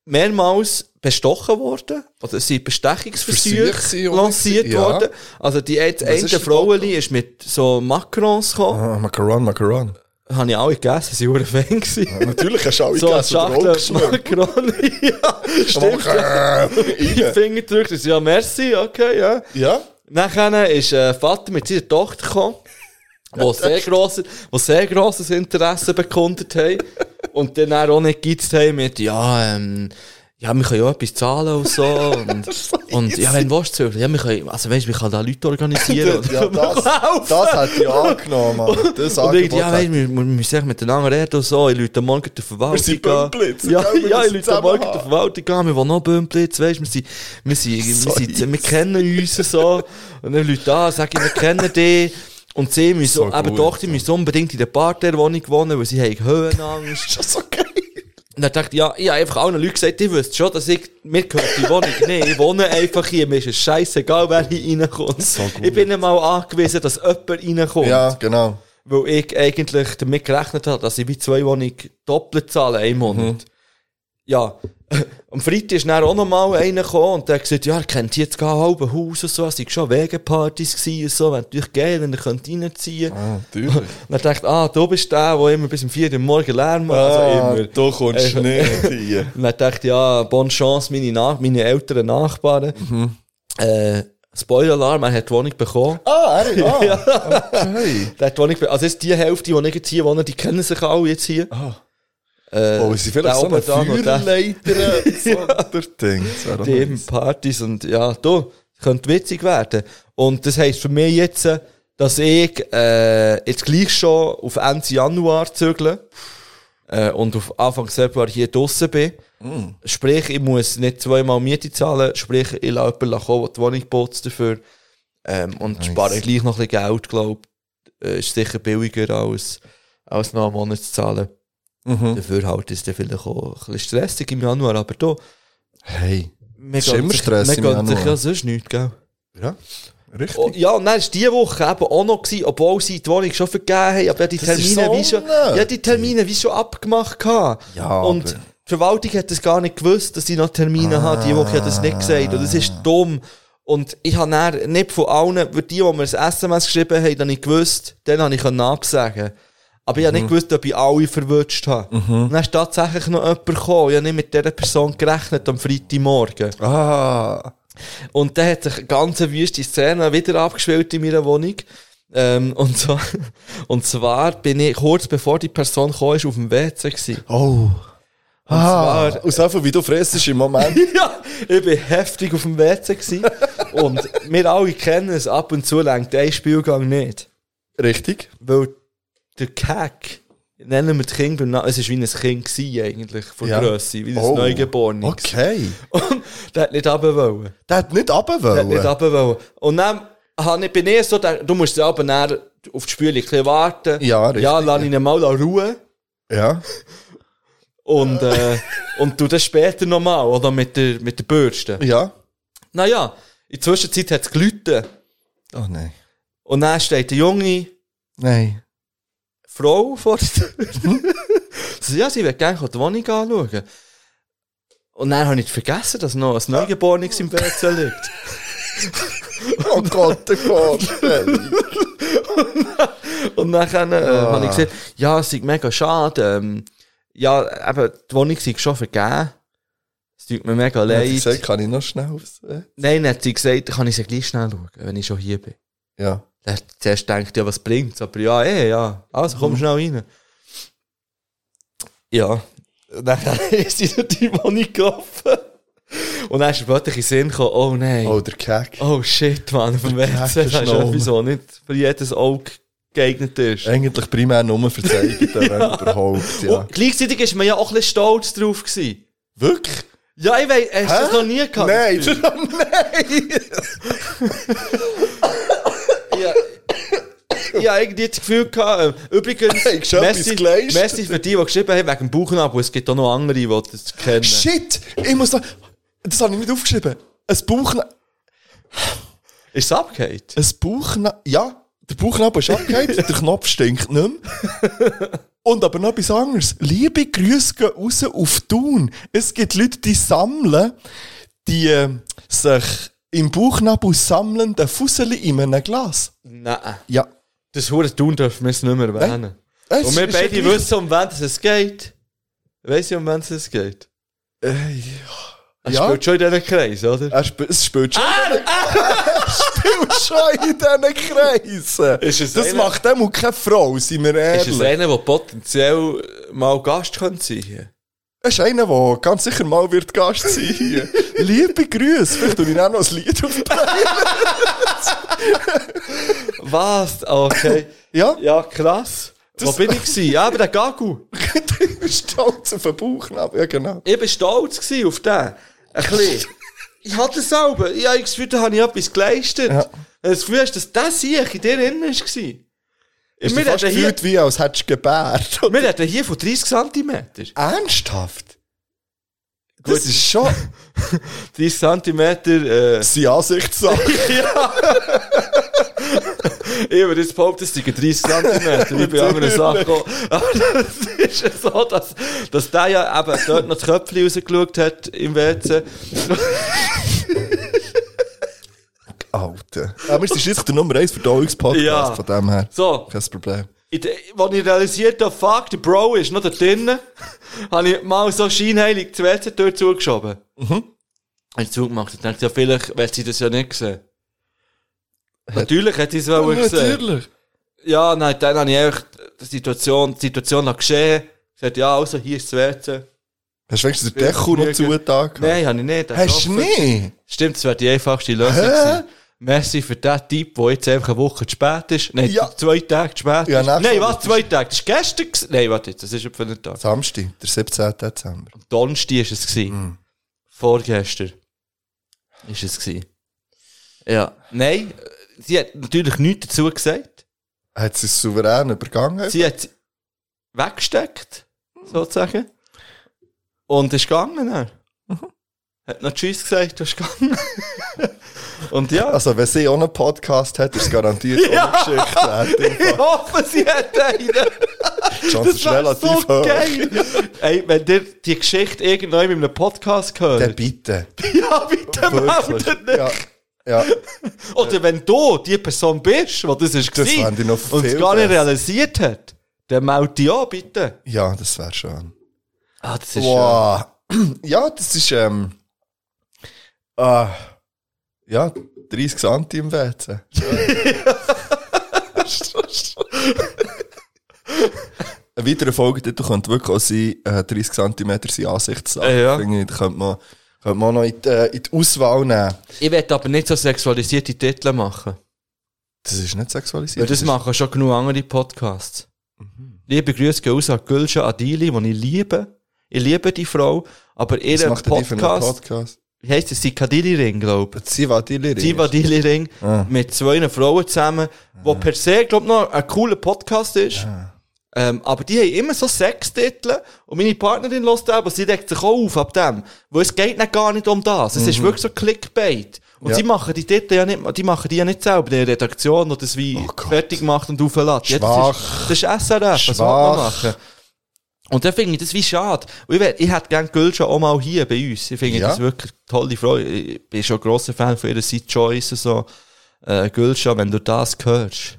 [SPEAKER 3] mehrmals bestochen worden, oder es sind Bestechungsversuche
[SPEAKER 4] Versuche sind
[SPEAKER 3] lanciert
[SPEAKER 4] ja.
[SPEAKER 3] worden. Also, die eine
[SPEAKER 4] ist
[SPEAKER 3] eine
[SPEAKER 4] verboten?
[SPEAKER 3] Fraueli ist mit so Macarons gekommen.
[SPEAKER 4] Ah, Oh, Macaron, Macaron.
[SPEAKER 3] habe ich alle gegessen, sie waren Fan. gewesen.
[SPEAKER 4] Natürlich hast du alle
[SPEAKER 3] So eine
[SPEAKER 4] gegessen, aber
[SPEAKER 3] Schachtel
[SPEAKER 4] auch geschmeckt.
[SPEAKER 3] Macaroni. ja, stimmt. Die
[SPEAKER 4] Rein.
[SPEAKER 3] Finger drückt und ja, merci, okay, ja.
[SPEAKER 4] Ja,
[SPEAKER 3] Nachher ist äh, Vater mit seiner Tochter gekommen, wo sehr grosser, wo sehr grosses Interesse bekundet haben und dann auch nicht gegeizt haben mit, ja, ähm, ja, wir können ja etwas zahlen und so. Und, und ja, wenn du willst, zahlen. ja, wir können, also weißt du, wir können da Leute organisieren. und
[SPEAKER 4] ja das,
[SPEAKER 3] laufen.
[SPEAKER 4] das hätte ich angenommen, Mann. Das
[SPEAKER 3] Und irgendwie,
[SPEAKER 4] Angebot
[SPEAKER 3] ja,
[SPEAKER 4] hätte-
[SPEAKER 3] weißt du, wir, wir müssen echt miteinander reden und so. Ich Leute morgen der Verwaltung
[SPEAKER 4] Wir sind
[SPEAKER 3] an.
[SPEAKER 4] Bümplitz,
[SPEAKER 3] Ja,
[SPEAKER 4] gell? Wir
[SPEAKER 3] ja, ich
[SPEAKER 4] müssen
[SPEAKER 3] Leute morgen
[SPEAKER 4] zusammen
[SPEAKER 3] der Verwaltung an. Wir wollen noch Bümplitz, weißt du, wir sind, wir sind, wir, sind, wir kennen uns so. Und dann Leute an, sagen, wir kennen dich. Und sie müssen,
[SPEAKER 4] So
[SPEAKER 3] eben
[SPEAKER 4] gut,
[SPEAKER 3] doch, die müssen unbedingt in der Partnerwohnung wohnen, weil sie haben Höhenangst.
[SPEAKER 4] Das ist okay.
[SPEAKER 3] Und dann dachte ich, ja, ich habe einfach allen Leuten gesagt, ich wüsste schon, dass ich, mir gehört die Wohnung nicht. Ich wohne einfach hier, mir ist es scheißegal, wer hier reinkommt. ich bin einmal angewiesen, dass jemand reinkommt.
[SPEAKER 4] Ja, genau.
[SPEAKER 3] Weil ich eigentlich damit gerechnet habe, dass ich wie zwei Wohnungen doppelt zahle einen Monat. Ja. Am Freitag ist dann auch nochmal einer gekommen und der hat gesagt, ja, er kennt jetzt gar halbe Haus und so, es waren schon Wegenpartys gewesen und so, wenn du dich geil, dann könnt ihr reinziehen.
[SPEAKER 4] Ah, natürlich.
[SPEAKER 3] Und er dachte, ah, du bist der, der immer bis um 4 Uhr morgens Lärm macht.
[SPEAKER 4] Ah,
[SPEAKER 3] Also immer.
[SPEAKER 4] du kommst
[SPEAKER 3] Einfach-
[SPEAKER 4] nicht hier.
[SPEAKER 3] Und er dachte, ja, bonne Chance, meine, Nach meine älteren Nachbarn. Äh, Spoiler-Alarm, er hat die Wohnung bekommen.
[SPEAKER 4] Ah, er ah, okay.
[SPEAKER 3] Der hat die Wohnung, be- also jetzt die Hälfte, die nicht jetzt hier wohnen, die kennen sich alle jetzt hier. Äh,
[SPEAKER 4] Oh, Ah. sie vielleicht
[SPEAKER 3] der
[SPEAKER 4] so eine
[SPEAKER 3] Oberdan und der-
[SPEAKER 4] Feuerleiter, so der Ding. Das wäre doch
[SPEAKER 3] die haben
[SPEAKER 4] nice.
[SPEAKER 3] Partys und ja, du, könnte witzig werden. Und das heisst für mich jetzt, äh, dass ich äh, jetzt gleich schon auf Ende Januar zügle äh, und auf Anfang Februar hier draußen bin. Sprich, ich muss nicht zweimal Miete zahlen, sprich, ich lasse jemanden kommen, der die Wohnung putzt dafür. Ähm, und
[SPEAKER 4] Nice.
[SPEAKER 3] spare gleich noch ein bisschen Geld, glaube ich. Äh, Ist sicher billiger als, als noch einen Monat zu zahlen.
[SPEAKER 4] Mhm.
[SPEAKER 3] Dafür halt ist es dann vielleicht auch ein bisschen stressig im Januar, aber da,
[SPEAKER 4] Hey.
[SPEAKER 3] mir
[SPEAKER 4] Ist immer
[SPEAKER 3] sich-
[SPEAKER 4] Stress
[SPEAKER 3] mir
[SPEAKER 4] im
[SPEAKER 3] geht sich
[SPEAKER 4] Januar.
[SPEAKER 3] ja sonst nichts, gell?
[SPEAKER 4] Ja, richtig.
[SPEAKER 3] Oh, ja, und dann war diese Woche eben auch noch, gewesen, obwohl sie die Wohnung schon vergeben haben, aber ja, die
[SPEAKER 4] Das ist
[SPEAKER 3] Termine,
[SPEAKER 4] so
[SPEAKER 3] wie schon,
[SPEAKER 4] unnötig.
[SPEAKER 3] ja, die Termine wie schon abgemacht gehabt.
[SPEAKER 4] Ja,
[SPEAKER 3] und
[SPEAKER 4] aber-
[SPEAKER 3] die Verwaltung hat das gar nicht gewusst, dass ich noch Termine habe, die Woche hat das nicht gesagt und das ist
[SPEAKER 4] Ah.
[SPEAKER 3] dumm. Und ich habe dann nicht von allen, weil die, die mir ein SMS geschrieben haben, dann ich gewusst, dann habe ich können absagen aber ich habe
[SPEAKER 4] Mhm.
[SPEAKER 3] nicht gewusst, ob ich alle verwünscht habe. Und dann ist tatsächlich noch jemand gekommen. Ich habe nicht mit dieser Person gerechnet am Freitagmorgen.
[SPEAKER 4] Ah.
[SPEAKER 3] Und dann hat sich eine ganz wüste Szene wieder abgespielt in meiner Wohnung. Ähm, und, zwar, und zwar bin ich kurz bevor die Person kam, ist auf dem WC. Gewesen.
[SPEAKER 4] Oh. Ah.
[SPEAKER 3] zwar-
[SPEAKER 4] Aus einfach wie du fressest im Moment.
[SPEAKER 3] ja, ich bin heftig auf dem WC. Gewesen. und wir alle kennen es, ab und zu längt ein Spielgang nicht.
[SPEAKER 4] Richtig.
[SPEAKER 3] Weil der Kack, nennen wir das Kind beim Namen, es war wie ein Kind gewesen, eigentlich, von
[SPEAKER 4] Ja.
[SPEAKER 3] Grösse, wie ein
[SPEAKER 4] Oh.
[SPEAKER 3] Neugeborenes.
[SPEAKER 4] Okay.
[SPEAKER 3] Und der hat nicht runter wollen.
[SPEAKER 4] Der hat nicht runter
[SPEAKER 3] Der hat nicht
[SPEAKER 4] wollen.
[SPEAKER 3] runter wollen. Und dann habe ich, bin ich so, der, du musst selber näher auf die Spüle ein bisschen warten.
[SPEAKER 4] Ja, richtig.
[SPEAKER 3] Ja, lass ihn mal ruhen.
[SPEAKER 4] Ja.
[SPEAKER 3] Und, äh, und tu das später nochmal, oder? Mit der, mit der Bürste.
[SPEAKER 4] Ja.
[SPEAKER 3] Naja, in der Zwischenzeit hat es geläutet.
[SPEAKER 4] Oh nein.
[SPEAKER 3] Und dann steht eine junge
[SPEAKER 4] Nein.
[SPEAKER 3] Frau vor der Tür. Sie sagt, ja, sie will gerne die Wohnung anschauen. Und dann habe ich vergessen, dass noch ein Neugeborenes im Bett liegt.
[SPEAKER 4] Oh Gott, der Gott.
[SPEAKER 3] Und dann äh,
[SPEAKER 4] Ah.
[SPEAKER 3] habe ich gesagt, ja, es sei mega schade. Ähm, ja, eben, die Wohnung sei schon vergeben. Es tut mir mega
[SPEAKER 4] Hat sie gesagt,
[SPEAKER 3] leid.
[SPEAKER 4] kann ich noch schnell aufs... äh?
[SPEAKER 3] Nein, dann hat sie gesagt, kann ich sie gleich schnell schauen, wenn ich schon hier bin.
[SPEAKER 4] Ja.
[SPEAKER 3] Dann hat sie zuerst gedacht, ja, was bringt's? Aber ja, eh, ja. Also,
[SPEAKER 4] Mhm.
[SPEAKER 3] komm schnell rein. Ja. Und Dann ist sie durch die Wohnung gelaufen. Und dann ist mir plötzlich in den Sinn gekommen, oh nein.
[SPEAKER 4] Oh, der Kack.
[SPEAKER 3] Oh shit, Mann, auf dem WC
[SPEAKER 4] Kack
[SPEAKER 3] hast
[SPEAKER 4] ist
[SPEAKER 3] du etwas,
[SPEAKER 4] noch
[SPEAKER 3] was nicht für jedes Auge geeignet ist.
[SPEAKER 4] Eigentlich primär nur verzeigen, wenn überhaupt. Ja.
[SPEAKER 3] Und Oh, gleichzeitig war man ja auch ein bisschen stolz drauf. Gewesen.
[SPEAKER 4] Wirklich?
[SPEAKER 3] Ja, ich weiß, hast du
[SPEAKER 4] Hä?
[SPEAKER 3] das noch nie gehabt?
[SPEAKER 4] Nein, nein!
[SPEAKER 3] Ja. Ich habe irgendwie das Gefühl gehabt, ähm, übrigens,
[SPEAKER 4] Hey, ich hab etwas
[SPEAKER 3] Messi,
[SPEAKER 4] geleistet.
[SPEAKER 3] Messi für die, die geschrieben haben, wegen dem Bauchnabel, es gibt auch noch andere, die das kennen.
[SPEAKER 4] Shit! Ich muss da. Das habe ich nicht aufgeschrieben. Ein Bauchna.
[SPEAKER 3] Ist es abgehauen?
[SPEAKER 4] Ein Bauchna. Ja, der Bauchnabel ist abgehakt, der Knopf stinkt nicht mehr. Und aber noch etwas anderes. Liebe Grüße gehen raus auf Thun. Es gibt Leute, die sammeln, die äh, sich im Bauchnabel sammelnden Fusseli in einem Glas.
[SPEAKER 3] Nein.
[SPEAKER 4] Ja.
[SPEAKER 3] Das Huren tun dürfen wir es nicht mehr erwähnen.
[SPEAKER 4] Es
[SPEAKER 3] Und wir
[SPEAKER 4] ist ja
[SPEAKER 3] beide
[SPEAKER 4] gleich-
[SPEAKER 3] wissen, um wen es geht. Weiss ich, um wen es geht?
[SPEAKER 4] Äh,
[SPEAKER 3] Er
[SPEAKER 4] Ja.
[SPEAKER 3] spielt schon in diesen Kreis, oder?
[SPEAKER 4] Er sp es spielt schon.
[SPEAKER 3] Ah!
[SPEAKER 4] spielt schon in diesen Kreisen.
[SPEAKER 3] Ist es
[SPEAKER 4] das
[SPEAKER 3] einer-
[SPEAKER 4] macht dem auch keine Frau, sind wir
[SPEAKER 3] Ist
[SPEAKER 4] Äh, ehrlich.
[SPEAKER 3] es einer, der potenziell mal Gast könnte sein hier?
[SPEAKER 4] Es ist einer, der ganz sicher mal wird Gast sein hier. Liebe Grüße. Vielleicht tue ich auch noch ein Lied auf
[SPEAKER 3] Was? Okay.
[SPEAKER 4] Ja?
[SPEAKER 3] Ja, krass. Wo bin ich gewesen? Ja, aber der Gagu.
[SPEAKER 4] Ich bin stolz auf den Bauchnabel. Ja, genau.
[SPEAKER 3] Ich war stolz gewesen auf den. Ein bisschen. Ich hatte es selber. Ich habe das Gefühl, da habe ich etwas geleistet.
[SPEAKER 4] Ja.
[SPEAKER 3] Ja. Das Gefühl hast, dass das hier in dir drin war. Wir
[SPEAKER 4] Ist mir fast
[SPEAKER 3] reden, hier,
[SPEAKER 4] gefühlt wie, als hättest du gebärt.
[SPEAKER 3] wir reden hier von 30 cm.
[SPEAKER 4] Ernsthaft?
[SPEAKER 3] Gut.
[SPEAKER 4] Das ist schon
[SPEAKER 3] 30 cm. Äh,
[SPEAKER 4] seine Ansichtssache.
[SPEAKER 3] ja. ich würde jetzt behaupten, es sind 30 cm. Wie bei anderen Sachen. auch. Aber es ist ja so, dass, dass der ja eben dort noch das Köpfchen rausgeschaut hat im WC.
[SPEAKER 4] Alter. Aber es ist schließlich der Nummer 1 Verdauungspodcast
[SPEAKER 3] Ja.
[SPEAKER 4] von dem her.
[SPEAKER 3] So.
[SPEAKER 4] Kein Problem.
[SPEAKER 3] In de- Als ich realisiert habe, fuck, der Bro ist noch da drinnen, habe ich mal so scheinheilig die WC-Tür zugeschoben. Mhm. Habe ich zugemacht und dachte, ja, vielleicht wird sie das ja nicht sehen. Natürlich hätte sie es wohl gesehen. Ja, nein, dann habe ich echt die Situation, die Situation hat geschehen. Ich sagte, ja, also, hier ist das WC.
[SPEAKER 4] Hast du wenigstens den Deckel noch
[SPEAKER 3] Wirklich.
[SPEAKER 4] zugetan?
[SPEAKER 3] Nein, habe ich nicht. das
[SPEAKER 4] Hast du
[SPEAKER 3] offen.
[SPEAKER 4] nicht?
[SPEAKER 3] Stimmt, das wäre die einfachste Lösung
[SPEAKER 4] Hä?
[SPEAKER 3] gewesen. Messi für den Typ, der jetzt einfach eine Woche zu spät ist. Nein,
[SPEAKER 4] Ja.
[SPEAKER 3] zwei Tage zu spät.
[SPEAKER 4] Ja,
[SPEAKER 3] ist.
[SPEAKER 4] nächste
[SPEAKER 3] Nein,
[SPEAKER 4] Woche
[SPEAKER 3] was, zwei Tage? Das war gestern. gewesen. Nein, warte jetzt, das ist etwa ein Tag.
[SPEAKER 4] Samstag, der 17. Dezember.
[SPEAKER 3] Donnerstag war es. gewesen.
[SPEAKER 4] Hm.
[SPEAKER 3] Vorgestern war es. gewesen. Ja. Nein, äh, sie hat natürlich nichts dazu gesagt.
[SPEAKER 4] Hat sie es souverän übergangen?
[SPEAKER 3] Sie hat es weggesteckt, sozusagen. Und ist gegangen. dann.
[SPEAKER 4] Mhm.
[SPEAKER 3] Hat noch Tschüss gesagt, du bist gegangen. Und ja.
[SPEAKER 4] Also, wenn sie auch einen Podcast hat, ist es garantiert
[SPEAKER 3] Ja.
[SPEAKER 4] ohne Geschichte. wert.
[SPEAKER 3] Ich hoffe, sie hat einen.
[SPEAKER 4] Die Chance ist
[SPEAKER 3] wär
[SPEAKER 4] relativ
[SPEAKER 3] so
[SPEAKER 4] hoch.
[SPEAKER 3] geil. Ey, wenn ihr die Geschichte irgendwann in einem Podcast
[SPEAKER 4] Dann
[SPEAKER 3] hört,
[SPEAKER 4] bitte.
[SPEAKER 3] ja, bitte
[SPEAKER 4] Wirklich.
[SPEAKER 3] meldet nicht.
[SPEAKER 4] Ja. ja.
[SPEAKER 3] Oder wenn du die Person bist, die das ist
[SPEAKER 4] Das fände ich noch
[SPEAKER 3] und es
[SPEAKER 4] viel
[SPEAKER 3] gar nicht
[SPEAKER 4] besser.
[SPEAKER 3] realisiert hat, dann melde dich an, bitte.
[SPEAKER 4] ja, das wäre schön.
[SPEAKER 3] Ah, das
[SPEAKER 4] Wow. Ja, das ist. Ähm, ah, ja, 30 Santi im WC. Eine weitere Folge dazu könnte wirklich auch sein, äh, 30 cm seine Ansichtssache.
[SPEAKER 3] Äh, ja.
[SPEAKER 4] Finde ich, da könnte man, könnte man auch noch in die, äh, in die Auswahl nehmen.
[SPEAKER 3] Ich werde aber nicht so sexualisierte Titel machen.
[SPEAKER 4] Das ist nicht sexualisiert.
[SPEAKER 3] Weil das
[SPEAKER 4] ist- Mhm.
[SPEAKER 3] machen schon genug andere Podcasts. Liebe Grüße gehen raus an Gülscha Adili, die ich liebe. Ich liebe die Frau, aber
[SPEAKER 4] Was
[SPEAKER 3] ihr
[SPEAKER 4] macht denn die für einen
[SPEAKER 3] Podcast,
[SPEAKER 4] Podcast?
[SPEAKER 3] wie heisst es, Sikadili-Ring, glaube ich.
[SPEAKER 4] Zivadili.
[SPEAKER 3] Sikadili-Ring
[SPEAKER 4] Ah.
[SPEAKER 3] mit zwei Frauen zusammen, wo per se, glaube ich, noch ein cooler Podcast ist.
[SPEAKER 4] Ah.
[SPEAKER 3] Ähm, aber die haben immer so Sextitel und meine Partnerin lässt aber sie deckt sich auch auf ab dem. Weil es geht nicht gar nicht um das. Es ist wirklich so Clickbait. Und
[SPEAKER 4] Mhm. Ja.
[SPEAKER 3] sie machen die Titel ja nicht, die machen die ja nicht selber, die Redaktion, die das wie
[SPEAKER 4] Oh Gott.
[SPEAKER 3] fertig macht und auflässt. Ja,
[SPEAKER 4] Schwach.
[SPEAKER 3] das, ist, das ist SRF, was soll man
[SPEAKER 4] Schwach.
[SPEAKER 3] machen? Und dann finde ich das wie schade. Und ich, wär- ich hätte gerne Gülscha auch mal hier bei uns. Ich finde
[SPEAKER 4] Ja.
[SPEAKER 3] das wirklich eine tolle Frau. Ich bin schon ein grosser Fan von ihrer Side Choice und so. Äh, Gülscha, wenn du das hörst,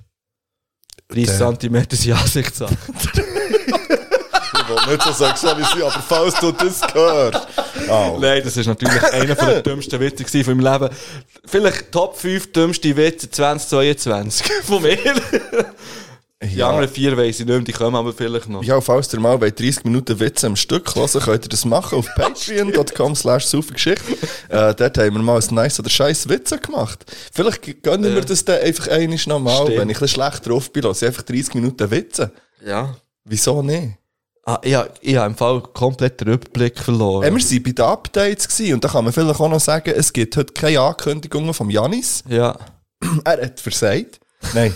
[SPEAKER 3] 30 cm sind Ansichtssache.
[SPEAKER 4] Ich will nicht so sexualisieren, aber falls du das hörst. Au.
[SPEAKER 3] Nein, das ist natürlich einer von den dümmsten Witze gewesen von meinem Leben. Vielleicht Top 5 dümmste Witze 2022 von mir. Die anderen vier weiss ich nicht mehr, die kommen aber vielleicht noch.
[SPEAKER 4] Ja, falls ihr mal bei 30 Minuten Witze am Stück hören, könnt ihr das machen auf patreon.com slash saufengeschichte. Äh, dort haben wir mal ein nice oder scheiß Witze gemacht. Vielleicht g- gönnen wir das dann einfach einmal nochmal,
[SPEAKER 3] Stimmt.
[SPEAKER 4] wenn ich ein bisschen schlecht drauf bin, lasse ich einfach 30 Minuten Witze.
[SPEAKER 3] Ja.
[SPEAKER 4] Wieso nicht?
[SPEAKER 3] Ah, ich, ha- ich habe im Fall komplett den Überblick
[SPEAKER 4] Äh,
[SPEAKER 3] verloren.
[SPEAKER 4] wir waren bei den Updates gewesen, und da kann man vielleicht auch noch sagen, es gibt heute keine Ankündigungen vom Janis.
[SPEAKER 3] Ja.
[SPEAKER 4] Er hat versagt. Nein.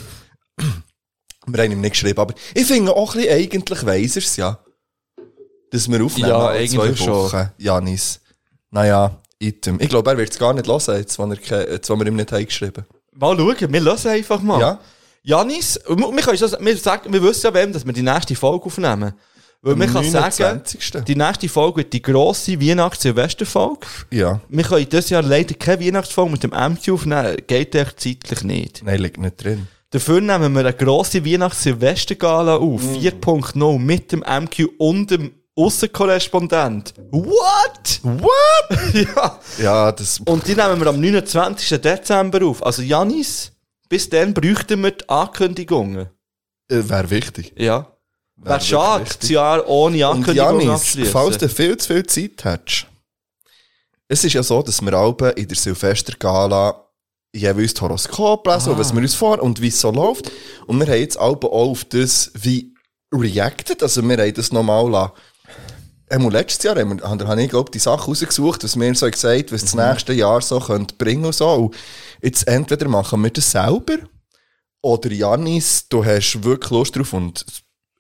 [SPEAKER 4] wir haben ihm nicht geschrieben, aber ich finde auch ein bisschen, eigentlich weiss er es ja. Dass wir aufnehmen.
[SPEAKER 3] Ja,
[SPEAKER 4] alle zwei
[SPEAKER 3] eigentlich schon.
[SPEAKER 4] Wochen. Janis. Naja, item. Ich glaube, er wird es gar nicht hören, jetzt, wenn, er, ke- jetzt, wenn wir ihm nicht haben geschrieben
[SPEAKER 3] Mal schauen, wir lassen einfach mal.
[SPEAKER 4] Ja.
[SPEAKER 3] Janis, wir, wir, können schon- wir, sagen, wir wissen ja, wem, dass wir die nächste Folge aufnehmen. Weil man kann sagen,
[SPEAKER 4] 29..
[SPEAKER 3] die nächste Folge wird die grosse Weihnachts-Silvester-Folge.
[SPEAKER 4] Ja.
[SPEAKER 3] Wir können dieses Jahr leider keine Weihnachtsfolge mit dem MQ aufnehmen. Geht echt zeitlich nicht.
[SPEAKER 4] Nein, liegt nicht drin.
[SPEAKER 3] Dafür nehmen wir eine grosse Weihnachts-Silvester-Gala auf. 4.0 mit dem MQ und dem Aussenkorrespondent. What? What? ja.
[SPEAKER 4] Ja, das.
[SPEAKER 3] Und die nehmen wir am 29. Dezember auf. Also Janis, bis dann bräuchten wir die Ankündigungen.
[SPEAKER 4] Äh, Wäre wichtig.
[SPEAKER 3] Ja. Wäre
[SPEAKER 4] wirklich
[SPEAKER 3] schade,
[SPEAKER 4] wichtig.
[SPEAKER 3] das Jahr ohne
[SPEAKER 4] Und
[SPEAKER 3] Ankündigungen
[SPEAKER 4] Janis, falls
[SPEAKER 3] abschließen.
[SPEAKER 4] du viel zu viel Zeit hättest, es ist ja so, dass wir alle in der Silvestergala jeweils das Horoskop
[SPEAKER 3] Ah.
[SPEAKER 4] lesen, und was wir uns vor und wie es so läuft. Und wir haben jetzt alle auch auf das wie reacted, also wir haben das nochmal lassen. Ähm, letztes Jahr haben wir, haben- habe ich, glaube ich, die Sachen rausgesucht, was mir so gesagt was das
[SPEAKER 3] Mhm.
[SPEAKER 4] nächste Jahr so könnte bringen und so. Und jetzt entweder machen wir das selber oder Janis, du hast wirklich Lust drauf und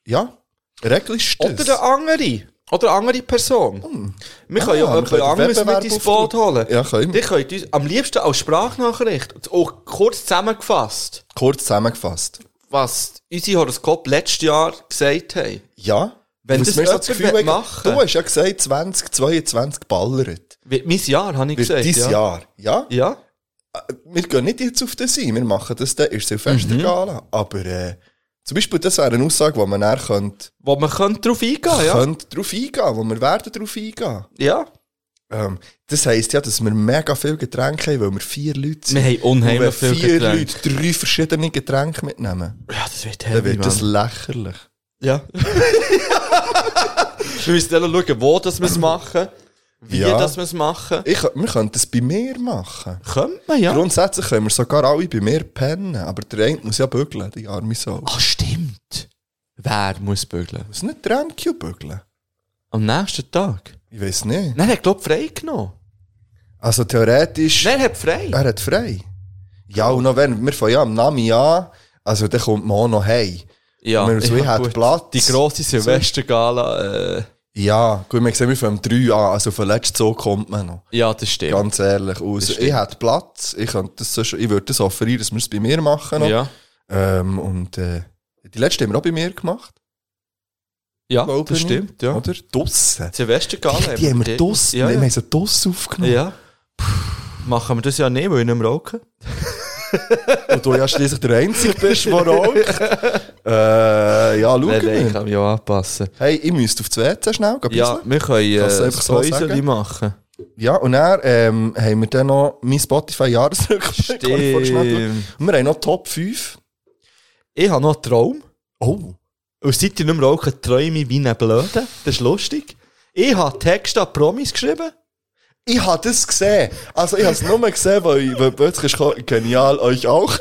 [SPEAKER 4] ja, regelst das.
[SPEAKER 3] Oder eine andere. Oder eine andere Person. Wir können ja
[SPEAKER 4] Ah, wir
[SPEAKER 3] jemand
[SPEAKER 4] können den
[SPEAKER 3] anderes mit
[SPEAKER 4] Wettbewerb
[SPEAKER 3] ins Boot
[SPEAKER 4] auftun.
[SPEAKER 3] holen.
[SPEAKER 4] Ja, können
[SPEAKER 3] Ihr
[SPEAKER 4] wir.
[SPEAKER 3] könnt uns am liebsten als Sprachnachricht, auch kurz zusammengefasst,
[SPEAKER 4] Kurz zusammengefasst.
[SPEAKER 3] was unsere Horoskop letztes Jahr gesagt haben.
[SPEAKER 4] Ja.
[SPEAKER 3] Wenn
[SPEAKER 4] Weil
[SPEAKER 3] das
[SPEAKER 4] mir
[SPEAKER 3] jemand will machen.
[SPEAKER 4] Du hast ja gesagt, 2022 ballert.
[SPEAKER 3] Wie- Mein Jahr, habe ich
[SPEAKER 4] Wird
[SPEAKER 3] gesagt.
[SPEAKER 4] dieses
[SPEAKER 3] ja.
[SPEAKER 4] Jahr. Ja?
[SPEAKER 3] Ja.
[SPEAKER 4] Wir gehen nicht jetzt auf das ein. Wir machen das dann in der
[SPEAKER 3] Mhm.
[SPEAKER 4] Silvestergala. Aber äh, zum Beispiel, das wäre eine Aussage, wo man dann könnte,
[SPEAKER 3] Wo man könnte drauf eingehen, Ah, ja.
[SPEAKER 4] könnte drauf eingehen, wo wir werden drauf eingehen.
[SPEAKER 3] Ja.
[SPEAKER 4] Ähm, das heisst ja, dass wir mega viel Getränke haben, weil wir vier Leute
[SPEAKER 3] Wir haben
[SPEAKER 4] Und wenn
[SPEAKER 3] unheimlich viel
[SPEAKER 4] vier
[SPEAKER 3] Getränke.
[SPEAKER 4] Leute drei verschiedene Getränke mitnehmen,
[SPEAKER 3] Ja, das wird
[SPEAKER 4] dann
[SPEAKER 3] heavy,
[SPEAKER 4] wird das
[SPEAKER 3] man.
[SPEAKER 4] lächerlich.
[SPEAKER 3] Ja. wir müssen dann noch schauen, wo das wir es machen, wie
[SPEAKER 4] Ja.
[SPEAKER 3] das wir es machen.
[SPEAKER 4] Ich, wir könnten das bei mir machen.
[SPEAKER 3] Könnte man, ja.
[SPEAKER 4] Grundsätzlich können wir sogar alle bei mir pennen, aber der eine muss ja bügeln, die arme Sau.
[SPEAKER 3] Ah, stimmt. Wer muss bügeln?
[SPEAKER 4] Muss nicht der MQ bügeln?
[SPEAKER 3] Am nächsten Tag?
[SPEAKER 4] Ich weiß nicht.
[SPEAKER 3] Nein, er hat, glaube frei genommen.
[SPEAKER 4] Also theoretisch,
[SPEAKER 3] Nein, er hat frei.
[SPEAKER 4] er hat frei. Ja, und noch wenn wir von ja am Nami an, also dann kommt man auch noch heim.
[SPEAKER 3] Ja,
[SPEAKER 4] wir so, ich hätte
[SPEAKER 3] gut.
[SPEAKER 4] Platz.
[SPEAKER 3] Die grosse Silvestergala, äh,
[SPEAKER 4] Ja, gut, wir sehen, wir fangen 3 an, also von letzten Zug kommt man noch.
[SPEAKER 3] ja, das stimmt.
[SPEAKER 4] Ganz ehrlich. Also, ich hätte Platz, ich, könnte das sonst, ich würde das offerieren, dass wir es bei mir machen. noch.
[SPEAKER 3] ja.
[SPEAKER 4] Ähm, und äh, die letzte haben wir auch bei mir gemacht,
[SPEAKER 3] Ja,
[SPEAKER 4] glaube
[SPEAKER 3] das
[SPEAKER 4] ich.
[SPEAKER 3] stimmt, ja.
[SPEAKER 4] Oder? Dusse.
[SPEAKER 3] Die Silvestergala
[SPEAKER 4] Die, die haben wir Duss,
[SPEAKER 3] Ja,
[SPEAKER 4] wir
[SPEAKER 3] ja.
[SPEAKER 4] haben so Duss aufgenommen.
[SPEAKER 3] ja. Machen wir das ja nicht, weil ich nicht mehr rauche.
[SPEAKER 4] Und du ja schließlich der Einzige bist, der raucht. äh, ja, schau
[SPEAKER 3] Nein, nein, ich
[SPEAKER 4] mal.
[SPEAKER 3] kann mich auch anpassen.
[SPEAKER 4] Hey, ich müsste auf das WC schnell gehen.
[SPEAKER 3] Ja,
[SPEAKER 4] bisschen.
[SPEAKER 3] wir können äh,
[SPEAKER 4] Kannst du einfach so
[SPEAKER 3] Säuseli
[SPEAKER 4] sagen?
[SPEAKER 3] machen.
[SPEAKER 4] ja, und dann ähm, haben wir dann noch mein Spotify-Jahresrückblick. den ich vorhin schnell geschaut
[SPEAKER 3] Stimmt.
[SPEAKER 4] habe. Und wir haben noch Top 5.
[SPEAKER 3] Ich habe noch einen Traum.
[SPEAKER 4] Oh.
[SPEAKER 3] Und seit ich nicht mehr rauche, träume ich wie ein Blöde. Das ist lustig. Ich habe Texte an Promis geschrieben.
[SPEAKER 4] Ich habe das gesehen. Also, ich habe es nur gesehen, weil ich weil plötzlich kam, genial, euch auch.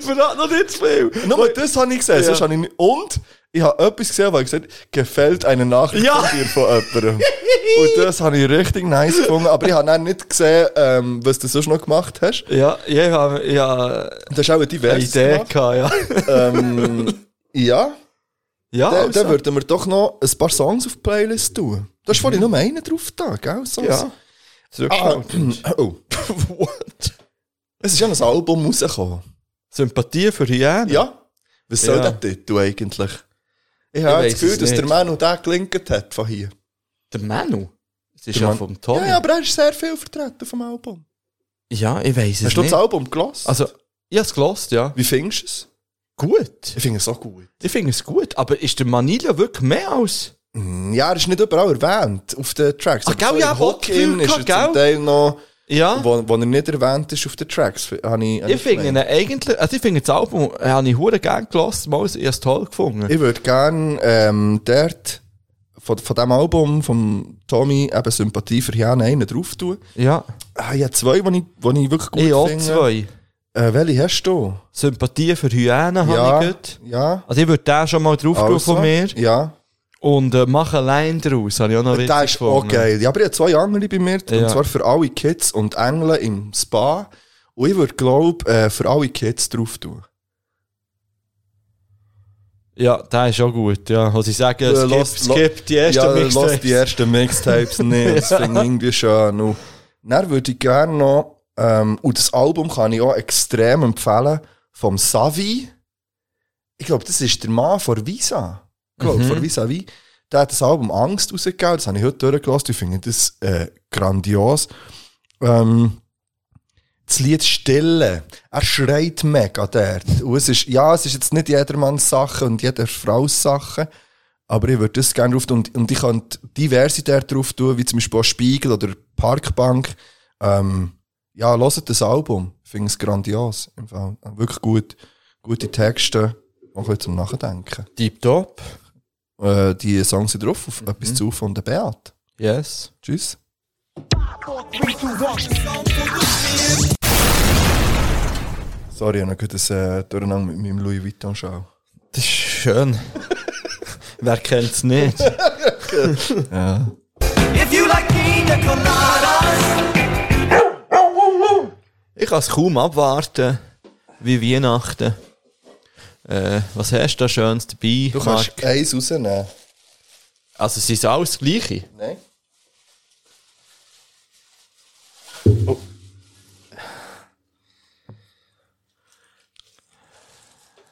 [SPEAKER 3] Verrat noch nicht zu viel.
[SPEAKER 4] Nur das habe ich gesehen.
[SPEAKER 3] Ja.
[SPEAKER 4] Sonst habe ich nicht. Und ich habe etwas gesehen, weil ich gesagt habe, gefällt eine Nachricht
[SPEAKER 3] Ja.
[SPEAKER 4] von dir von jemandem. Und das habe ich richtig nice gefunden. Aber ich habe dann nicht gesehen, ähm, was du sonst noch gemacht hast.
[SPEAKER 3] Ja, ich habe, ich habe
[SPEAKER 4] Das ist auch eine
[SPEAKER 3] eine
[SPEAKER 4] diverse
[SPEAKER 3] Idee gehabt, ja.
[SPEAKER 4] Ähm, ja,
[SPEAKER 3] Ja,
[SPEAKER 4] dann
[SPEAKER 3] also.
[SPEAKER 4] da würden wir doch noch ein paar Songs auf die Playlist tun. Da ist vorhin nur einen drauf da, gell? So
[SPEAKER 3] Mhm. Ja.
[SPEAKER 4] Ah,
[SPEAKER 3] Zurückgeschaut.
[SPEAKER 4] oh. What? Es ist ja ein Album rausgekommen.
[SPEAKER 3] Sympathie für Hyänen.
[SPEAKER 4] Ja. Was soll
[SPEAKER 3] Ja.
[SPEAKER 4] der Titel eigentlich? Ich
[SPEAKER 3] Ich
[SPEAKER 4] habe
[SPEAKER 3] weiss
[SPEAKER 4] das Gefühl,
[SPEAKER 3] es
[SPEAKER 4] dass der
[SPEAKER 3] nicht.
[SPEAKER 4] Mann und der gelinkt hat von hier.
[SPEAKER 3] Der Manu. Das ist ja
[SPEAKER 4] Der Manu.
[SPEAKER 3] vom
[SPEAKER 4] Ja,
[SPEAKER 3] Tommy.
[SPEAKER 4] ja, aber er ist sehr viel vertreten vom Album.
[SPEAKER 3] Ja, ich weiß es
[SPEAKER 4] Hast du das
[SPEAKER 3] nicht.
[SPEAKER 4] Album gelassen?
[SPEAKER 3] Also, ich habe es gelost, ja.
[SPEAKER 4] Wie findest du es?
[SPEAKER 3] Gut.
[SPEAKER 4] Ich finde es auch gut.
[SPEAKER 3] Ich finde es gut. Aber ist der Manila wirklich mehr als...
[SPEAKER 4] Mm, Ja, er ist nicht überall erwähnt auf den Tracks.
[SPEAKER 3] Ach,
[SPEAKER 4] Aber
[SPEAKER 3] gell,
[SPEAKER 4] so
[SPEAKER 3] ja,
[SPEAKER 4] in
[SPEAKER 3] hab auch
[SPEAKER 4] Hockin
[SPEAKER 3] Gefühl
[SPEAKER 4] ist er
[SPEAKER 3] gehabt,
[SPEAKER 4] zum
[SPEAKER 3] gell?
[SPEAKER 4] Teil noch,
[SPEAKER 3] Ja.
[SPEAKER 4] wo, wo er nicht erwähnt ist auf den Tracks. Habe ich, habe
[SPEAKER 3] Ich finde ihn
[SPEAKER 4] gemeint.
[SPEAKER 3] eigentlich, also ich finde das Album, äh, habe ich hure gerne gelassen, mal erst toll gefunden.
[SPEAKER 4] ich würde gerne ähm, dort von, von diesem Album von Tommy eben Sympathie für Jan einen drauf tun.
[SPEAKER 3] ja,
[SPEAKER 4] Ah, ich habe zwei, die ich, die ich wirklich gut
[SPEAKER 3] ich auch
[SPEAKER 4] finde.
[SPEAKER 3] zwei.
[SPEAKER 4] Äh, welche hast du?
[SPEAKER 3] Sympathie für Hyänen habe ich gut.
[SPEAKER 4] ja. Also,
[SPEAKER 3] Also ich würde den schon mal drauf tun von mir
[SPEAKER 4] Ja.
[SPEAKER 3] und äh, mache allein daraus, habe ich auch noch witzig
[SPEAKER 4] Das ist auch
[SPEAKER 3] gefunden.
[SPEAKER 4] geil. Ja, aber ich habe zwei andere bei mir,
[SPEAKER 3] Ja.
[SPEAKER 4] und zwar für alle Kids und Engel im Spa. Und ich würde, glaube äh, für alle Kids drauf tun.
[SPEAKER 3] Ja, der ist auch gut, ja. Was ich sage,
[SPEAKER 4] Äh,
[SPEAKER 3] skip,
[SPEAKER 4] lass-
[SPEAKER 3] skip die erste
[SPEAKER 4] ja, äh,
[SPEAKER 3] Mixtape.
[SPEAKER 4] lass die ersten Mixtapes nicht. Das finde ich irgendwie schön. Und dann würde ich gerne noch, ähm, und das Album kann ich auch extrem empfehlen, vom Savi. Ich glaube, das ist der Mann von Visa. Ich glaube, von Visa wie. Der hat das Album Angst rausgegeben. Das habe ich heute durchgelassen. Ich finde das äh, grandios. Ähm, das Lied Stille. Er schreit mega dort. Und es ist, ja, es ist jetzt nicht jedermanns Sache und jeder Frau's Sache, aber ich würde das gerne drauf tun. Und, und ich kann diverse dort drauf tun, wie zum Beispiel auch Spiegel oder Parkbank. Ähm, ja, hört das Album. Ich finde es grandios. Im Fall. Wirklich gut. Gute Texte. Auch ein bisschen zum Nachdenken.
[SPEAKER 3] Deep Top.
[SPEAKER 4] Äh, die Songs sind drauf, auf etwas zu von der Beat.
[SPEAKER 3] Yes.
[SPEAKER 4] Tschüss. Sorry, ich habe noch gerade das äh, Durcheinander mit meinem Louis Vuitton-Schau.
[SPEAKER 3] Das ist schön. Wer kennt's nicht?
[SPEAKER 1] If you like pina coladas,
[SPEAKER 3] Ich kann es kaum abwarten, wie Weihnachten. Äh, was hast du da Schönes dabei?
[SPEAKER 4] Du kannst eins rausnehmen.
[SPEAKER 3] Also, es ist alles das Gleiche.
[SPEAKER 4] Nein?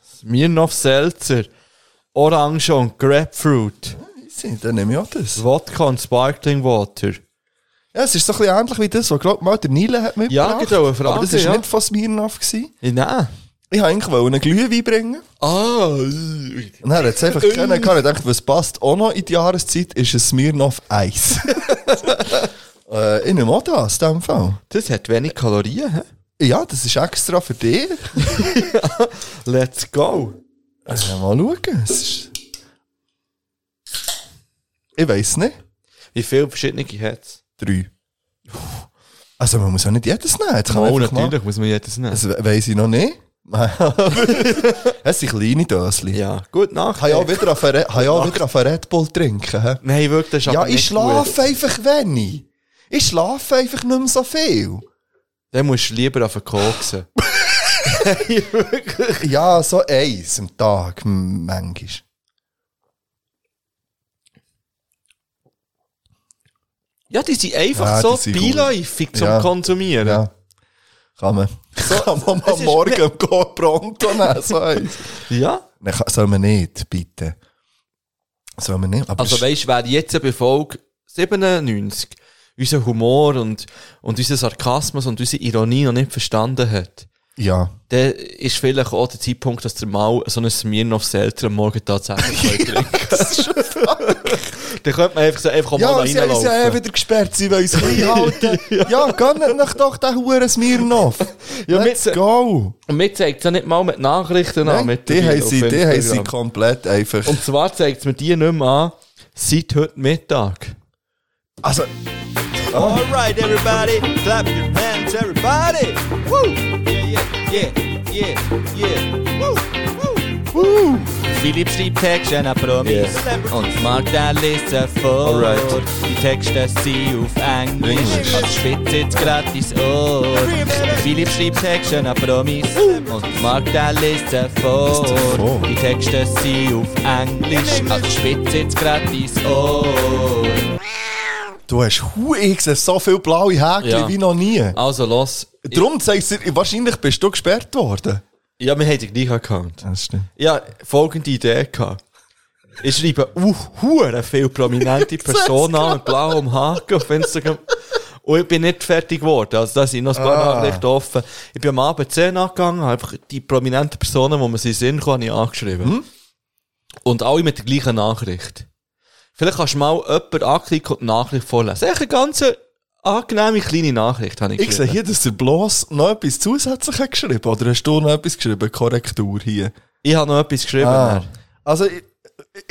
[SPEAKER 3] Smirnoff Seltzer, Orange und Grapefruit,
[SPEAKER 4] Easy, dann nehme ich auch das.
[SPEAKER 3] Wodka und Sparkling Water.
[SPEAKER 4] Ja, es ist so ein bisschen ähnlich wie das, was glaub mal der Nile hat mitgebracht.
[SPEAKER 3] genau, eine Frage,
[SPEAKER 4] Aber das war
[SPEAKER 3] ja.
[SPEAKER 4] nicht von Smirnoff. Gewesen.
[SPEAKER 3] Ja, Nein.
[SPEAKER 4] Ich wollte eigentlich einen Glühwein bringen.
[SPEAKER 3] Ah,
[SPEAKER 4] Und er hat es einfach können. Ich habe gedacht, was passt auch noch in die Jahreszeit, ist ein Smirnoff Eis. äh, ich nehme auch das, in dem Fall.
[SPEAKER 3] das hat wenig Kalorien, hä?
[SPEAKER 4] Ja, das ist extra für dich.
[SPEAKER 3] Let's go.
[SPEAKER 4] Also, mal schauen. Es ist... Ich weiß nicht.
[SPEAKER 3] Wie viele verschiedene hat's?
[SPEAKER 4] Drei. Also, man muss ja nicht jedes nehmen. Jetzt kann man
[SPEAKER 3] Oh,
[SPEAKER 4] einfach mal-
[SPEAKER 3] natürlich muss man jedes nehmen.
[SPEAKER 4] Das we- weiss ich noch nicht. es sind kleine Döschen.
[SPEAKER 3] Ja, gut Nacht.
[SPEAKER 4] Kann ja auch wieder auf einen Re- kann ja auch wieder auf einen Red Bull trinken. hä?
[SPEAKER 3] Nein, wirklich, das ist
[SPEAKER 4] Ja,
[SPEAKER 3] aber
[SPEAKER 4] ich
[SPEAKER 3] nicht
[SPEAKER 4] schlafe
[SPEAKER 3] gut.
[SPEAKER 4] einfach wenig. Ich schlafe einfach nicht mehr so viel.
[SPEAKER 3] Dann musst du lieber auf den Koksen.
[SPEAKER 4] Ja, so eins am Tag, m- manchmal.
[SPEAKER 3] Ja, die sind einfach
[SPEAKER 4] Ja,
[SPEAKER 3] so
[SPEAKER 4] die sind gut.
[SPEAKER 3] beiläufig zum
[SPEAKER 4] Ja.
[SPEAKER 3] Konsumieren.
[SPEAKER 4] Ja. Kann man. kann man
[SPEAKER 3] es
[SPEAKER 4] am
[SPEAKER 3] ist
[SPEAKER 4] Morgen am Go- Pronto nehmen, so eins.
[SPEAKER 3] ja?
[SPEAKER 4] Nein, kann- soll man nicht, bitte. Soll man nicht. Aber
[SPEAKER 3] Also
[SPEAKER 4] es-
[SPEAKER 3] weißt du, wer jetzt bei Folge 97 unseren Humor und, und unseren Sarkasmus und unsere Ironie noch nicht verstanden hat,
[SPEAKER 4] ja.
[SPEAKER 3] dann ist vielleicht auch der Zeitpunkt, dass ihr mal so ein Smirnoff Seltzer am Morgen tatsächlich könnt trinken Dann könnte man einfach, so einfach auch mal
[SPEAKER 4] Ja,
[SPEAKER 3] da
[SPEAKER 4] sie haben uns ja eh
[SPEAKER 3] reinlaufen.
[SPEAKER 4] wieder gesperrt, sie wollen uns klein halten. ja, gönnt euch doch den Huren Smirnoff.
[SPEAKER 3] Ja,
[SPEAKER 4] Let's
[SPEAKER 3] mit-
[SPEAKER 4] go.
[SPEAKER 3] Und mir zeigt es ja nicht mal mit Nachrichten an.
[SPEAKER 4] Nein,
[SPEAKER 3] mit
[SPEAKER 4] die haben sie, die haben sie
[SPEAKER 3] Instagram.
[SPEAKER 4] komplett einfach.
[SPEAKER 3] Und zwar zeigt es mir die nicht mehr an, seit heute Mittag.
[SPEAKER 4] also,
[SPEAKER 1] alright everybody, clap your hands everybody. Woo! Yeah, yeah, yeah, yeah, yeah. Woo, woo, woo. Philipp schreibt Texte an Promis
[SPEAKER 3] Yes.
[SPEAKER 1] und mag den lesen vor.
[SPEAKER 3] Alright.
[SPEAKER 1] Die Texte sind auf Englisch,
[SPEAKER 4] Englisch.
[SPEAKER 1] also spitzt jetzt grad dein Ohr. Philipp schreibt Texte an Promis und mag den lesen vor.
[SPEAKER 4] vor.
[SPEAKER 1] Die Texte sind auf Englisch, also spitzt jetzt grad dein Ohr.
[SPEAKER 4] du hast hu- ich sehe so viele blaue Häkchen
[SPEAKER 3] Ja.
[SPEAKER 4] wie noch nie.
[SPEAKER 3] Also los.
[SPEAKER 4] Darum zeigst du, wahrscheinlich bist du gesperrt worden.
[SPEAKER 3] Ja, wir haben den gleichen Account.
[SPEAKER 4] Das stimmt.
[SPEAKER 3] Ich hatte folgende Idee. Gehabt. Ich schreibe auch hure viele prominente Personen an mit blauem Haken auf Instagram. Und ich bin nicht fertig geworden. Also da sind noch ein paar
[SPEAKER 4] Ah.
[SPEAKER 3] Nachrichten offen. Ich bin am Abend 10 angegangen, habe einfach die prominenten Personen, die mir in den Sinn kamen, habe ich angeschrieben.
[SPEAKER 4] Hm?
[SPEAKER 3] Und alle mit der gleichen Nachricht. Vielleicht kannst du mal jemanden anklicken und die Nachricht vorlesen. Echt eine ganz angenehme kleine Nachricht habe ich
[SPEAKER 4] Ich sehe
[SPEAKER 3] geschrieben.
[SPEAKER 4] hier, dass du bloß noch etwas zusätzlich hast geschrieben Oder hast du noch etwas geschrieben? Korrektur hier.
[SPEAKER 3] Ich habe noch etwas geschrieben.
[SPEAKER 4] Ah.
[SPEAKER 3] dann.
[SPEAKER 4] Also, ich,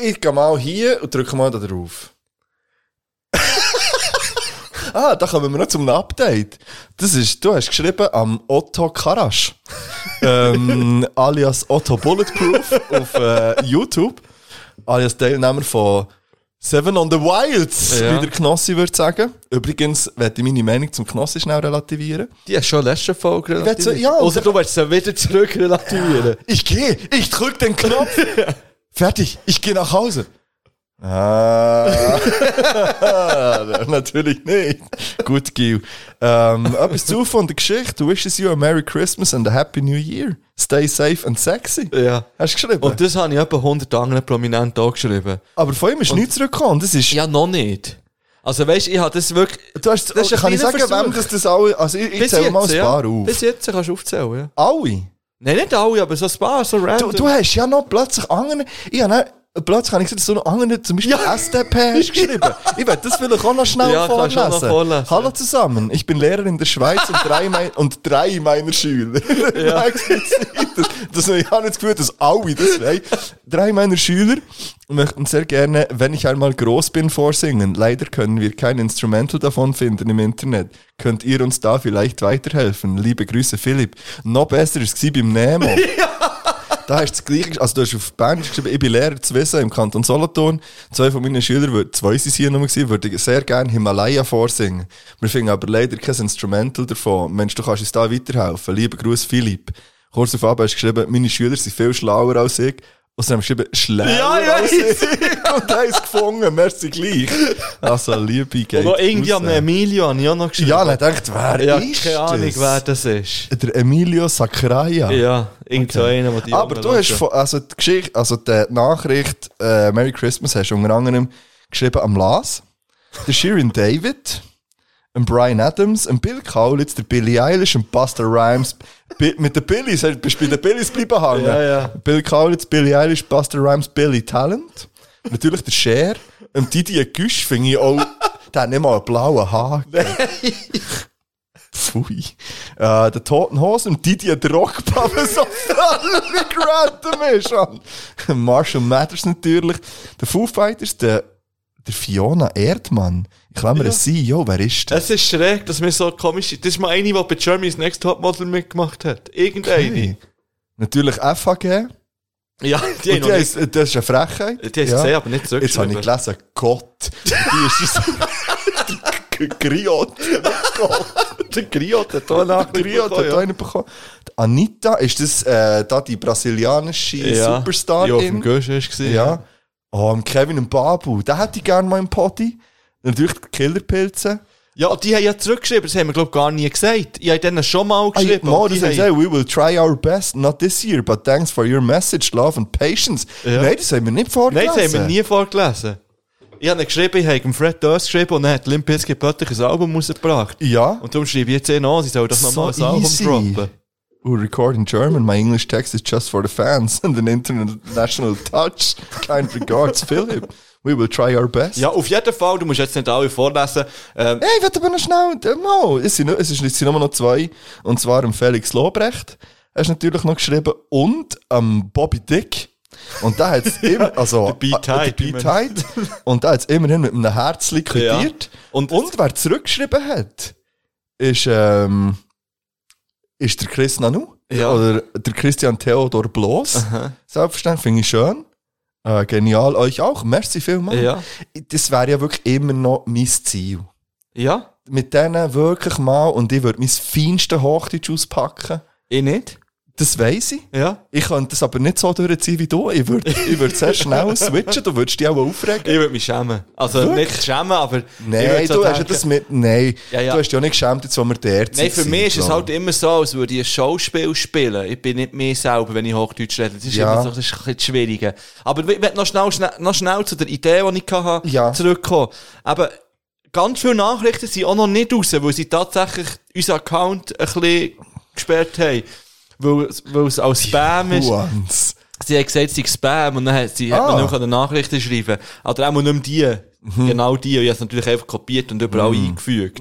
[SPEAKER 4] ich gehe mal hier und drücke mal da drauf. ah, da kommen wir noch zum Update. Das ist, du hast geschrieben am Otto Karasch. ähm, alias Otto Bulletproof auf äh, YouTube. Alias Teilnehmer von Seven on the Wilds,
[SPEAKER 3] Ja.
[SPEAKER 4] wie der Knossi würde sagen. Übrigens, werde ich meine Meinung zum Knossi schnell relativieren.
[SPEAKER 3] Die hast schon letzte Folge
[SPEAKER 4] werd so-
[SPEAKER 3] relativiert.
[SPEAKER 4] ja,
[SPEAKER 3] Oder
[SPEAKER 4] und-
[SPEAKER 3] du willst sie wieder zurück relativieren.
[SPEAKER 4] Ich gehe, ich drück den Knopf. Fertig, ich gehe nach Hause. Ah, natürlich nicht. Gut, Gil. Ähm, etwas zu von der Geschichte. Wishes you a Merry Christmas and a Happy New Year. Stay safe and sexy.
[SPEAKER 3] ja.
[SPEAKER 4] Hast du geschrieben?
[SPEAKER 3] Und das habe ich etwa 100 anderen Prominenten auch geschrieben.
[SPEAKER 4] Aber von ihm ist nichts zurückgekommen. Das ist,
[SPEAKER 3] Ja, noch nicht. Also weißt du, ich habe das wirklich.
[SPEAKER 4] Du hast,
[SPEAKER 3] Das ist ein
[SPEAKER 4] kann ich
[SPEAKER 3] kleiner
[SPEAKER 4] sagen,
[SPEAKER 3] Versuch.
[SPEAKER 4] wem das, das alle... Also ich, ich
[SPEAKER 3] Bis
[SPEAKER 4] zähle mal
[SPEAKER 3] jetzt,
[SPEAKER 4] ein
[SPEAKER 3] ja.
[SPEAKER 4] paar auf.
[SPEAKER 3] Bis jetzt kannst du aufzählen, ja.
[SPEAKER 4] alle?
[SPEAKER 3] Nein, nicht alle, aber so ein paar, so
[SPEAKER 4] Du,
[SPEAKER 3] random.
[SPEAKER 4] du hast ja noch plötzlich andere... Ich habe dann, plötzlich habe ich gesehen, dass du noch andere, zum Beispiel
[SPEAKER 3] Ja.
[SPEAKER 4] SDP hast geschrieben. Ich werde das vielleicht auch noch schnell
[SPEAKER 3] Ja, kannst du auch noch
[SPEAKER 4] vorlesen.
[SPEAKER 3] vorlesen.
[SPEAKER 4] Hallo zusammen, ich bin Lehrer in der Schweiz und drei, mein, und drei meiner Schüler. Nein, das gibt's nicht. das, das, ich habe nicht das Gefühl, dass alle das wollen. Drei meiner Schüler möchten sehr gerne, wenn ich einmal groß bin, vorsingen. Leider können wir kein Instrumental davon finden im Internet. Könnt ihr uns da vielleicht weiterhelfen? Liebe Grüße, Philipp. Noch besser war es beim Nemo. Da hast du das Gleiche, gesch- also du hast auf Bern geschrieben, ich bin Lehrer zu Wissen im Kanton Solothurn. Zwei von meinen Schülern, wür- zwei sind es hier nochmal gewesen, würden sehr gerne Himalaya vorsingen. Wir finden aber leider kein Instrumental davon. Mensch, du kannst uns da weiterhelfen. Lieber Gruß, Philipp. Kurz auf Abend hast du geschrieben, meine Schüler sind viel schlauer als ich. Und sie haben geschrieben, schlauer
[SPEAKER 3] Ja, ich
[SPEAKER 4] als ich. Und haben es gefunden, merci gleich. Also, Liebe geht
[SPEAKER 3] Und auch irgendwie
[SPEAKER 4] raus.
[SPEAKER 3] an Emilio habe ich auch noch geschrieben.
[SPEAKER 4] Ja, dann denkt, wer
[SPEAKER 3] ja
[SPEAKER 4] ist
[SPEAKER 3] keine Ahnung,
[SPEAKER 4] das?
[SPEAKER 3] wer das ist.
[SPEAKER 4] Der Emilio Sacraia.
[SPEAKER 3] Ja, irgend okay. einer, der die
[SPEAKER 4] Aber du
[SPEAKER 3] anderen
[SPEAKER 4] hast
[SPEAKER 3] schaut.
[SPEAKER 4] von, also die Geschichte, also die Nachricht äh, Merry Christmas hast du unter anderem geschrieben am Lars, der Shirin David, am Brian Adams, am Bill Kaulitz, der Billie Eilish, am Buster Rhymes. Bi mit den Billys, hast- bist du bei den Billys bleiben hängen?
[SPEAKER 3] Ja, ja.
[SPEAKER 4] Bill Kaulitz, Billie Eilish, Buster Rhymes, Billy Talent. Natürlich der Cher, am Didier Güsch finde ich auch, der hat nicht mal einen blauen Haken. Pfui. Äh, der Toten Hosen und Didier Drogba, was auf völlig random ist. Mann. Marshall Matters natürlich. Der Foo Fighters, der, der Fiona Erdmann. Ich klammer ja. CEO, E wer ist der?
[SPEAKER 3] Es ist schräg, dass wir so komisch sind. Das ist mal eine, die bei Germany's Next Topmodel mitgemacht hat. Irgendeine.
[SPEAKER 4] Hey. Natürlich FAG.
[SPEAKER 3] Ja, die haben
[SPEAKER 4] Und die
[SPEAKER 3] noch nicht-
[SPEAKER 4] heisst, äh, das ist eine Frechheit.
[SPEAKER 3] die haben es gesehen, aber nicht
[SPEAKER 4] Jetzt habe
[SPEAKER 3] zurückgeschrieben.
[SPEAKER 4] ich gelesen, Gott. Die ist es. Der Griot.
[SPEAKER 3] Der Griot hat auch nach
[SPEAKER 4] Griot hat auch einen bekommen. Die Anita, ist das äh, da die brasilianische Superstar?
[SPEAKER 3] Die auf dem Gusch war.
[SPEAKER 4] Ja. Oh, und Kevin und Babu, den hätte ich gerne mal im Potty. Natürlich die Killerpilze.
[SPEAKER 3] Ja, und die haben ja zurückgeschrieben, das haben wir, glaube ich, gar nie gesagt. Ich habe denen schon mal
[SPEAKER 4] Ah,
[SPEAKER 3] geschrieben.
[SPEAKER 4] Mo,
[SPEAKER 3] und die
[SPEAKER 4] das haben sie
[SPEAKER 3] haben-
[SPEAKER 4] gesagt, we will try our best, not this year, but thanks for your message, love and patience.
[SPEAKER 3] Ja.
[SPEAKER 4] Nein, das haben wir nicht
[SPEAKER 3] Nein,
[SPEAKER 4] vorgelesen.
[SPEAKER 3] das haben wir nie vorgelesen. Ich habe ihnen geschrieben, ich habe dem Fred Durst geschrieben und dann hat Limp Bizkit plötzlich ein Album rausgebracht.
[SPEAKER 4] Ja.
[SPEAKER 3] Und darum schreibe ich jetzt eh noch, sie sollen doch
[SPEAKER 4] So
[SPEAKER 3] nochmal ein Album
[SPEAKER 4] easy.
[SPEAKER 3] droppen.
[SPEAKER 4] We Oh, record in German, my English text is just for the fans and an international touch. Kind regards, Philip. We will try our best.
[SPEAKER 3] Ja, auf jeden Fall, du musst jetzt nicht alle vorlesen. Ähm,
[SPEAKER 4] Hey, warte aber noch schnell. äh, Mal. Es sind, nur- es ist- es sind nur noch zwei. Und zwar am Felix Lobrecht. Hast du natürlich noch geschrieben. Und am Bobby Dick. Und da hat es immer, also,
[SPEAKER 3] der B-Tide,
[SPEAKER 4] äh, der
[SPEAKER 3] wie man-
[SPEAKER 4] B-Tide. Und da hat es immerhin mit einem Herzli quittiert.
[SPEAKER 3] Und-
[SPEAKER 4] Und, wer zurückgeschrieben hat, ist, ähm, ist der Chris Nanu.
[SPEAKER 3] Ja.
[SPEAKER 4] Oder der Christian Theodor Bloß. Selbstverständlich finde ich schön. Äh, genial, euch auch. Merci vielmals.
[SPEAKER 3] Ja.
[SPEAKER 4] Das wäre ja wirklich immer noch mein Ziel
[SPEAKER 3] ja,
[SPEAKER 4] mit denen wirklich mal und ich würde mein feinste Hochdeutsch auspacken.
[SPEAKER 3] ich nicht.
[SPEAKER 4] Das weiss ich.
[SPEAKER 3] Ja.
[SPEAKER 4] Ich könnte das aber nicht so durchziehen wie du. Ich würde ich würd sehr schnell switchen, du würdest dich auch aufregen.
[SPEAKER 3] Ich würde mich schämen. Also
[SPEAKER 4] Wirklich?
[SPEAKER 3] nicht schämen, aber. ich
[SPEAKER 4] Nein,
[SPEAKER 3] würd so
[SPEAKER 4] du hast ja
[SPEAKER 3] denken-
[SPEAKER 4] das mit. Nein,
[SPEAKER 3] Ja, ja.
[SPEAKER 4] du hast dich auch nicht geschämt, jetzt, wo wir der
[SPEAKER 3] Nein, für mich ist es halt immer so, als würde ich ein Schauspiel spielen. Ich bin nicht mehr selber, wenn ich Hochdeutsch rede. Das ist
[SPEAKER 4] Ja.
[SPEAKER 3] immer so das ist ein bisschen schwieriger. Aber ich möchte noch schnell, schnell, noch schnell zu der Idee, die ich hatte,
[SPEAKER 4] Ja.
[SPEAKER 3] zurückkommen. Aber ganz viele Nachrichten sind auch noch nicht raus, weil sie tatsächlich unseren Account ein bisschen gesperrt haben. Weil, es- weil es als Spam ist.
[SPEAKER 4] Huans.
[SPEAKER 3] Sie hat gesagt, sie sei Spam und dann hat, sie, hat
[SPEAKER 4] Ah. Mhm.
[SPEAKER 3] man nicht mehr Nachrichten schreiben Oder auch nicht mehr die. Genau die. Ich habe es natürlich einfach kopiert und überall eingefügt.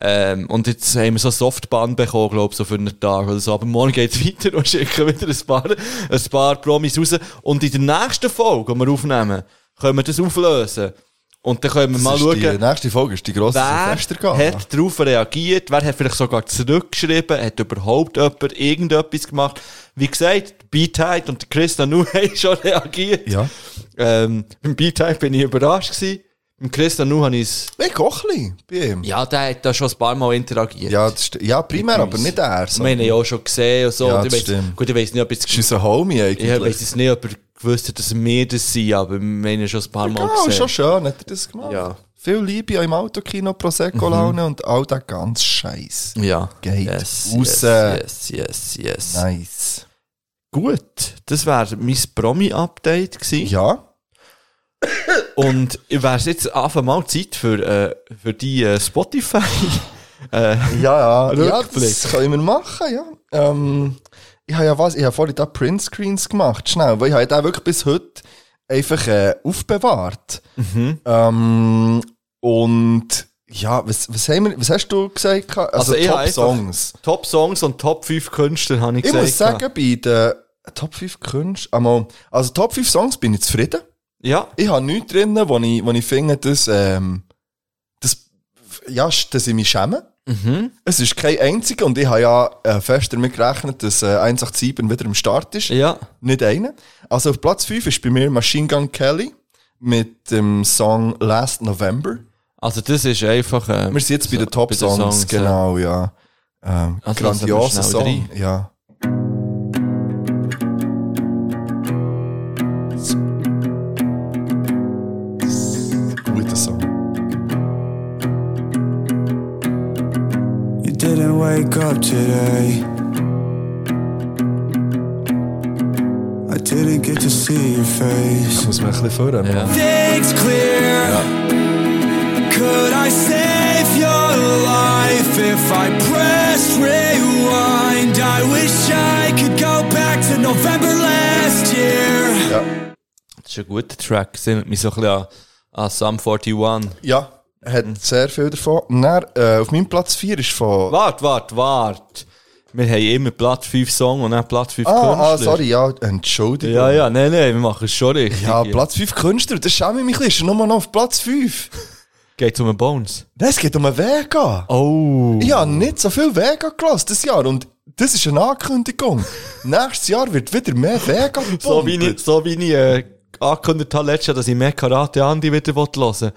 [SPEAKER 3] Ähm, und jetzt haben wir so Softbahn bekommen, glaube ich, so für einen Tag oder so. Aber morgen geht es weiter und schicken wieder ein paar, ein paar Promis raus. Und in der nächsten Folge, die wir aufnehmen, können wir das auflösen. Und dann können wir mal
[SPEAKER 4] Das ist Die
[SPEAKER 3] schauen,
[SPEAKER 4] nächste Folge ist die grosse
[SPEAKER 3] wer
[SPEAKER 4] Silvestergala.
[SPEAKER 3] hat darauf reagiert, wer hat vielleicht sogar zurückgeschrieben, hat überhaupt jemand irgendetwas gemacht. Wie gesagt, B-Tide und Chris Nanu haben schon reagiert.
[SPEAKER 4] Ja.
[SPEAKER 3] Ähm, beim B-Tide bin ich überrascht gewesen. Beim Chris Nanu habe ich es...
[SPEAKER 4] Hey, Kochli, bei ihm. Ja,
[SPEAKER 3] Ja, der hat da schon ein paar Mal interagiert.
[SPEAKER 4] das st- ja primär, aber nicht er.
[SPEAKER 3] Ich
[SPEAKER 4] So.
[SPEAKER 3] meine, ja auch schon gesehen und so.
[SPEAKER 4] Ja,
[SPEAKER 3] und ich
[SPEAKER 4] das
[SPEAKER 3] weiss-
[SPEAKER 4] stimmt.
[SPEAKER 3] Gut, ich weiß nicht, ob jetzt...
[SPEAKER 4] Das ist unser Homie
[SPEAKER 3] Ich weiß
[SPEAKER 4] eigentlich.
[SPEAKER 3] jetzt nicht, ob er gewusst hat, dass wir das sind, aber ich meine schon ein paar Mal
[SPEAKER 4] Ja, genau, ist
[SPEAKER 3] gesehen.
[SPEAKER 4] schon schön, hat er das gemacht.
[SPEAKER 3] Ja.
[SPEAKER 4] Viel Liebe im Autokino,
[SPEAKER 3] Mhm.
[SPEAKER 4] Prosecco-Laune und all der ganz Scheiß.
[SPEAKER 3] Ja.
[SPEAKER 4] Geht
[SPEAKER 3] Yes, yes,
[SPEAKER 4] raus.
[SPEAKER 3] yes, yes, yes.
[SPEAKER 4] Nice.
[SPEAKER 3] Gut, das wäre mein Promi-Update gewesen.
[SPEAKER 4] Ja.
[SPEAKER 3] Und wäre es jetzt einfach mal Zeit für, äh, für die äh, Spotify? äh,
[SPEAKER 4] Ja, ja, ja,
[SPEAKER 3] Rückblick.
[SPEAKER 4] das können wir machen, ja. Ähm, ich habe ja was, ich habe vorhin da Printscreens gemacht, schnell, weil ich habe den wirklich bis heute einfach äh, aufbewahrt.
[SPEAKER 3] Mhm.
[SPEAKER 4] Ähm, und ja, was, was, haben wir, was hast du gesagt? gehabt? Also,
[SPEAKER 3] Also ich habe
[SPEAKER 4] Top
[SPEAKER 3] einfach-
[SPEAKER 4] Songs.
[SPEAKER 3] Top Songs und Top 5 Künstler habe ich,
[SPEAKER 4] Ich
[SPEAKER 3] gesagt.
[SPEAKER 4] muss sagen, bei den Top 5 Künsten, einmal, also Top 5 Songs bin ich zufrieden.
[SPEAKER 3] Ja,
[SPEAKER 4] Ich habe nichts drin, wo ich, wo ich finde, dass, ähm, dass, ja, dass ich mich schäme.
[SPEAKER 3] mhm.
[SPEAKER 4] Es ist kein einziger und ich habe ja äh, fest damit gerechnet, dass äh, 187 wieder am Start ist.
[SPEAKER 3] ja.
[SPEAKER 4] Nicht einer. Also auf Platz 5 ist bei mir Machine Gun Kelly mit dem Song Last November.
[SPEAKER 3] Also das ist einfach... Äh,
[SPEAKER 4] Wir sind jetzt bei den Top
[SPEAKER 3] den
[SPEAKER 4] Songs, genau, ja. Ähm,
[SPEAKER 3] Also lassen wir
[SPEAKER 4] grandioser
[SPEAKER 3] schnell
[SPEAKER 4] Song, ja. Guter Song.
[SPEAKER 5] You didn't wake up today. I didn't get to see your face.
[SPEAKER 4] Muss man ein bisschen fördern.
[SPEAKER 3] Ja.
[SPEAKER 5] Things clear. Could I save your life if I pressed rewind? I wish I could go back to November last year.
[SPEAKER 3] Das ist ein guter Track. Das erinnert mich so ein bisschen an, an Sum 41.
[SPEAKER 4] Ja, hat sehr viel davon. Und Dann, äh, auf meinem Platz 4 ist von.
[SPEAKER 3] Wart, wart, wart. Wir haben immer Platz 5 Song und dann Platz 5 Künstler.
[SPEAKER 4] Ah, ah, sorry, ja, Entschuldigung.
[SPEAKER 3] Ja, ja, nein, nein, wir machen es schon richtig.
[SPEAKER 4] Ja, Platz 5 Künstler, das schäme ich mich ein bisschen. Nur noch auf Platz 5.
[SPEAKER 3] Geht um den Bones.
[SPEAKER 4] Es geht um einen Vega.
[SPEAKER 3] Oh.
[SPEAKER 4] Ich habe nicht so viel Vega gelassen dieses Jahr und das ist eine Ankündigung. Nächstes Jahr wird wieder mehr Vega
[SPEAKER 3] So wie ich, so wie ich äh, angekündigt habe letztes Jahr, dass ich mehr Karate Andi wieder hören will.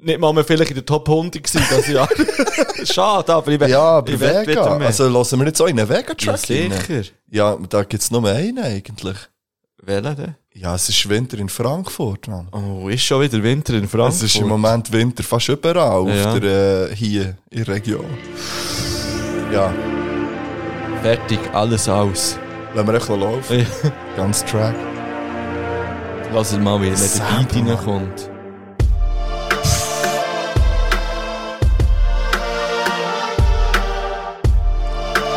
[SPEAKER 3] Nicht mal mehr vielleicht in der Top 100 gewesen, das Jahr. Schade, aber ich will ich
[SPEAKER 4] Ja, aber
[SPEAKER 3] will wieder
[SPEAKER 4] Vega.
[SPEAKER 3] mehr.
[SPEAKER 4] Also hören wir jetzt auch einen
[SPEAKER 3] ja,
[SPEAKER 4] Vega-Track rein?
[SPEAKER 3] sicher.
[SPEAKER 4] Ja, da gibt es nur einen eigentlich.
[SPEAKER 3] Welcher denn?
[SPEAKER 4] Ja, es ist Winter in Frankfurt, Mann.
[SPEAKER 3] Oh, ist schon wieder Winter in Frankfurt.
[SPEAKER 4] Es ist im Moment Winter fast überall
[SPEAKER 3] Ja.
[SPEAKER 4] auf der, äh, hier in der Region. Ja,
[SPEAKER 3] Fertig, alles aus.
[SPEAKER 4] lassen wir ein laufen. Ganz Track.
[SPEAKER 3] Lass es mal wieder, wenn
[SPEAKER 4] Selber,
[SPEAKER 3] der Beat
[SPEAKER 4] Mann.
[SPEAKER 3] reinkommt.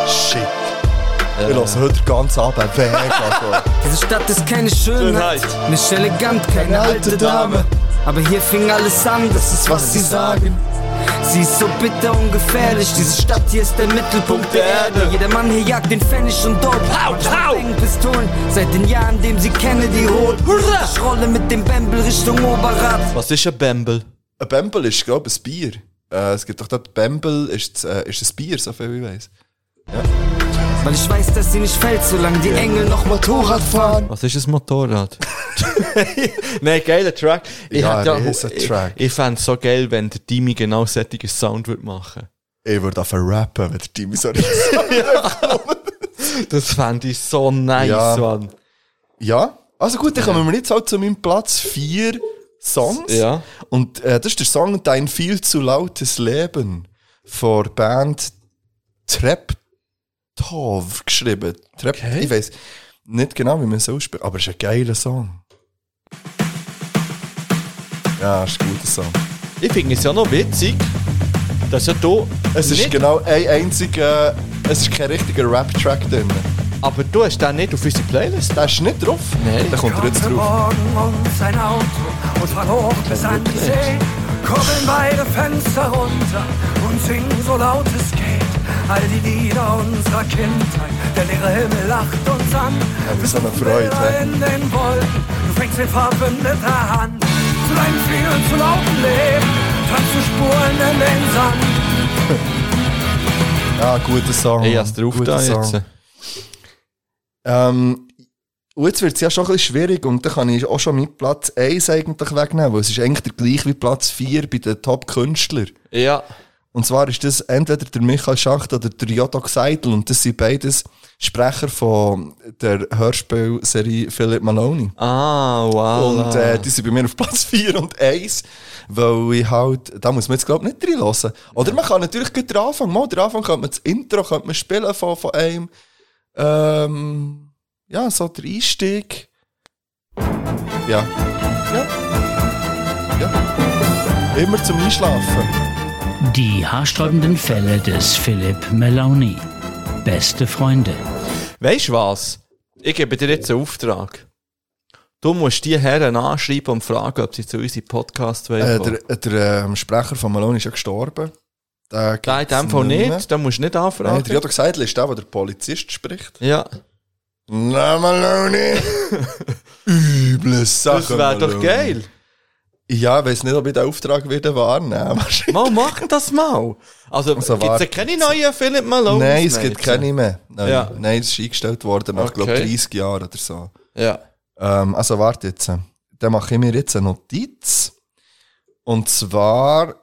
[SPEAKER 4] Shit. Wir hören heute ganz Abend weg. Also.
[SPEAKER 6] Diese Stadt ist keine Schönheit,
[SPEAKER 3] Schönheit.
[SPEAKER 6] nicht elegant, keine alte Dame. Aber hier fing alles an, das ist was sie sagen. Sie ist so bitter und gefährlich, diese Stadt hier ist der Mittelpunkt der Erde. Jeder Mann hier jagt den Pfennig und Dope. Hau, hau! Pistolen seit den Jahren, in dem sie Kennedy holt. Ich rolle mit dem Bembel Richtung Oberrat.
[SPEAKER 3] Was ist ein Bamble?
[SPEAKER 4] Ein Bembel ist, glaube ich, ein Bier. Äh, es gibt doch dort Bembel, ist, das, äh, ist das Bier, so viel ich weiß.
[SPEAKER 6] Weil ich weiß, dass sie nicht fällt, solange die Engel noch Motorrad fahren.
[SPEAKER 3] Was ist ein Motorrad? Nein, geiler Track. Ich
[SPEAKER 4] Ja,
[SPEAKER 3] hätte
[SPEAKER 4] ein riesen Track.
[SPEAKER 3] Ich, ich fände es so geil, wenn der Timmy genau solchen Sound würde machen
[SPEAKER 4] Ich würde anfangen rappen, wenn der Timmy so
[SPEAKER 3] Das fände ich so nice,
[SPEAKER 4] Ja.
[SPEAKER 3] Mann.
[SPEAKER 4] Ja, also gut, dann kommen wir jetzt halt zu meinem Platz 4 Songs.
[SPEAKER 3] Ja.
[SPEAKER 4] Und äh, das ist der Song Dein viel zu lautes Leben von der Band Treptov geschrieben. Trep Ich weiß nicht genau, wie man es ausspricht, aber es ist ein geiler Song. Ja, ist ein guter Song.
[SPEAKER 3] Ich finde es ja noch witzig, dass ja du.
[SPEAKER 4] Es ist
[SPEAKER 3] nicht,
[SPEAKER 4] genau ein einziger, es ist kein richtiger Rap-Track drin.
[SPEAKER 3] aber du hast den nicht auf unsere Playlist.
[SPEAKER 4] Der ist nicht drauf.
[SPEAKER 3] Nein.
[SPEAKER 4] Der kommt er jetzt drauf.
[SPEAKER 5] Morgen um sein Auto und fahr hoch bis an die See. Kurbeln beide Fenster runter und singen so laut es geht. All die Lieder unserer Kindheit, der leere Himmel lacht uns an.
[SPEAKER 4] aber
[SPEAKER 5] Wir
[SPEAKER 4] so eine
[SPEAKER 5] suchen
[SPEAKER 4] Freude, ne?
[SPEAKER 5] Bilder
[SPEAKER 4] hä?
[SPEAKER 5] in den Wolken, du fängst den Farben mit der Hand. Zu deinem vielen, zu lauten Leben, tanzen Spuren in den Sand.
[SPEAKER 4] Ja, Ah, guter Song.
[SPEAKER 3] Ich hab's drauf
[SPEAKER 4] Guter
[SPEAKER 3] da
[SPEAKER 4] Song.
[SPEAKER 3] jetzt.
[SPEAKER 4] Ähm, und jetzt wird es ja schon ein bisschen schwierig und da kann ich auch schon mit Platz 1 eigentlich wegnehmen, weil es ist eigentlich der gleiche wie Platz 4 bei den Top-Künstlern.
[SPEAKER 3] Ja.
[SPEAKER 4] Und zwar ist das entweder der Michael Schacht oder der Jodok Seidel und das sind beides Sprecher von der Hörspielserie Philip Maloney.
[SPEAKER 3] Ah, wow.
[SPEAKER 4] Und äh, die sind bei mir auf Platz 4 und 1, weil ich halt, da muss man jetzt glaube ich nicht reinlassen. Oder man kann natürlich gleich den Anfang machen, den Anfang könnte man das Intro könnte man spielen von, von einem, ähm, ja, so der Einstieg. Ja. Ja. Immer zum Einschlafen.
[SPEAKER 7] Die haarsträubenden Fälle des Philipp Meloni. Beste Freunde.
[SPEAKER 3] Weißt du was? Ich gebe dir jetzt einen Auftrag. Du musst die Herren anschreiben und fragen, ob sie zu unserem Podcast wollen.
[SPEAKER 4] Äh,
[SPEAKER 3] kommen.
[SPEAKER 4] der der ähm, Sprecher von Malone ist ja gestorben. Der
[SPEAKER 3] Nein, in dem Fall nicht. Da musst du nicht
[SPEAKER 4] Nein, der
[SPEAKER 3] anfragen.
[SPEAKER 4] Jodo gesagt ist der, wo der Polizist spricht.
[SPEAKER 3] Ja,
[SPEAKER 4] Na, Malone! Üble Sache.
[SPEAKER 3] das wäre doch
[SPEAKER 4] Maloney.
[SPEAKER 3] geil.
[SPEAKER 4] Ja, ich weiß nicht, ob ich den Auftrag würde wahrnehmen würde.
[SPEAKER 3] Mal, mach das mal. Also,
[SPEAKER 4] Also,
[SPEAKER 3] gibt es ja
[SPEAKER 4] warte.
[SPEAKER 3] keine neuen Philipp Malone?
[SPEAKER 4] Nein, es gibt keine mehr. Nein,
[SPEAKER 3] Ja.
[SPEAKER 4] Nein es ist eingestellt worden nach,
[SPEAKER 3] Okay.
[SPEAKER 4] glaube 30 Jahren oder so.
[SPEAKER 3] Ja.
[SPEAKER 4] Ähm, also warte jetzt. Dann mache ich mir jetzt eine Notiz. Und zwar,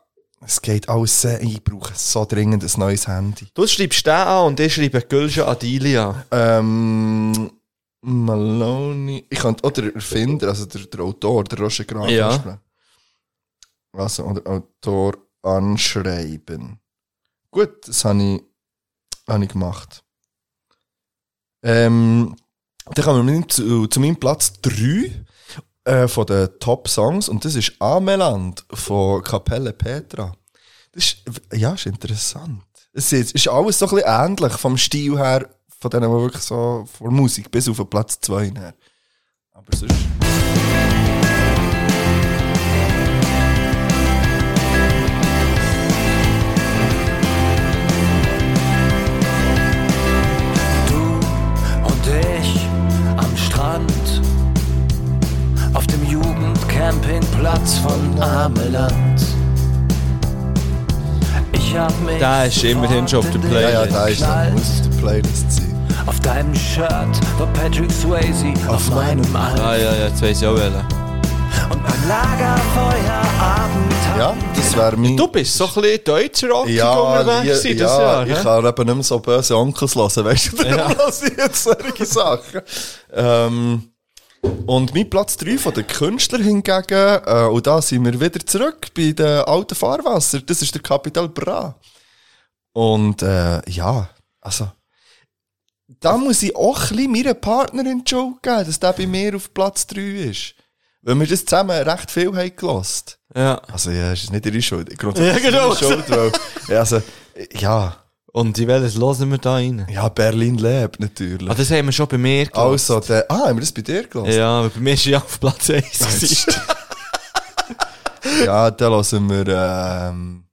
[SPEAKER 4] es geht alles sehr, ich brauche so dringend ein neues Handy.
[SPEAKER 3] Du schreibst den an und ich schreibe Gülscha Adilia an.
[SPEAKER 4] Ähm, Maloney. Ich könnte auch den Erfinder, also der, der Autor, der Roger Graf
[SPEAKER 3] Ja.
[SPEAKER 4] ansprechen. Also, oder Autor anschreiben. Gut, das habe ich, habe ich gemacht. Ähm, dann kommen wir mit- zu, zu meinem Platz 3 äh, von den Top-Songs und das ist Ameland von Kapelle Petra. Das ist, ja, ist interessant. Es ist, ist alles so ein bisschen ähnlich vom Stil her, von denen, die wirklich so von Musik bis auf den Platz 2 her. Aber sonst.
[SPEAKER 8] und ich am Strand auf dem Jugendcampingplatz von Ameland. Ich hab mich
[SPEAKER 3] Der ist immerhin schon auf der
[SPEAKER 8] sofort in
[SPEAKER 4] Ja,
[SPEAKER 8] dich
[SPEAKER 3] Playlist.
[SPEAKER 4] ja, da ist da muss auf der Playlist sein.
[SPEAKER 8] Auf deinem Shirt war Patrick Swayze auf, meinem Arm.
[SPEAKER 3] Ah, ja, ja, jetzt weiss ich auch welchen.
[SPEAKER 8] Und beim Lagerfeuerabend
[SPEAKER 4] Ja, das wäre mein.
[SPEAKER 3] Du bist so ein bisschen deutscher Rock unterwegs
[SPEAKER 4] Lie-
[SPEAKER 3] gewesen dieses Jahr.
[SPEAKER 4] ich
[SPEAKER 3] hä?
[SPEAKER 4] kann eben nicht mehr so böse Onkels hören, weißt du, darum lasse ich jetzt solche Sachen. Ähm, und mein Platz 3 von den Künstlern hingegen, äh, und da sind wir wieder zurück bei den alten Fahrwasser, das ist der Capital Bra. Und äh, ja, also, da muss ich auch ein bisschen meiner Partnerin Joe geben, dass der bei mir auf Platz 3 ist. Weil wir das zusammen recht viel haben gelost.
[SPEAKER 3] Ja.
[SPEAKER 4] Also ja, ist nicht ihre Schuld. Grundsätzlich
[SPEAKER 3] Ja, genau.
[SPEAKER 4] ist es ihre Schuld, weil, ja, also, ja,
[SPEAKER 3] Und in welches hören wir da rein?
[SPEAKER 4] ja, Berlin lebt natürlich.
[SPEAKER 3] Ah, das haben wir schon bei mir gehört.
[SPEAKER 4] also, der, ah, haben wir das bei dir gelassen?
[SPEAKER 3] Ja, aber bei mir ist ja auf Platz 1
[SPEAKER 4] Ja, ja dann lassen wir, ähm,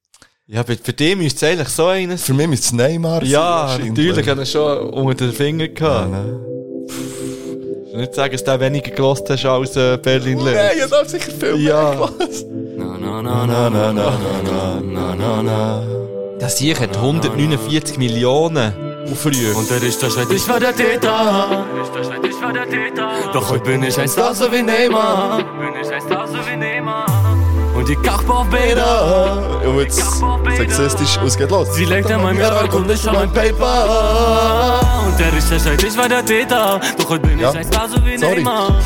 [SPEAKER 3] Ja, für, für dich müsste es eigentlich so eines.
[SPEAKER 4] für mich müsste es Neymar sein,
[SPEAKER 3] Ja,
[SPEAKER 4] wahrscheinlich.
[SPEAKER 3] natürlich hat er schon unter den Finger gehabt.
[SPEAKER 4] Nein,
[SPEAKER 3] Ich will nicht sagen, dass du weniger gelost hast als äh, Berlin Live.
[SPEAKER 4] ja, da ist sicher viel
[SPEAKER 3] Ja.
[SPEAKER 4] mehr gelassen. Na, na, na, na, na, na, na, na, na.
[SPEAKER 3] Das hier hat 149 Millionen aufgerührt.
[SPEAKER 9] Und der Richter schreit, ich war der Täter. Doch heute bin ich ein Star, so also wie Neymar.
[SPEAKER 4] also
[SPEAKER 9] Und die Kachbaufbäder,
[SPEAKER 4] Ah, Und jetzt sexistisch ausgeht los.
[SPEAKER 9] sie lenkt an meinem Jahrgang und ich an mein Paper. Und der Richter schreit, ich war der Täter. Doch heute bin
[SPEAKER 4] Ja.
[SPEAKER 9] ich ein Star, so wie
[SPEAKER 4] Sorry.
[SPEAKER 9] Neymar.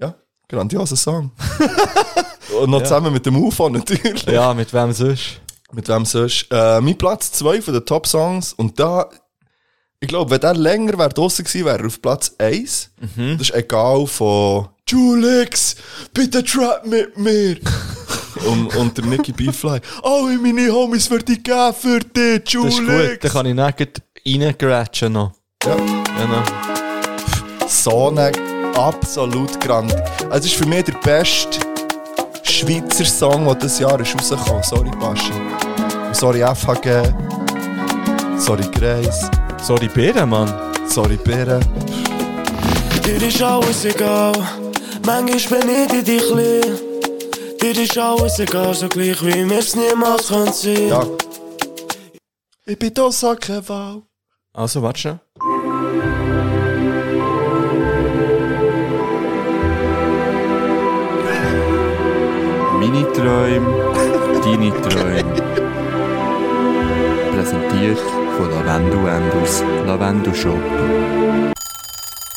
[SPEAKER 4] Ja, grandioser Song. Und noch zusammen mit dem UFO natürlich.
[SPEAKER 3] Ja, mit wem sonst?
[SPEAKER 4] Mit wem sonst? Äh, mein Platz 2 von den Top Songs. Und da, ich glaube, wenn der länger wäre draussen gewesen, wäre er auf Platz 1.
[SPEAKER 3] Mhm.
[SPEAKER 4] Das ist egal von Julix, bitte trap mit mir. und, und der Nicky B-Fly. Alle meine Homies würde ich geben für dich,
[SPEAKER 3] Das ist gut, dann
[SPEAKER 4] Julix.
[SPEAKER 3] kann ich nicht reingrätschen noch.
[SPEAKER 4] Ja.
[SPEAKER 3] Genau.
[SPEAKER 4] So ein absolut grand. Also, Es ist für mich der beste Schweizer Song, der dieses Jahr ist rausgekommen Sorry, Baschi. Sorry, FHG. Sorry, Grace.
[SPEAKER 3] Sorry, Bären, Mann.
[SPEAKER 4] Sorry, Birre.
[SPEAKER 9] Dir ist alles egal, manchmal beneide ich dich klein. Dir ist alles egal, so gleich wie wir's niemals können sein.
[SPEAKER 4] Ja. Ich bin da Sackenwahl.
[SPEAKER 3] Also, warte schon.
[SPEAKER 10] Meine Träume, deine Träume. Präsentiert von Lavendu Enders Lavendu Shop.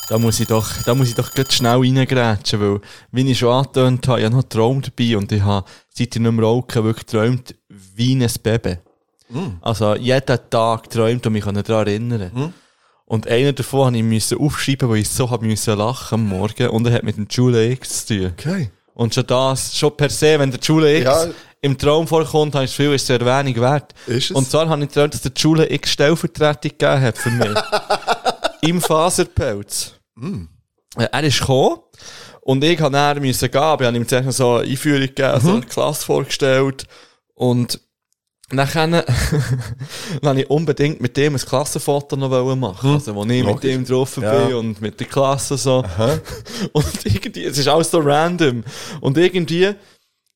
[SPEAKER 3] Da muss ich doch, da muss ich doch grad schnell reingrätschen, weil, wie ich schon angetönt habe, ich habe noch Traum dabei und ich habe, seit ich nicht mehr rauche, wirklich geträumt wie ein Baby. Also, jeden Tag träumt und mich daran erinnern. Und einer davon habe ich müssen aufschreiben, weil ich so habe müssen lachen am Morgen und er hat mit dem Julie X zu tun.
[SPEAKER 4] Okay.
[SPEAKER 3] Und schon das, schon per se, wenn der Schule X
[SPEAKER 4] Ja.
[SPEAKER 3] im Traum vorkommt, habe ich das Gefühl, ist es Erwähnung wert.
[SPEAKER 4] Ist es?
[SPEAKER 3] Und zwar habe ich gehört, dass der Schule X Stellvertretung gegeben hat für mich. Im Faserpelz.
[SPEAKER 4] Mm.
[SPEAKER 3] Äh, Er ist gekommen und ich musste dann müssen gehen, aber ich habe ihm zuerst noch so eine Einführung gegeben,
[SPEAKER 4] Mhm.
[SPEAKER 3] so eine Klasse vorgestellt und nachher wollte ich unbedingt mit ihm ein Klassenfoto noch wollen machen, also wo ich mit
[SPEAKER 4] Hm. Logisch.
[SPEAKER 3] ihm drauf
[SPEAKER 4] Ja.
[SPEAKER 3] bin und mit der Klasse so und irgendwie, es ist alles so random und irgendwie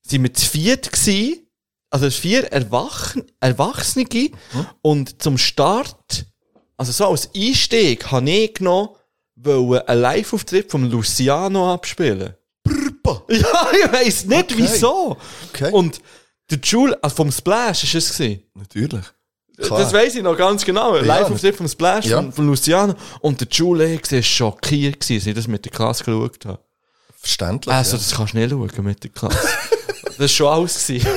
[SPEAKER 3] sind wir zu viert gewesen, also es vier Erwach Erwachsene und zum Start, also so als Einstieg, habe ich genommen, wollte einen Live-Auftritt von Luciano abspielen. Ja, ich weiss nicht wieso.
[SPEAKER 4] Okay.
[SPEAKER 3] Und der Jule, also vom Splash ist es gewesen.
[SPEAKER 4] Natürlich.
[SPEAKER 3] Das weiss ich noch ganz genau. Live-Auftritt vom Splash
[SPEAKER 4] Ja.
[SPEAKER 3] von, von Luciano. Und der Jule war schockiert, gewesen, als ich das mit der Klasse geschaut habe.
[SPEAKER 4] Verständlich.
[SPEAKER 3] Also,
[SPEAKER 4] ja.
[SPEAKER 3] das kannst du nicht schauen mit der Klasse. das war schon alles. gewesen.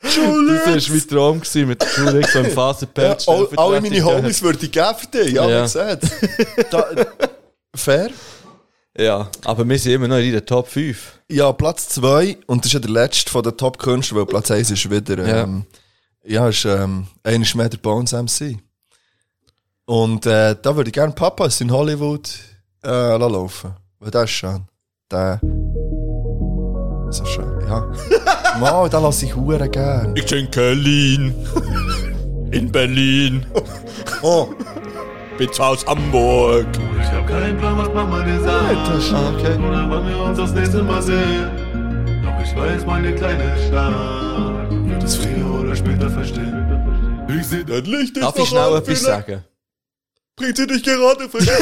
[SPEAKER 3] Das war mein Traum gewesen, mit der Schule so im
[SPEAKER 4] ja,
[SPEAKER 3] Phasenpatch.
[SPEAKER 4] all, alle meine Homies würde ich geben für dich. Ja,
[SPEAKER 3] Ja.
[SPEAKER 4] wie gesagt. Da, fair.
[SPEAKER 3] Ja, aber wir sind immer noch in der Top 5.
[SPEAKER 4] Ja, Platz 2, und das ist ja der letzte von den Top-Künstlern, weil Platz 1 ist wieder,
[SPEAKER 3] Ja.
[SPEAKER 4] ähm, ja, ist, ähm, einer ist mehr der Bones MC. Und, äh, da würde ich gerne Papas in Hollywood, äh, lassen laufen. Weil das ist schön. Der. So schön, ja. Mann, da lasse ich Huren gern.
[SPEAKER 3] Ich bin Berlin. In Berlin.
[SPEAKER 4] Oh,
[SPEAKER 3] Bis aus Hamburg.
[SPEAKER 4] das ist schön, okay.
[SPEAKER 9] Ich seh das Licht
[SPEAKER 3] Darf ich schnell etwas sagen?
[SPEAKER 4] Bringt sie dich gerade für
[SPEAKER 3] Der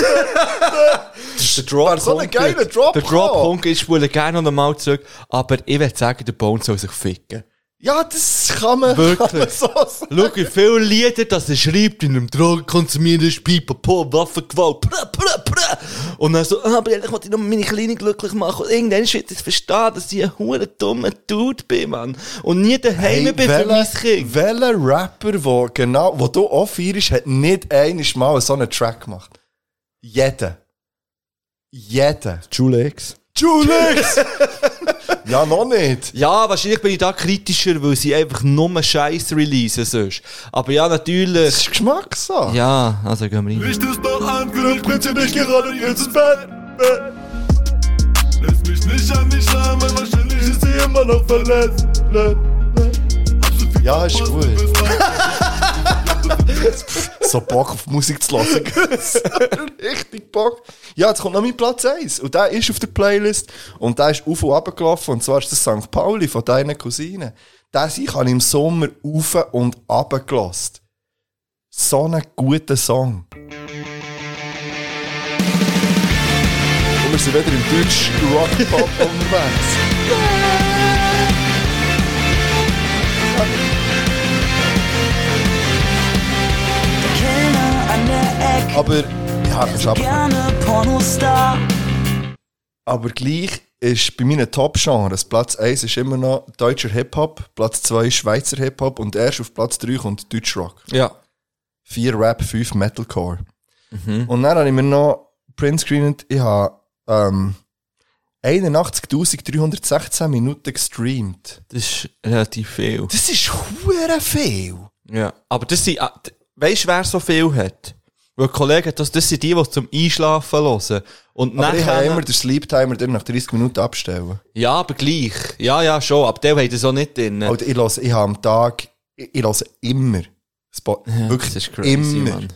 [SPEAKER 3] Dus Drop
[SPEAKER 4] War so ein
[SPEAKER 3] kommt
[SPEAKER 4] geiler
[SPEAKER 3] jetzt.
[SPEAKER 4] Drop,
[SPEAKER 3] Der Drop
[SPEAKER 4] ja.
[SPEAKER 3] kommt, ich spule gerne noch einmal zurück. Aber ich würde sagen, der Bones soll sich ficken.
[SPEAKER 4] Ja, das kann man, kann man
[SPEAKER 3] Wirklich.
[SPEAKER 4] so sagen.
[SPEAKER 3] Schau, in vielen Liedern, dass er schreibt, in einem Drogen konsumieren ist, Pipa, Po, Waffengewalt, prä, prä, prä. Und dann so, ah, aber ehrlich, wollte ich noch meine Kleine glücklich machen. Und irgendwann wird es verstehen, dass ich ein hure dummer Dude bin, Mann. Und nie daheim bin für mein Kind.
[SPEAKER 4] welcher Rapper, der genau, wo du auch feierst, hat nicht einmal Mal so einen Track gemacht? Jeder. Jeder.
[SPEAKER 3] Julex.
[SPEAKER 4] Julix! ja, noch nicht.
[SPEAKER 3] Ja, wahrscheinlich bin ich da kritischer, weil sie einfach nur Scheiß releasen sonst. Aber ja,
[SPEAKER 4] Das
[SPEAKER 3] natürlich.
[SPEAKER 4] ist Geschmackssache.
[SPEAKER 3] Ja, also gehen wir rein.
[SPEAKER 9] Licht ist noch an, vielleicht brennt sie nicht gerade jetzt ins Bett. Lass mich nicht an mich ran, weil wahrscheinlich ist sie immer noch verletzt.
[SPEAKER 4] Ja, ist gut.
[SPEAKER 9] halt-
[SPEAKER 4] So Bock auf Musik zu hören. So Richtig Bock. Ja, jetzt kommt noch mein Platz 1. Und der ist auf der Playlist. Und der ist auf und runter gelaufen. Und zwar ist das St. Pauli von deiner Cousine. Den ich habe ich im Sommer auf und runter gelassen. So einen guten Song. Und wir sind wieder im deutschen Rock-Pop unterwegs.
[SPEAKER 11] Kellner an der Ecke,
[SPEAKER 4] Aber, ja, das ist aber
[SPEAKER 11] gerne Pornostar.
[SPEAKER 4] Aber gleich ist bei meinen Top-Genres Platz 1 ist immer noch deutscher Hip-Hop, Platz 2 Schweizer Hip-Hop und erst auf Platz 3 kommt Deutschrock.
[SPEAKER 3] Ja.
[SPEAKER 4] 4 Rap, 5 Metalcore. Und dann habe ich mir noch Print screened, ich habe ähm, 81.316 Minuten gestreamt.
[SPEAKER 3] Das ist relativ viel.
[SPEAKER 4] Das ist hure viel.
[SPEAKER 3] Ja. Aber das sind, ah, d- weisst du, wer so viel hat? Weil Kollegen, das, das sind die, die zum Einschlafen hören. Und
[SPEAKER 4] Aber ich habe immer
[SPEAKER 3] nachher,
[SPEAKER 4] den Sleep-Timer dann nach 30 Minuten abstellen.
[SPEAKER 3] ja, aber gleich. Ja, ja, schon. Aber der haben das auch nicht drin.
[SPEAKER 4] Alter, Also, ich, höre, ich habe am Tag, ich, ich höre immer, Spot, wirklich
[SPEAKER 3] das ist crazy,
[SPEAKER 4] immer.
[SPEAKER 3] Mann.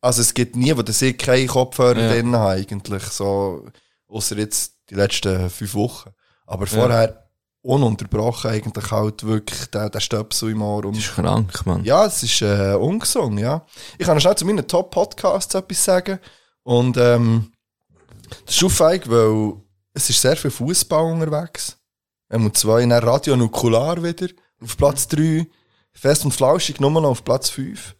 [SPEAKER 4] Also es gibt nie, wo der See keine Kopfhörer
[SPEAKER 3] Ja.
[SPEAKER 4] drin hat, eigentlich. So, außer jetzt die letzten fünf Wochen. Aber vorher ununterbrochen eigentlich halt wirklich der, der Stöpsel im Ohr.
[SPEAKER 3] Das
[SPEAKER 4] Und
[SPEAKER 3] ist krank, Mann.
[SPEAKER 4] ja, es ist äh, ungesund, ja. Ich kann noch schnell zu meinen Top-Podcasts etwas sagen. Und ähm, das ist auffällig, weil es ist sehr viel Fußball unterwegs. M2, dann Radio Nukular wieder auf Platz 3. Fest und Flauschig nur noch auf Platz 5.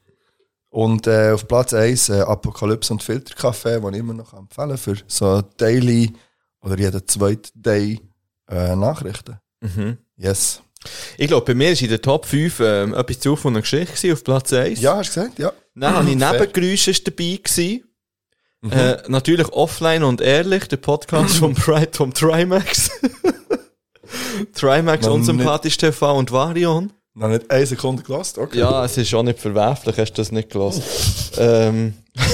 [SPEAKER 4] Und äh, auf Platz 1 äh, Apokalypse und Filterkaffee, den ich immer noch empfehlen kann für so daily oder jeden zweiten Day äh, Nachrichten.
[SPEAKER 3] Mhm.
[SPEAKER 4] Yes.
[SPEAKER 3] Ich glaube, bei mir war in der Top 5 ähm, etwas zu von einer Geschichte gewesen, auf Platz 1. Ah,
[SPEAKER 4] Ja, hast du gesagt? Ja.
[SPEAKER 3] Dann habe ich
[SPEAKER 4] Fair.
[SPEAKER 3] Nebengeräusche ist dabei gewesen. Äh, natürlich offline und ehrlich, der Podcast vom, Tri vom Trimax. Trimax,
[SPEAKER 4] Noch
[SPEAKER 3] unsympathisch TV und Varion.
[SPEAKER 4] Noch nicht eine Sekunde gelassen, okay.
[SPEAKER 3] Ja, es ist auch nicht verwerflich, hast du das nicht gelassen. ähm,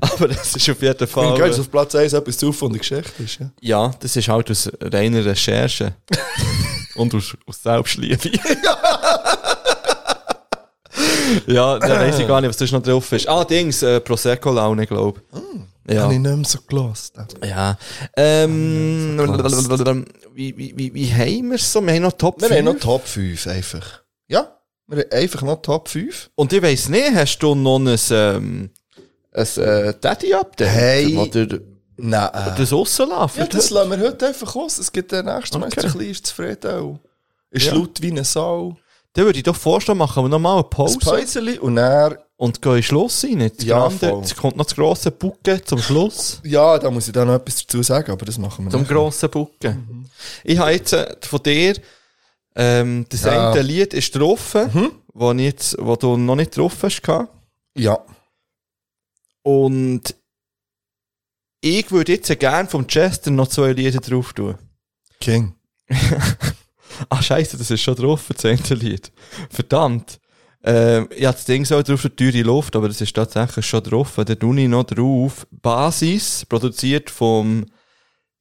[SPEAKER 3] aber es ist auf jeden
[SPEAKER 4] Ich
[SPEAKER 3] Fall.
[SPEAKER 4] bin geil, dass auf Platz 1 etwas zu von der Geschichte ist. Dus Ja.
[SPEAKER 3] Ja, das ist halt aus reiner Recherche. Und aus, aus Selbstliebe. ja, da weiß ich gar nicht, was da noch drauf ist. Ah, Dings, äh, Prosecco-Laune, glaube ich. Ja.
[SPEAKER 4] Habe Hm. ich nicht mehr so gelassen.
[SPEAKER 3] ja. Ähm,
[SPEAKER 4] Hm,
[SPEAKER 3] wie, wie, wie, wie haben wir es so? Wir haben noch Top
[SPEAKER 4] Wir
[SPEAKER 3] 5.
[SPEAKER 4] haben noch Top 5 einfach. Ja, wir haben einfach noch Top 5.
[SPEAKER 3] Und ich weiss nicht, hast du noch ein, ähm, ein
[SPEAKER 4] eh,
[SPEAKER 3] äh, Daddy-Update?
[SPEAKER 4] Hey.
[SPEAKER 3] Oder
[SPEAKER 4] Nein.
[SPEAKER 3] das Aussenlaufen?
[SPEAKER 4] Ja, das lassen wir heute einfach aus. Es gibt den nächsten
[SPEAKER 3] Okay.
[SPEAKER 4] Mal ein kleines Zufrieden. Ist
[SPEAKER 3] Ja.
[SPEAKER 4] laut wie eine Sau.
[SPEAKER 3] Dann würde ich doch vorstellen, machen wir nochmal eine
[SPEAKER 4] Ein
[SPEAKER 3] Pause.
[SPEAKER 4] Päuschen und dann...
[SPEAKER 3] Und gehen in den Schluss rein. Das
[SPEAKER 4] Ja,
[SPEAKER 3] Grande,
[SPEAKER 4] voll.
[SPEAKER 3] es kommt noch das grosse Bucke zum Schluss.
[SPEAKER 4] Ja, da muss ich dann noch etwas dazu sagen, aber das machen wir
[SPEAKER 3] Zum
[SPEAKER 4] nicht.
[SPEAKER 3] grossen Bucke. Ich habe jetzt äh, von dir, ähm, das
[SPEAKER 4] Ja.
[SPEAKER 3] eine Lied ist getroffen, wo, ich jetzt, wo du noch nicht getroffen hast. gehabt.
[SPEAKER 4] Ja.
[SPEAKER 3] Und ich würde jetzt gerne vom Chester noch zwei Lieder drauf tun.
[SPEAKER 4] King.
[SPEAKER 3] Ah, scheiße, das ist schon drauf, das zehnte Lied. Verdammt. Ähm, ich hatte das Ding so drauf, für teure Luft, aber das ist tatsächlich schon drauf. Da tue ich noch drauf. Basis, produziert vom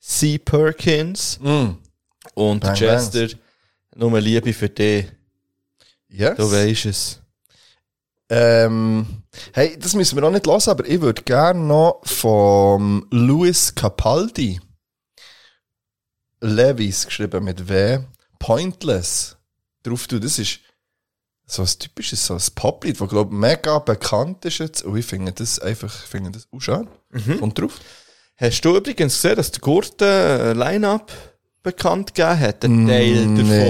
[SPEAKER 3] C. Perkins
[SPEAKER 4] Mm.
[SPEAKER 3] und
[SPEAKER 4] Bang
[SPEAKER 3] Chester. Nur Liebe für dich.
[SPEAKER 4] Yes.
[SPEAKER 3] Du weisst es.
[SPEAKER 4] Ähm, hey, das müssen wir auch nicht hören, aber ich würde gerne noch vom Louis Capaldi. Levis geschrieben mit W. Pointless. Drauf tun. Das ist so ein typisches so ein Poplied, das glaube ich mega bekannt ist jetzt. Und ich finde das einfach ich finde das auch schön.
[SPEAKER 3] Mhm.
[SPEAKER 4] Und drauf.
[SPEAKER 3] Hast du übrigens gesehen, dass der Gurten ein Line-Up bekannt gegeben hat?
[SPEAKER 4] Mm,
[SPEAKER 3] Ein Teil davon
[SPEAKER 4] Nein,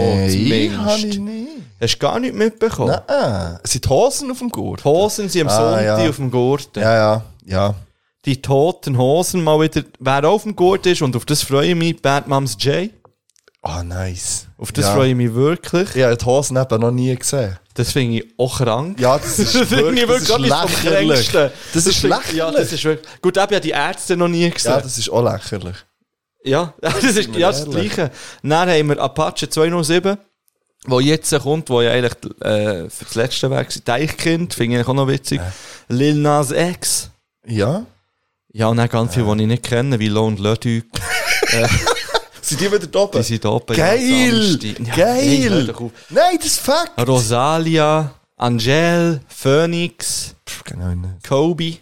[SPEAKER 4] habe ich
[SPEAKER 3] zumindest.
[SPEAKER 4] nicht.
[SPEAKER 3] Hast du gar nicht mitbekommen?
[SPEAKER 4] Nein. Sind die Hosen auf dem Gurt?
[SPEAKER 3] Die Hosen sind am
[SPEAKER 4] Ah,
[SPEAKER 3] Sonntag
[SPEAKER 4] ja.
[SPEAKER 3] auf dem Gurten.
[SPEAKER 4] Ja, ja, ja.
[SPEAKER 3] die toten Hosen mal wieder, wer auf dem Gurt ist, und auf das freue ich mich, Bad Moms J.
[SPEAKER 4] Ah, nice.
[SPEAKER 3] Auf das
[SPEAKER 4] Ja.
[SPEAKER 3] freue ich mich wirklich.
[SPEAKER 4] Ich habe die Hosen eben noch nie gesehen.
[SPEAKER 3] Das finde ich auch krank.
[SPEAKER 4] Ja, das ist
[SPEAKER 3] Das finde ich
[SPEAKER 4] wirklich, das
[SPEAKER 3] wirklich
[SPEAKER 4] ist
[SPEAKER 3] etwas vom
[SPEAKER 4] lächerlich.
[SPEAKER 3] Kränksten.
[SPEAKER 4] Das, ist
[SPEAKER 3] finde-
[SPEAKER 4] lächerlich.
[SPEAKER 3] Ja, das ist wirklich. Gut, ich habe ja die Ärzte noch nie gesehen.
[SPEAKER 4] ja, das ist auch lächerlich.
[SPEAKER 3] Ja, das ist ja, das
[SPEAKER 4] ehrlich.
[SPEAKER 3] Gleiche. Dann haben wir Apache 207, wo jetzt kommt, wo ja eigentlich äh, für das letzte Werk war. Deichkind, finde ich eigentlich auch noch witzig. Lil Nas X.
[SPEAKER 4] Ja.
[SPEAKER 3] Ja, und dann ganz viele, die ich nicht kenne, wie Lone Leduc.
[SPEAKER 4] Sind die wieder da
[SPEAKER 3] Die
[SPEAKER 4] oben?
[SPEAKER 3] sind oben.
[SPEAKER 4] Geil!
[SPEAKER 3] hey, hör
[SPEAKER 4] Geil!
[SPEAKER 3] doch auf.
[SPEAKER 4] Nein, das ist Fact!
[SPEAKER 3] Rosalia, Angel, Phoenix,
[SPEAKER 4] Pff, Genau nicht.
[SPEAKER 3] Kobe,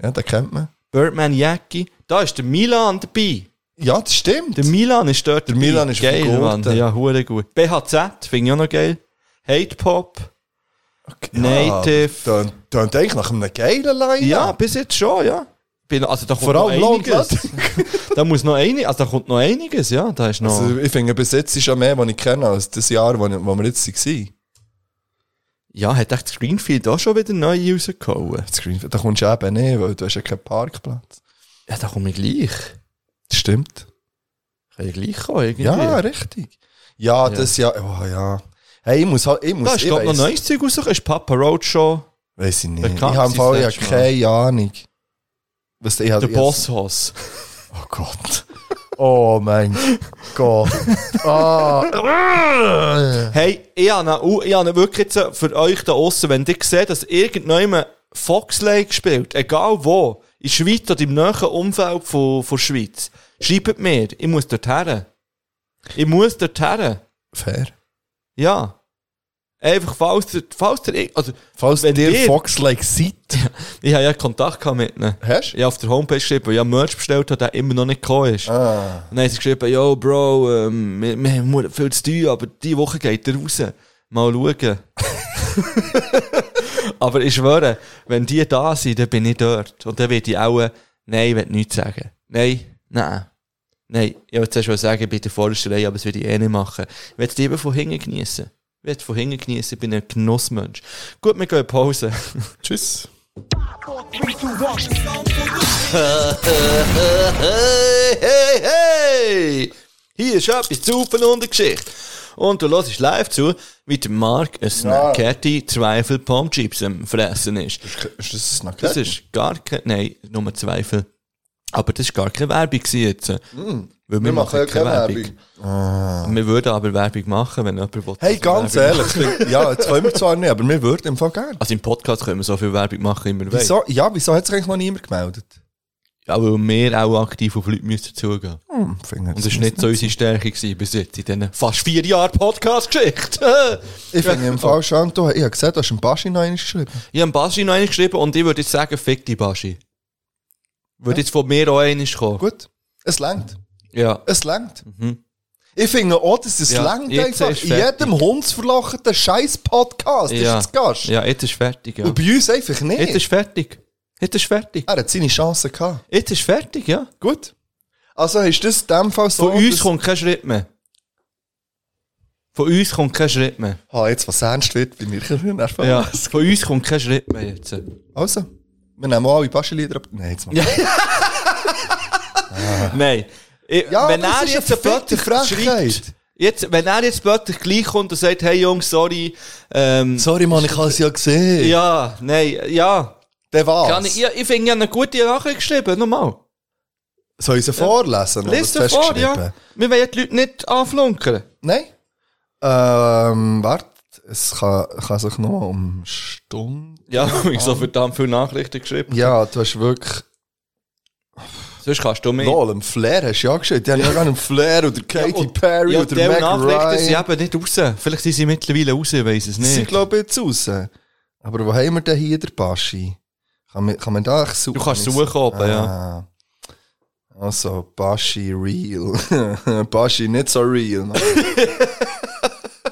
[SPEAKER 4] Ja, den kennt man.
[SPEAKER 3] Birdman Jackie. Da ist der Milan dabei.
[SPEAKER 4] Ja, das stimmt.
[SPEAKER 3] Der Milan ist dort
[SPEAKER 4] Der
[SPEAKER 3] dabei.
[SPEAKER 4] Milan ist
[SPEAKER 3] geil,
[SPEAKER 4] vom
[SPEAKER 3] Mann.
[SPEAKER 4] Gurten.
[SPEAKER 3] Ja, hure gut. BHZ, finde ich auch noch geil. Hate Pop.
[SPEAKER 4] Ja,
[SPEAKER 3] Native.
[SPEAKER 4] tönt- tönt eigentlich nach einem geilen Line.
[SPEAKER 3] Ja, bis jetzt schon, ja. Bin, also da kommt
[SPEAKER 4] Vor allem
[SPEAKER 3] noch
[SPEAKER 4] Lone
[SPEAKER 3] einiges. da muss noch einiges, also da kommt noch einiges, ja. Da ist noch.
[SPEAKER 4] Also, ich finde, bis jetzt ist ja mehr, was ich kenne, als das Jahr, wo, ich, wo wir jetzt waren.
[SPEAKER 3] ja, hat echt das Greenfield auch schon wieder neu rausgehauen.
[SPEAKER 4] Das Greenfield, Da kommst du eben nicht, weil du hast ja keinen Parkplatz.
[SPEAKER 3] Ja, da komme ich gleich.
[SPEAKER 4] Das stimmt.
[SPEAKER 3] Kann ich gleich kommen, irgendwie.
[SPEAKER 4] Ja, richtig. Ja, das ja. Oh, ja. Hey, ich muss halt. Ich muss,
[SPEAKER 3] Da ist
[SPEAKER 4] ich
[SPEAKER 3] gerade noch
[SPEAKER 4] weiss-
[SPEAKER 3] neues Zeug rausgekommen. Ist Papa Roadshow,
[SPEAKER 4] Weiß ich nicht. Ich
[SPEAKER 3] Bekannt
[SPEAKER 4] habe im Fall ja
[SPEAKER 3] ist das letzte
[SPEAKER 4] keine Ahnung. Was Also, ich
[SPEAKER 3] der
[SPEAKER 4] habe.
[SPEAKER 3] Bosshaus.
[SPEAKER 4] Oh Gott. Oh mein Gott. Ah.
[SPEAKER 3] Hey, ich habe ihn auch- ich habe ihn wirklich jetzt äh, für euch da außen, wenn ihr seht, dass irgendjemand Foxley spielt, egal wo, in der Schweiz oder im näheren Umfeld von, von Schweiz, schreibt mir, ich muss dort her. Ich muss dort her.
[SPEAKER 4] Fair.
[SPEAKER 3] Ja. Einfach, falls der, falls der, also,
[SPEAKER 4] Falls
[SPEAKER 3] Wenn
[SPEAKER 4] ihr
[SPEAKER 3] wir-
[SPEAKER 4] Fox-like seid,
[SPEAKER 3] ich habe ja Kontakt gehabt mit ihnen. Ich
[SPEAKER 4] hast
[SPEAKER 3] habe auf der Homepage geschrieben, weil ich Merch bestellt habe, der immer noch nicht gekommen ist.
[SPEAKER 4] Ah.
[SPEAKER 3] Und dann haben sie geschrieben, yo, Bro, ähm, wir, wir haben verdammt viel zu tun, aber diese Woche geht er raus. Mal schauen. aber ich schwöre, wenn die da sind, dann bin ich dort. Und dann werde ich auch, äh, nein, ich will nichts sagen. Nein, nein. Nein, ich wollte zuerst schon sagen, bitte vorderste Reihe, aber das würde ich eh nicht machen. Ich werde es lieber von hinten geniessen. Ich werde von hinten geniessen, ich bin ein Genussmensch. Gut, wir gehen in Pause.
[SPEAKER 4] Tschüss.
[SPEAKER 3] hey, hey, hey! Hier ist etwas zu und eine Geschichte. Und du hörst live zu, wie der Mark ein
[SPEAKER 4] Ja.
[SPEAKER 3] Snacketti Zweifel Pumpchips am Fressen ist.
[SPEAKER 4] Ist das ein Snacketti?
[SPEAKER 3] Das ist gar kein, nein, nur Zweifel. Aber das war gar keine Werbung gewesen jetzt.
[SPEAKER 4] Mm.
[SPEAKER 3] Weil wir,
[SPEAKER 4] Wir
[SPEAKER 3] machen ja keine Werbung.
[SPEAKER 4] Ah.
[SPEAKER 3] Wir würden aber Werbung machen, wenn jemand will.
[SPEAKER 4] Hey,
[SPEAKER 3] dass wir
[SPEAKER 4] ganz
[SPEAKER 3] Werbung
[SPEAKER 4] ehrlich,
[SPEAKER 3] machen.
[SPEAKER 4] ja, jetzt können wir zwar nicht, aber wir würden im Fall gerne.
[SPEAKER 3] Also im Podcast können wir so viel Werbung machen, wie wir wollen.
[SPEAKER 4] Wieso, ja, wieso hat sich eigentlich noch niemand gemeldet?
[SPEAKER 3] Ja, weil wir auch aktiv auf Leute müssen zugehen
[SPEAKER 4] Hm, finde
[SPEAKER 3] Und
[SPEAKER 4] jetzt
[SPEAKER 3] Oh, das war
[SPEAKER 4] nicht
[SPEAKER 3] nicht so unsere Stärke gewesen bis jetzt in diesen fast vier Jahren Podcast-Geschichte.
[SPEAKER 4] Ich finde im Fall schon, du, ich habe gesehen, du hast einen Baschi noch eins geschrieben.
[SPEAKER 3] Ich habe Baschi noch einen geschrieben und ich würde jetzt sagen, fick die Baschi. Würde jetzt von mir auch einen kommen.
[SPEAKER 4] Gut, es langt.
[SPEAKER 3] Ja.
[SPEAKER 4] Es langt.
[SPEAKER 3] Mhm.
[SPEAKER 4] Ich finde auch, dass es
[SPEAKER 3] Ja,
[SPEAKER 4] langt
[SPEAKER 3] jetzt
[SPEAKER 4] einfach.
[SPEAKER 3] ist
[SPEAKER 4] In
[SPEAKER 3] fertig.
[SPEAKER 4] jedem hundsverlochenden Scheiß-Podcast
[SPEAKER 3] ja.
[SPEAKER 4] ist es Gast.
[SPEAKER 3] Ja, jetzt ist fertig. Ja.
[SPEAKER 4] Und bei uns einfach nicht.
[SPEAKER 3] Jetzt ist fertig. Jetzt ist fertig.
[SPEAKER 4] Er hat seine Chance gehabt.
[SPEAKER 3] Jetzt ist fertig, ja.
[SPEAKER 4] Gut. Also ist das in dem Fall so.
[SPEAKER 3] Von uns
[SPEAKER 4] dass-
[SPEAKER 3] kommt kein Schritt mehr. Von uns kommt kein Schritt mehr.
[SPEAKER 4] Ah, jetzt, was ernst wird, bin ich nervös.
[SPEAKER 3] Ja, von uns kommt kein Schritt mehr jetzt.
[SPEAKER 4] Also, wir nehmen alle Baschi-Lieder ab. Nein, jetzt mal. Ja,
[SPEAKER 3] Nein. Ich,
[SPEAKER 4] Ja,
[SPEAKER 3] wenn
[SPEAKER 4] aber
[SPEAKER 3] er
[SPEAKER 4] es ist
[SPEAKER 3] jetzt
[SPEAKER 4] eine verfickte
[SPEAKER 3] plötzlich
[SPEAKER 4] Frechheit.
[SPEAKER 3] schreibt, jetzt, wenn er jetzt plötzlich gleich kommt und sagt, hey Jungs, sorry, ähm,
[SPEAKER 4] Sorry, Mann, ich habe es ja gesehen.
[SPEAKER 3] ja, nein, ja.
[SPEAKER 4] Der war's.
[SPEAKER 3] Kann ich, ja, ich finde, ich habe eine gute Nachricht geschrieben, nochmal.
[SPEAKER 4] Soll ich sie vorlesen? oder
[SPEAKER 3] Lies
[SPEAKER 4] was hast du
[SPEAKER 3] vor, ja.
[SPEAKER 4] geschrieben?
[SPEAKER 3] Wir wollen die Leute nicht anflunkern.
[SPEAKER 4] Nein. Ähm, warte, es kann, kann sich noch um Stunden.
[SPEAKER 3] Ja, weil ich so verdammt viele Nachrichten geschrieben
[SPEAKER 4] Ja, du hast wirklich.
[SPEAKER 3] Sonst kannst du mich.
[SPEAKER 4] Lol, im Flair hast du ja geschrieben. Die haben ja gar einen Flair oder Katy
[SPEAKER 3] und-
[SPEAKER 4] Perry
[SPEAKER 3] Ja,
[SPEAKER 4] oder
[SPEAKER 3] die
[SPEAKER 4] Mac
[SPEAKER 3] Nachrichten sind
[SPEAKER 4] Ryan.
[SPEAKER 3] eben nicht raus. Vielleicht sind sie mittlerweile raus, ich weiß es
[SPEAKER 4] Sie
[SPEAKER 3] nicht.
[SPEAKER 4] glaube ich jetzt raus. Aber wo haben wir denn hier den Baschi? Kann man, kann man da echt suchen?
[SPEAKER 3] Du kannst suchen oben,
[SPEAKER 4] ja. Also, Baschi real. Baschi nicht so real. Mann.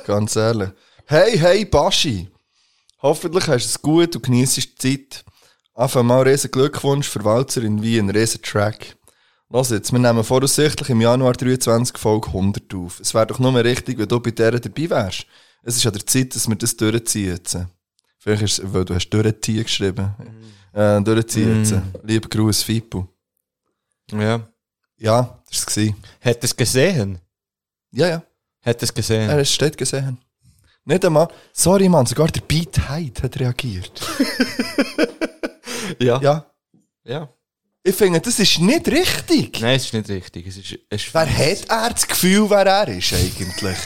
[SPEAKER 4] Ganz ehrlich. Hey, hey, Baschi. Hoffentlich hast du es gut und genießt die Zeit. Auf einmal riesen Glückwunsch für Walzer in Wien, riesen Track. Los jetzt, wir nehmen voraussichtlich im Januar 23 Folge 100 auf. Es wäre doch nur richtig, wenn du bei der dabei wärst. Es ist an der Zeit, dass wir das durchziehen jetzt. Vielleicht ist es, weil du hast durchziehen geschrieben. Äh, durchziehen jetzt. Lieber Gruß, Fipu.
[SPEAKER 3] Ja.
[SPEAKER 4] Ja, das war es.
[SPEAKER 3] Hat er es gesehen?
[SPEAKER 4] Ja, ja.
[SPEAKER 3] Hat er es gesehen?
[SPEAKER 4] Er hat es steht gesehen. Nicht einmal, sorry Mann, sogar der Beat Hyde hat reagiert.
[SPEAKER 3] Ja. ja.
[SPEAKER 4] Ja. Ich finde, das ist nicht richtig.
[SPEAKER 3] Nein, es ist nicht richtig. Es ist, es ist
[SPEAKER 4] Wer hat er das Gefühl, wer er ist eigentlich?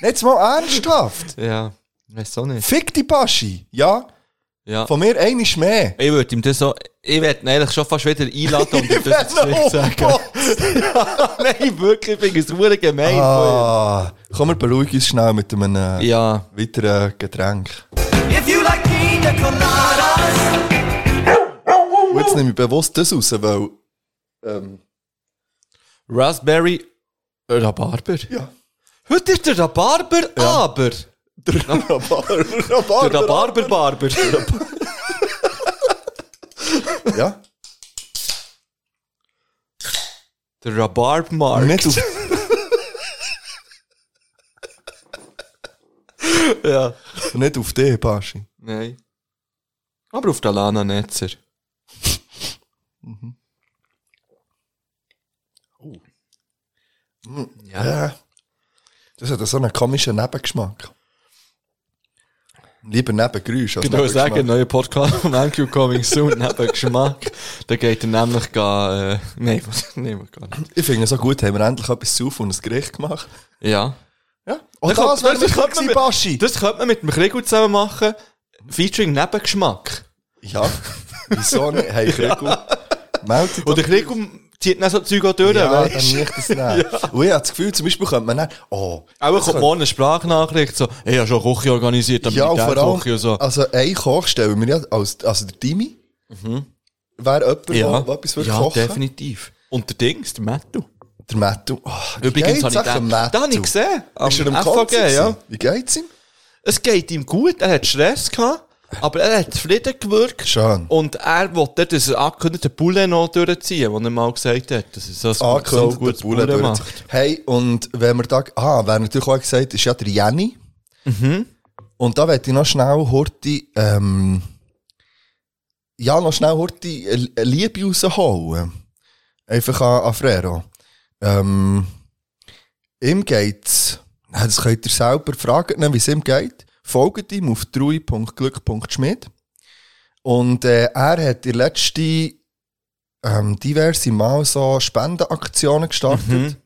[SPEAKER 4] Jetzt mal ernsthaft.
[SPEAKER 3] Ja. Weiß auch nicht.
[SPEAKER 4] Fick die Baschi. Ja,
[SPEAKER 3] Ja.
[SPEAKER 4] von mir einisch mehr.
[SPEAKER 3] Ich würde ihm das so, ich werde ihn eigentlich schon fast wieder einladen und ihm das ins
[SPEAKER 4] werd ihn
[SPEAKER 3] Gesicht sagen. Nein, wirklich, ich finde es verdammt gemein von
[SPEAKER 4] Ah, komm, wir beruhigen uns schnell mit einem
[SPEAKER 3] ihm.
[SPEAKER 4] äh,
[SPEAKER 3] Ja.
[SPEAKER 4] weiteren Getränk.
[SPEAKER 6] If you like pina coladas,
[SPEAKER 4] Und jetzt nehme ich bewusst das raus, weil... Ähm,
[SPEAKER 3] Raspberry Rhabarber.
[SPEAKER 4] ja.
[SPEAKER 3] Heute ist der Rhabarber, aber.
[SPEAKER 4] Der Rhabarber. Rhabarber.
[SPEAKER 3] Der Rhabarber-Barber.
[SPEAKER 4] Ja.
[SPEAKER 3] der Rhabarb-Mark.
[SPEAKER 4] Nicht auf...
[SPEAKER 3] Ja.
[SPEAKER 4] Nicht auf dich, Baschi.
[SPEAKER 3] Nein. Aber auf der Lana Netzer.
[SPEAKER 4] Ja. Das hat so einen komischen Nebengeschmack. Lieber Nebengeräusch als
[SPEAKER 3] Ich würde sagen,
[SPEAKER 4] Nebengeschmack.
[SPEAKER 3] neuer Podcast von MQ Coming Soon, neben Geschmack. Da geht er nämlich gar, äh, nein, was, nehmen wir gar nicht.
[SPEAKER 4] Ich finde es so gut, haben wir endlich etwas zu und ein Gericht gemacht.
[SPEAKER 3] Ja.
[SPEAKER 4] Ja. Und
[SPEAKER 3] Dann kommt-
[SPEAKER 4] das wäre
[SPEAKER 3] das
[SPEAKER 4] wirklich
[SPEAKER 3] könnte man
[SPEAKER 4] gewesen,
[SPEAKER 3] mit-
[SPEAKER 4] Baschi.
[SPEAKER 3] Das könnte man mit dem Kriegel zusammen machen. Featuring Nebengeschmack.
[SPEAKER 4] Ja. Wieso nicht? Hey, Kriegel. Meld dich
[SPEAKER 3] Und der Kriegel zieht dann so Zeug auch durch,
[SPEAKER 4] Ja, dann
[SPEAKER 3] weißt du?
[SPEAKER 4] nicht das nehmen. Und ich habe das Gefühl, zum Beispiel könnte man dann, oh,
[SPEAKER 3] Auch kommt morgen eine Sprachnachricht, so, ich habe schon Küche organisiert,
[SPEAKER 4] ja, und vor allem,
[SPEAKER 3] Militärküche und so.
[SPEAKER 4] also ein Koch stellen wir ja, als, also der Timmy, wäre jemand,
[SPEAKER 3] Mhm. Ja,
[SPEAKER 4] der etwas würde
[SPEAKER 3] ja
[SPEAKER 4] kochen.
[SPEAKER 3] definitiv. Und der Dings, der Mattu.
[SPEAKER 4] Der Mattu. Oh, wie
[SPEAKER 3] Übrigens
[SPEAKER 4] geht's
[SPEAKER 3] habe ich
[SPEAKER 4] eigentlich
[SPEAKER 3] den,
[SPEAKER 4] dem
[SPEAKER 3] da habe ich
[SPEAKER 4] Mattu?
[SPEAKER 3] gesehen. Am
[SPEAKER 4] Ist er im
[SPEAKER 3] FAG,
[SPEAKER 4] Konzert?
[SPEAKER 3] ja.
[SPEAKER 4] Wie geht's ihm?
[SPEAKER 3] Es geht ihm gut, er hat Stress gehabt, aber er hat zufrieden gewirkt.
[SPEAKER 4] Schön.
[SPEAKER 3] Und er wollte das angekündigte Bulle noch durchziehen, was er mal gesagt hat. Das ist so ein so
[SPEAKER 4] Angekündigt,
[SPEAKER 3] gutes
[SPEAKER 4] der Bulle
[SPEAKER 3] Bulle
[SPEAKER 4] durch.
[SPEAKER 3] macht.
[SPEAKER 4] Hey, und wenn wir da, ah, wer natürlich auch gesagt ist ja der Jenny.
[SPEAKER 3] Mhm.
[SPEAKER 4] Und da werde ich noch schnell Horti, ähm, ja, noch schnell Horti äh, Liebe rausholen. Einfach an, an Frero. Ähm, ihm geht's, Ja, das könnt ihr selber fragen, wie es ihm geht. Folgt ihm auf trui.glück.schmidt. Und äh, er hat die letzte ähm, diverse Mal so Spendenaktionen gestartet.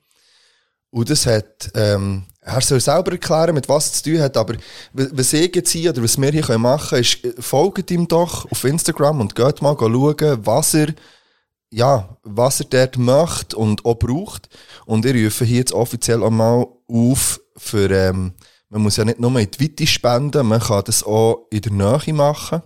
[SPEAKER 4] Und das hat, ähm, er soll selber erklären, mit was es zu tun hat, aber w- was ich jetzt hier oder was wir hier können machen können, ist, äh, folgt ihm doch auf Instagram und geht mal schauen, was er, ja, was er dort möchte und auch braucht. Und ich rufe hier jetzt offiziell einmal auf für, ähm, man muss ja nicht nur in die Weite spenden, man kann das auch in der Nähe machen.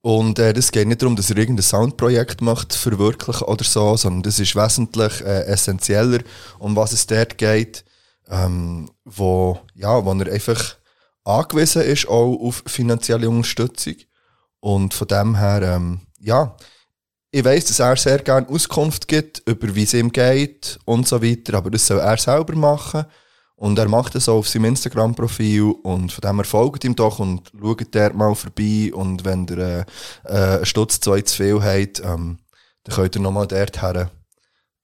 [SPEAKER 4] Und äh, das geht nicht darum, dass er irgendein Soundprojekt macht, verwirklichen oder so, sondern das ist wesentlich äh, essentieller, um was es dort geht, ähm, wo, ja, wo er einfach angewiesen ist, auch auf finanzielle Unterstützung. Und von dem her, ähm, ja, ich weiß, dass er sehr gerne Auskunft gibt, über wie es ihm geht und so weiter, aber das soll er selber machen. Und er macht das auch auf seinem Instagram-Profil und von dem her folgt ihm doch und schaut dort mal vorbei und wenn ihr äh, äh, einen Stutz, zwei zu viel habt, ähm, dann könnt ihr nochmal dort her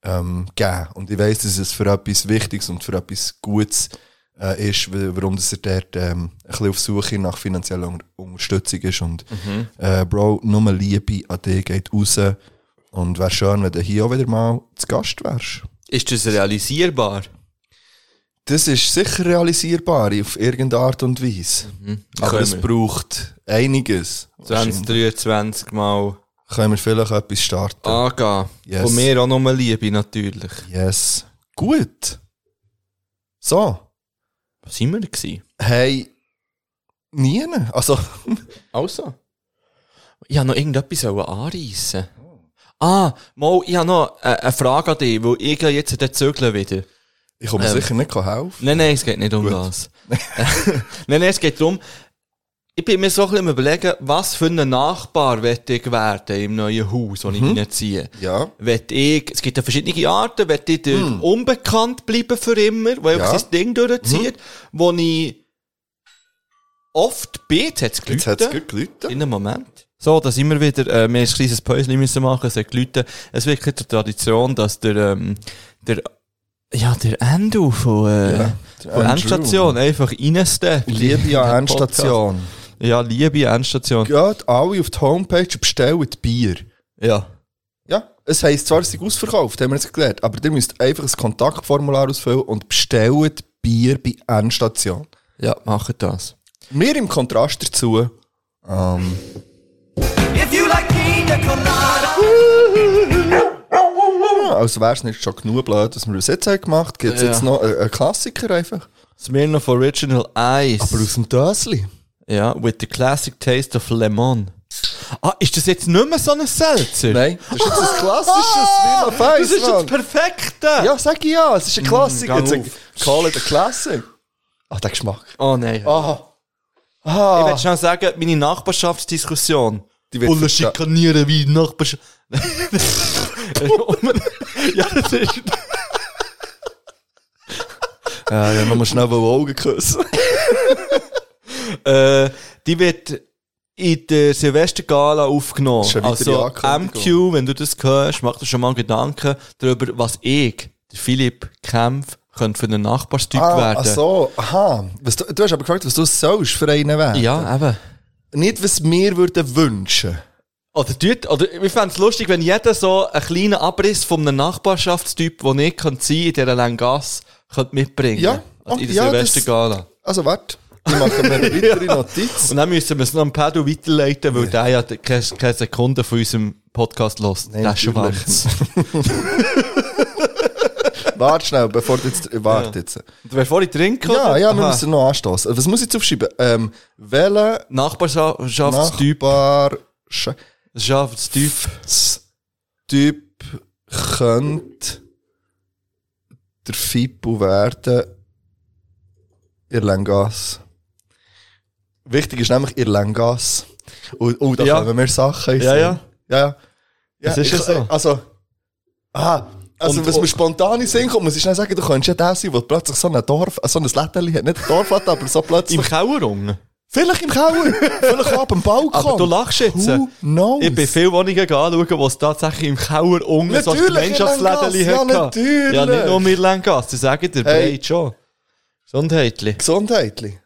[SPEAKER 4] ähm, geben. Und ich weiss, dass es für etwas Wichtiges und für etwas Gutes äh, ist, wa- warum dass er dort ähm, ein bisschen auf Suche nach finanzieller Un Unterstützung ist und
[SPEAKER 3] Mhm.
[SPEAKER 4] äh, Bro, nur Liebe an dich geht raus und wäre schön, wenn du hier auch wieder mal zu Gast wärst.
[SPEAKER 3] Ist das realisierbar?
[SPEAKER 4] Das ist sicher realisierbar auf irgendeine Art und Weise. Aber
[SPEAKER 3] Mhm. Können
[SPEAKER 4] es
[SPEAKER 3] wir.
[SPEAKER 4] braucht einiges.
[SPEAKER 3] 2023 mal
[SPEAKER 4] Können wir vielleicht etwas starten?
[SPEAKER 3] Ah. angehen.
[SPEAKER 4] Yes.
[SPEAKER 3] Und mir auch nochmal Liebe natürlich.
[SPEAKER 4] Yes. Gut. So.
[SPEAKER 3] Was sind wir gewesen?
[SPEAKER 4] Hey, nie. Also.
[SPEAKER 3] Also. Ich habe noch irgendetwas wollen anreissen. Ah, mal, ich habe noch äh, eine Frage an dich, weil ich gehe jetzt dort zügeln wieder.
[SPEAKER 4] Ich
[SPEAKER 3] Ähm.
[SPEAKER 4] komme sicher nicht helfen.
[SPEAKER 3] Nein, nein, es geht nicht um das. nein, nein, es geht darum, ich bin mir so ein bisschen am überlegen, was für ein Nachbar möchte ich werden im neuen Haus, das ich hineinziehe.
[SPEAKER 4] Ja.
[SPEAKER 3] Möchte ich, es gibt ja verschiedene Arten, möchte ich der unbekannt bleiben für immer, weil
[SPEAKER 4] Ja.
[SPEAKER 3] einfach sein Ding durchzieht, wo ich oft bin, jetzt hat es
[SPEAKER 4] Jetzt hat es gut geläutet.
[SPEAKER 3] in einem Moment. So, da sind wir wieder. Äh, wir haben ein kleines Päuschen müssen machen, es hat Leute. Es ist wirklich die Tradition, dass der, ähm, der, ja, der Endo von, äh,
[SPEAKER 4] der
[SPEAKER 3] von
[SPEAKER 4] Andrew.
[SPEAKER 3] Endstation einfach reinsteppt.
[SPEAKER 4] Liebe an
[SPEAKER 3] In den Podcast.
[SPEAKER 4] Endstation.
[SPEAKER 3] Ja, Liebe Endstation.
[SPEAKER 4] Geht alle auf die Homepage und bestellt Bier.
[SPEAKER 3] Ja.
[SPEAKER 4] Ja, es heisst zwar, es ist ausverkauft, haben wir jetzt gelernt, aber ihr müsst einfach ein Kontaktformular ausfüllen und bestellt Bier bei Endstation.
[SPEAKER 3] Ja, macht das.
[SPEAKER 4] Wir im Kontrast dazu. Ähm,
[SPEAKER 11] If you like pina colada,
[SPEAKER 4] ja, also wäre es nicht schon genug blöd, dass wir das jetzt haben gemacht Gibt es
[SPEAKER 3] Ja.
[SPEAKER 4] jetzt noch einen einen Klassiker einfach?
[SPEAKER 3] Smirnoff Original Ice.
[SPEAKER 4] Aber aus dem Dösli.
[SPEAKER 3] ja, with the classic taste of lemon. Ah, ist das jetzt nicht mehr so ein Seltzer?
[SPEAKER 4] Nein, das ist jetzt ein klassisches Villa
[SPEAKER 3] Ah! Das ist
[SPEAKER 4] Feis,
[SPEAKER 3] das
[SPEAKER 4] Mann.
[SPEAKER 3] Perfekte!
[SPEAKER 4] Ja, sag ich ja, es ist ein Klassiker.
[SPEAKER 3] gang
[SPEAKER 4] Jetzt
[SPEAKER 3] auf.
[SPEAKER 4] ein- Call it a Classic. Ah. Ach, Ah, der Geschmack.
[SPEAKER 3] Oh nein.
[SPEAKER 4] Aha.
[SPEAKER 3] Ich
[SPEAKER 4] Aha.
[SPEAKER 3] will schnell sagen, meine Nachbarschaftsdiskussion.
[SPEAKER 4] Ah. Die wird
[SPEAKER 3] Bullen
[SPEAKER 4] versta-
[SPEAKER 3] schikanieren wie Nachbarschaft. ja, das ist.
[SPEAKER 4] Ja, ja, man muss schnell die Augen küssen.
[SPEAKER 3] Äh, die wird in der Silvestergala aufgenommen.
[SPEAKER 4] Schon wieder die
[SPEAKER 3] Also
[SPEAKER 4] Ankündigung.
[SPEAKER 3] MQ, wenn du das hörst, mach dir schon mal Gedanken darüber, was ich, der Philipp Kempf, könnte für einen Nachbarstyp
[SPEAKER 4] Ah,
[SPEAKER 3] werden.
[SPEAKER 4] ach so, aha. Was, du, du hast aber gefragt, was du sollst für einen werden.
[SPEAKER 3] Ja, eben.
[SPEAKER 4] Nicht, was wir würden wünschen.
[SPEAKER 3] Oder, tut, oder ich fände es lustig, wenn jeder so einen kleinen Abriss von einem Nachbarschaftstyp, den ich kann sein in dieser Langasse, könnte mitbringen
[SPEAKER 4] Ja,
[SPEAKER 3] Also in der
[SPEAKER 4] ja, das-
[SPEAKER 3] Silvestergala.
[SPEAKER 4] Also, warte. Ich mache mir eine weitere Notiz.
[SPEAKER 3] Und dann müssen wir es noch am Pedro weiterleiten, weil der ja keine, keine Sekunde von unserem Podcast hört.
[SPEAKER 4] Nein,
[SPEAKER 3] Der ist schon
[SPEAKER 4] natürlich.
[SPEAKER 3] Wanz.
[SPEAKER 4] Warte schnell, bevor du jetzt... äh, Warte jetzt.
[SPEAKER 3] Und Bevor ich trinke,
[SPEAKER 4] Ja,
[SPEAKER 3] oder?
[SPEAKER 4] ja, wir
[SPEAKER 3] Aha.
[SPEAKER 4] müssen noch anstoßen. Was muss ich jetzt aufschreiben? Ähm, welchen
[SPEAKER 3] Nachbarschaftstyp
[SPEAKER 4] Nachbarschafts-
[SPEAKER 3] Schaftstyp.
[SPEAKER 4] Typ könnte der Fippo werden in Langas. Wichtig ist nämlich in Langas. Und oh, da
[SPEAKER 3] Ja.
[SPEAKER 4] kommen mehr Sachen. in
[SPEAKER 3] Ja,
[SPEAKER 4] Sinn.
[SPEAKER 3] ja.
[SPEAKER 4] ja, ja. ja
[SPEAKER 3] Es ist ja so.
[SPEAKER 4] Also, ah, also
[SPEAKER 3] Und-
[SPEAKER 4] was mir spontan in den Sinn kommt, muss ich schnell sagen, du könntest ja der sein, der plötzlich so ein Dorf, so ein Lädeli hat. Nicht ein Dorfladen, aber so plötzlich...
[SPEAKER 3] Im Kauerung.
[SPEAKER 4] vielleicht im Keller, vielleicht auch auf dem Balkon.
[SPEAKER 3] Aber du lachst jetzt.
[SPEAKER 4] Who knows?
[SPEAKER 3] Ich bin viel Wohnungen anschauen, wo es tatsächlich im Keller unten so ein
[SPEAKER 4] Natürlich, in
[SPEAKER 3] Gemeinschaftslädeli
[SPEAKER 4] Langasse, ja,
[SPEAKER 3] hat. gehabt.
[SPEAKER 4] natürlich.
[SPEAKER 3] Ja, nicht nur mit Langasse, das sagen dir
[SPEAKER 4] Hey.
[SPEAKER 3] breit schon. Gesundheitli.
[SPEAKER 4] Gesundheitli.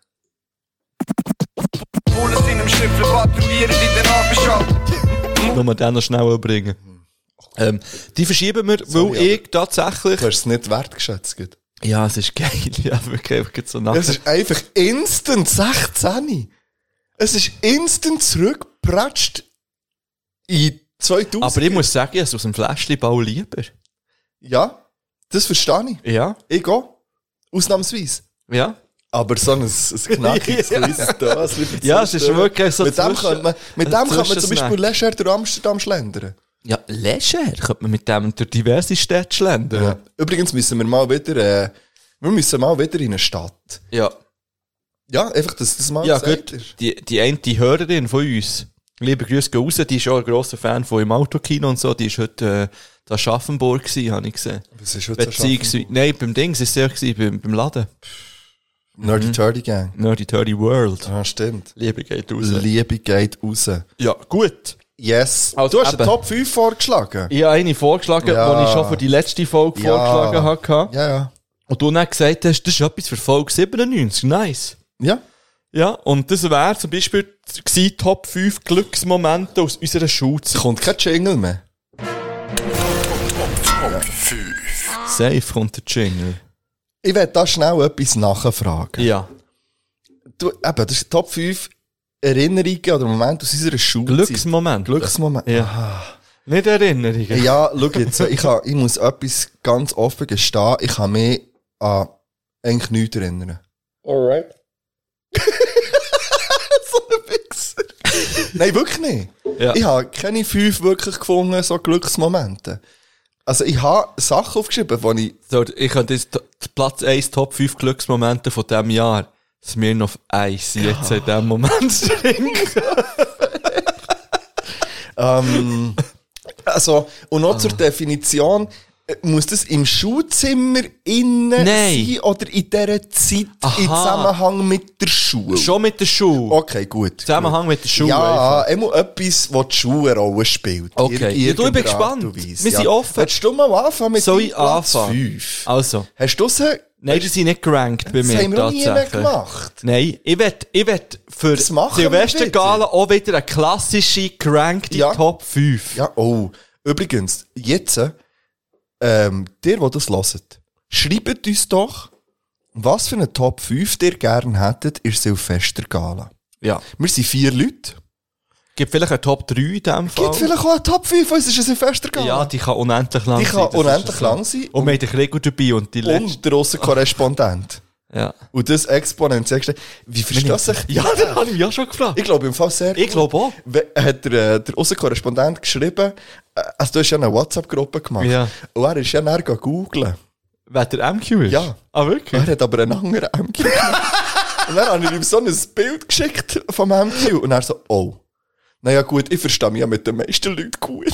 [SPEAKER 11] Bullen in einem Schnüffel patrouillieren in der Abendschalt.
[SPEAKER 3] Nur den noch schnell bringen. Ähm, die verschieben wir, weil ich tatsächlich...
[SPEAKER 4] Du hast es nicht wertgeschätzt. gut.
[SPEAKER 3] Ja, es ist geil. Ja, wirklich einfach so nachher.
[SPEAKER 4] Es ist einfach instant 16. Es ist instant zurückgepratscht in 2000.
[SPEAKER 3] Aber ich muss sagen, ich hab's aus dem Fläschchenbau lieber.
[SPEAKER 4] Ja, das verstehe ich.
[SPEAKER 3] Ja.
[SPEAKER 4] Ich auch. Ausnahmsweise.
[SPEAKER 3] Ja.
[SPEAKER 4] Aber so ein, ein knackiges
[SPEAKER 3] Ja.
[SPEAKER 4] kleines Döschen. mit
[SPEAKER 3] Ja, es ist
[SPEAKER 4] Zwischendurch.
[SPEAKER 3] wirklich so
[SPEAKER 4] Mit dem
[SPEAKER 3] zwischen-
[SPEAKER 4] könnte man, mit dem könnte man zum
[SPEAKER 3] Zwischensnack.
[SPEAKER 4] Beispiel leger durch Amsterdam schlendern.
[SPEAKER 3] Ja, leger könnte man mit dem durch diverse Städte schlendern.
[SPEAKER 4] Ja. Übrigens müssen wir mal wieder, äh, wir müssen mal wieder in eine Stadt.
[SPEAKER 3] Ja.
[SPEAKER 4] Ja, einfach, dass das mal
[SPEAKER 3] Ja,
[SPEAKER 4] gesagt
[SPEAKER 3] gut.
[SPEAKER 4] ist.
[SPEAKER 3] Die, die eine die Hörerin von uns, liebe Grüße gehen raus, die ist auch ein grosser Fan von im Autokino und so, die ist heute äh, in Schaffenburg gewesen, habe ich gesehen.
[SPEAKER 4] Was ist heute
[SPEAKER 3] Beziehungsweise, nein, beim Dings ist sie auch gewesen, beim, beim Laden.
[SPEAKER 4] Nerdy Turdy Gang.
[SPEAKER 3] Nerdy Dirty World.
[SPEAKER 4] Ah, stimmt.
[SPEAKER 3] Liebe geht raus.
[SPEAKER 4] Liebe geht raus.
[SPEAKER 3] ja, gut.
[SPEAKER 4] Yes.
[SPEAKER 3] Also
[SPEAKER 4] du hast
[SPEAKER 3] eben.
[SPEAKER 4] eine Top 5 vorgeschlagen.
[SPEAKER 3] Ich habe eine vorgeschlagen,
[SPEAKER 4] Ja.
[SPEAKER 3] die ich schon für die letzte Folge
[SPEAKER 4] Ja.
[SPEAKER 3] vorgeschlagen habe.
[SPEAKER 4] Ja, ja.
[SPEAKER 3] Und du dann gesagt hast, das ist etwas für Folge 97. Nice.
[SPEAKER 4] Ja.
[SPEAKER 3] Ja, und das wäre zum Beispiel gewesen, Top 5 Glücksmomente aus unserer Schulzeit.
[SPEAKER 4] Kommt kein Jingle mehr.
[SPEAKER 3] Safe kommt der Jingle.
[SPEAKER 4] Ich werde da schnell etwas nachfragen.
[SPEAKER 3] Ja.
[SPEAKER 4] Du, eben, das ist die Top 5 Erinnerungen oder Momente aus unserer Schule.
[SPEAKER 3] Glücksmoment.
[SPEAKER 4] Glücksmoment.
[SPEAKER 3] Ja. Ah. genau. Nicht Erinnerungen.
[SPEAKER 4] Ja, schau jetzt, ich, kann, ich muss etwas ganz offen gestehen. Ich kann mich an eigentlich nichts erinnern. Alright. so ein Wichser. Nein, wirklich nicht.
[SPEAKER 3] Ja.
[SPEAKER 4] Ich habe keine fünf wirklich gefunden, so Glücksmomente. Also ich habe Sachen aufgeschrieben, die ich...
[SPEAKER 3] So, ich habe jetzt t- Platz 1 Top 5 Glücksmomente von diesem Jahr. Smirnoff Eis jetzt in diesem Moment trinken.
[SPEAKER 4] Ähm, also, und
[SPEAKER 3] Ah.
[SPEAKER 4] noch zur Definition, äh, muss das im Schulzimmer innen
[SPEAKER 3] Nein.
[SPEAKER 4] sein oder in dieser Zeit
[SPEAKER 3] Aha.
[SPEAKER 4] im Zusammenhang mit der Schule?
[SPEAKER 3] Schon mit der Schule.
[SPEAKER 4] Okay, gut.
[SPEAKER 3] Zusammenhang mit der Schule.
[SPEAKER 4] Ja, immer etwas, wo die Schule eine Rolle spielt.
[SPEAKER 3] Okay.
[SPEAKER 4] Ir-
[SPEAKER 3] Ja, du, ich bin
[SPEAKER 4] irgendeiner
[SPEAKER 3] gespannt.
[SPEAKER 4] Art und Weise.
[SPEAKER 3] Wir sind offen.
[SPEAKER 4] Willst du mal anfangen mit
[SPEAKER 3] Soll
[SPEAKER 4] deinem
[SPEAKER 3] ich
[SPEAKER 4] Platz
[SPEAKER 3] anfangen?
[SPEAKER 4] fünf?
[SPEAKER 3] Also,
[SPEAKER 4] Hast du sie?
[SPEAKER 3] nein, die sind nicht gerankt bei
[SPEAKER 4] Das
[SPEAKER 3] mir.
[SPEAKER 4] haben wir noch nie mehr
[SPEAKER 3] tatsächlich.
[SPEAKER 4] gemacht.
[SPEAKER 3] Nein, ich will, ich will für
[SPEAKER 4] Das machen wir
[SPEAKER 3] Silvestergala auch wieder eine klassische, gerankte
[SPEAKER 4] Ja.
[SPEAKER 3] Top 5.
[SPEAKER 4] Ja, oh. Übrigens, jetzt, ähm, dir, die das hört, schreibt uns doch, was für eine Top 5 ihr gerne hättet in der Silvestergala.
[SPEAKER 3] Ja.
[SPEAKER 4] Wir sind vier Leute.
[SPEAKER 3] Gibt vielleicht eine Top 3 in diesem Fall?
[SPEAKER 4] Gibt vielleicht auch eine Top 5 uns in der Silvestergala?
[SPEAKER 3] ja, die kann unendlich lang
[SPEAKER 4] Die
[SPEAKER 3] sein.
[SPEAKER 4] kann
[SPEAKER 3] das ist
[SPEAKER 4] unendlich
[SPEAKER 3] es.
[SPEAKER 4] lang sein.
[SPEAKER 3] Und wir haben den Gregor dabei und die letzte.
[SPEAKER 4] Und der Russenkorrespondent.
[SPEAKER 3] Ja.
[SPEAKER 4] Und das exponentiell gestiegen. Wie versteht sich?
[SPEAKER 3] Ja, den habe ich mich auch schon gefragt.
[SPEAKER 4] Ich glaube im Fall sehr.
[SPEAKER 3] Ich glaube auch.
[SPEAKER 4] We- Hat der, äh, der Außenkorrespondent geschrieben, äh, also du hast ja eine WhatsApp-Gruppe gemacht.
[SPEAKER 3] Ja.
[SPEAKER 4] Und er ist ja näher googeln.
[SPEAKER 3] Wer der MQ ist?
[SPEAKER 4] Ja.
[SPEAKER 3] Ah, wirklich?
[SPEAKER 4] Er hat aber einen anderen MQ gemacht. Und dann habe ich ihm so ein Bild geschickt vom MQ. Und er so, oh. Naja gut, ich verstehe mich ja mit den meisten Leuten gut.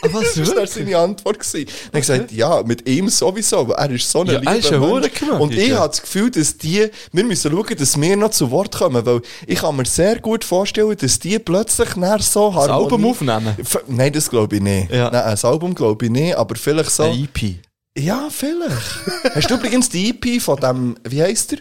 [SPEAKER 3] Ah, was,
[SPEAKER 4] das war dann
[SPEAKER 3] wirklich?
[SPEAKER 4] seine Antwort. gewesen. Dann habe ich gesagt, ja, mit ihm sowieso, aber er ist so ein
[SPEAKER 3] Ja,
[SPEAKER 4] lieber
[SPEAKER 3] er ist ein
[SPEAKER 4] Mensch.
[SPEAKER 3] Hurengemüt,
[SPEAKER 4] Und ich
[SPEAKER 3] ja.
[SPEAKER 4] habe das Gefühl, dass die, wir müssen schauen, dass wir noch zu Wort kommen, weil ich kann mir sehr gut vorstellen, dass die plötzlich nach so
[SPEAKER 3] Das
[SPEAKER 4] Harmonie-
[SPEAKER 3] Album aufnehmen.
[SPEAKER 4] F- Nein, das glaube ich nicht.
[SPEAKER 3] Ja.
[SPEAKER 4] Nein, das Album glaube ich nicht, aber vielleicht so...
[SPEAKER 3] Ein EP.
[SPEAKER 4] Ja, vielleicht. hast du übrigens die EP von dem, wie heisst der,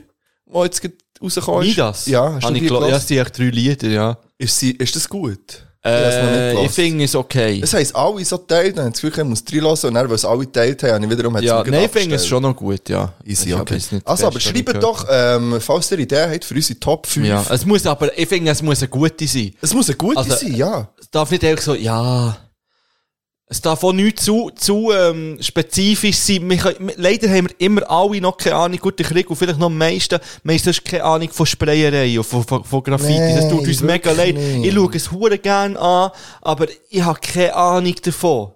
[SPEAKER 4] der jetzt gerade rausgekommen ist?
[SPEAKER 3] Midas?
[SPEAKER 4] Ja, hast du
[SPEAKER 3] Habe ich
[SPEAKER 4] die
[SPEAKER 3] gehört? Ja, es
[SPEAKER 4] gehört?
[SPEAKER 3] sind echt drei Lieder, ja.
[SPEAKER 4] Ist, sie- ist das gut? hab's noch nicht
[SPEAKER 3] Äh, ich
[SPEAKER 4] gehört.
[SPEAKER 3] finde es okay.
[SPEAKER 4] Das heisst, alle so teilen, dann haben das Gefühl, ich muss drei hören und dann, weil es alle teilt haben, habe ich wiederum
[SPEAKER 3] ja,
[SPEAKER 4] hat's mir
[SPEAKER 3] nein, ich
[SPEAKER 4] gerade
[SPEAKER 3] finde es
[SPEAKER 4] abgestellt.
[SPEAKER 3] schon noch gut, ja.
[SPEAKER 4] Easy,
[SPEAKER 3] Ich habe
[SPEAKER 4] okay.
[SPEAKER 3] jetzt nicht das
[SPEAKER 4] Also, aber
[SPEAKER 3] Beste
[SPEAKER 4] schreibt
[SPEAKER 3] gehört.
[SPEAKER 4] doch, ähm, falls ihr Ideen habt für unsere Top 5.
[SPEAKER 3] Ja, es muss aber, ich finde, es muss eine gute sein.
[SPEAKER 4] Es muss eine gute
[SPEAKER 3] Also,
[SPEAKER 4] sein, ja.
[SPEAKER 3] Es darf nicht einfach so, ja. Es darf auch nicht zu, zu ähm, spezifisch sein. Wir können, leider haben wir immer alle noch keine Ahnung. Gut, ich Krieg und vielleicht noch am meisten. Meistens hast keine Ahnung von Sprayerei und von, von, von Graffiti. das tut uns
[SPEAKER 4] Nein,
[SPEAKER 3] mega leid.
[SPEAKER 4] wirklich nicht.
[SPEAKER 3] Ich schaue es hure gern an, aber ich habe keine Ahnung davon.
[SPEAKER 4] Oh,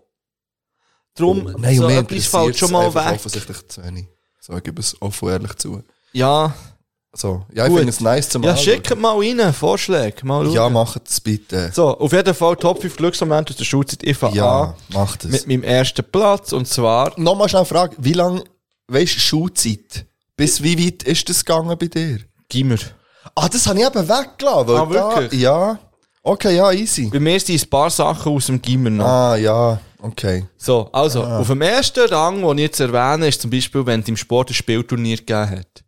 [SPEAKER 3] Darum, ähm, so etwas
[SPEAKER 4] mir
[SPEAKER 3] fällt
[SPEAKER 4] interessiert's
[SPEAKER 3] schon mal
[SPEAKER 4] einfach
[SPEAKER 3] weg.
[SPEAKER 4] offensichtlich zu wenig. So, ich gebe es offen ehrlich zu.
[SPEAKER 3] Ja,
[SPEAKER 4] So, ja, ich
[SPEAKER 3] Gut.
[SPEAKER 4] finde es nice zum
[SPEAKER 3] ja
[SPEAKER 4] Anschauen.
[SPEAKER 3] schickt mal rein, Vorschläge. Mal
[SPEAKER 4] Ja,
[SPEAKER 3] schauen.
[SPEAKER 4] macht es bitte.
[SPEAKER 3] So, auf jeden Fall Top 5 Glücksmomente aus der Schulzeit. Ich fange an
[SPEAKER 4] Ja, macht es.
[SPEAKER 3] mit meinem ersten Platz und zwar
[SPEAKER 4] Ah. Nochmal schnell Frage, wie lange, weißt du, Schulzeit? Bis wie weit ist das gegangen bei dir?
[SPEAKER 3] Gimmer.
[SPEAKER 4] Ah, das habe ich eben weggelassen. Weil
[SPEAKER 3] Ah,
[SPEAKER 4] Da,
[SPEAKER 3] wirklich?
[SPEAKER 4] ja. Okay, ja, easy.
[SPEAKER 3] Bei mir sind ein paar Sachen aus dem Gimmer noch.
[SPEAKER 4] Ah, ja, okay.
[SPEAKER 3] So, also, auf dem ersten Rang, den ich jetzt erwähne, ist zum Beispiel, wenn es im Sport ein Spielturnier gegeben hat.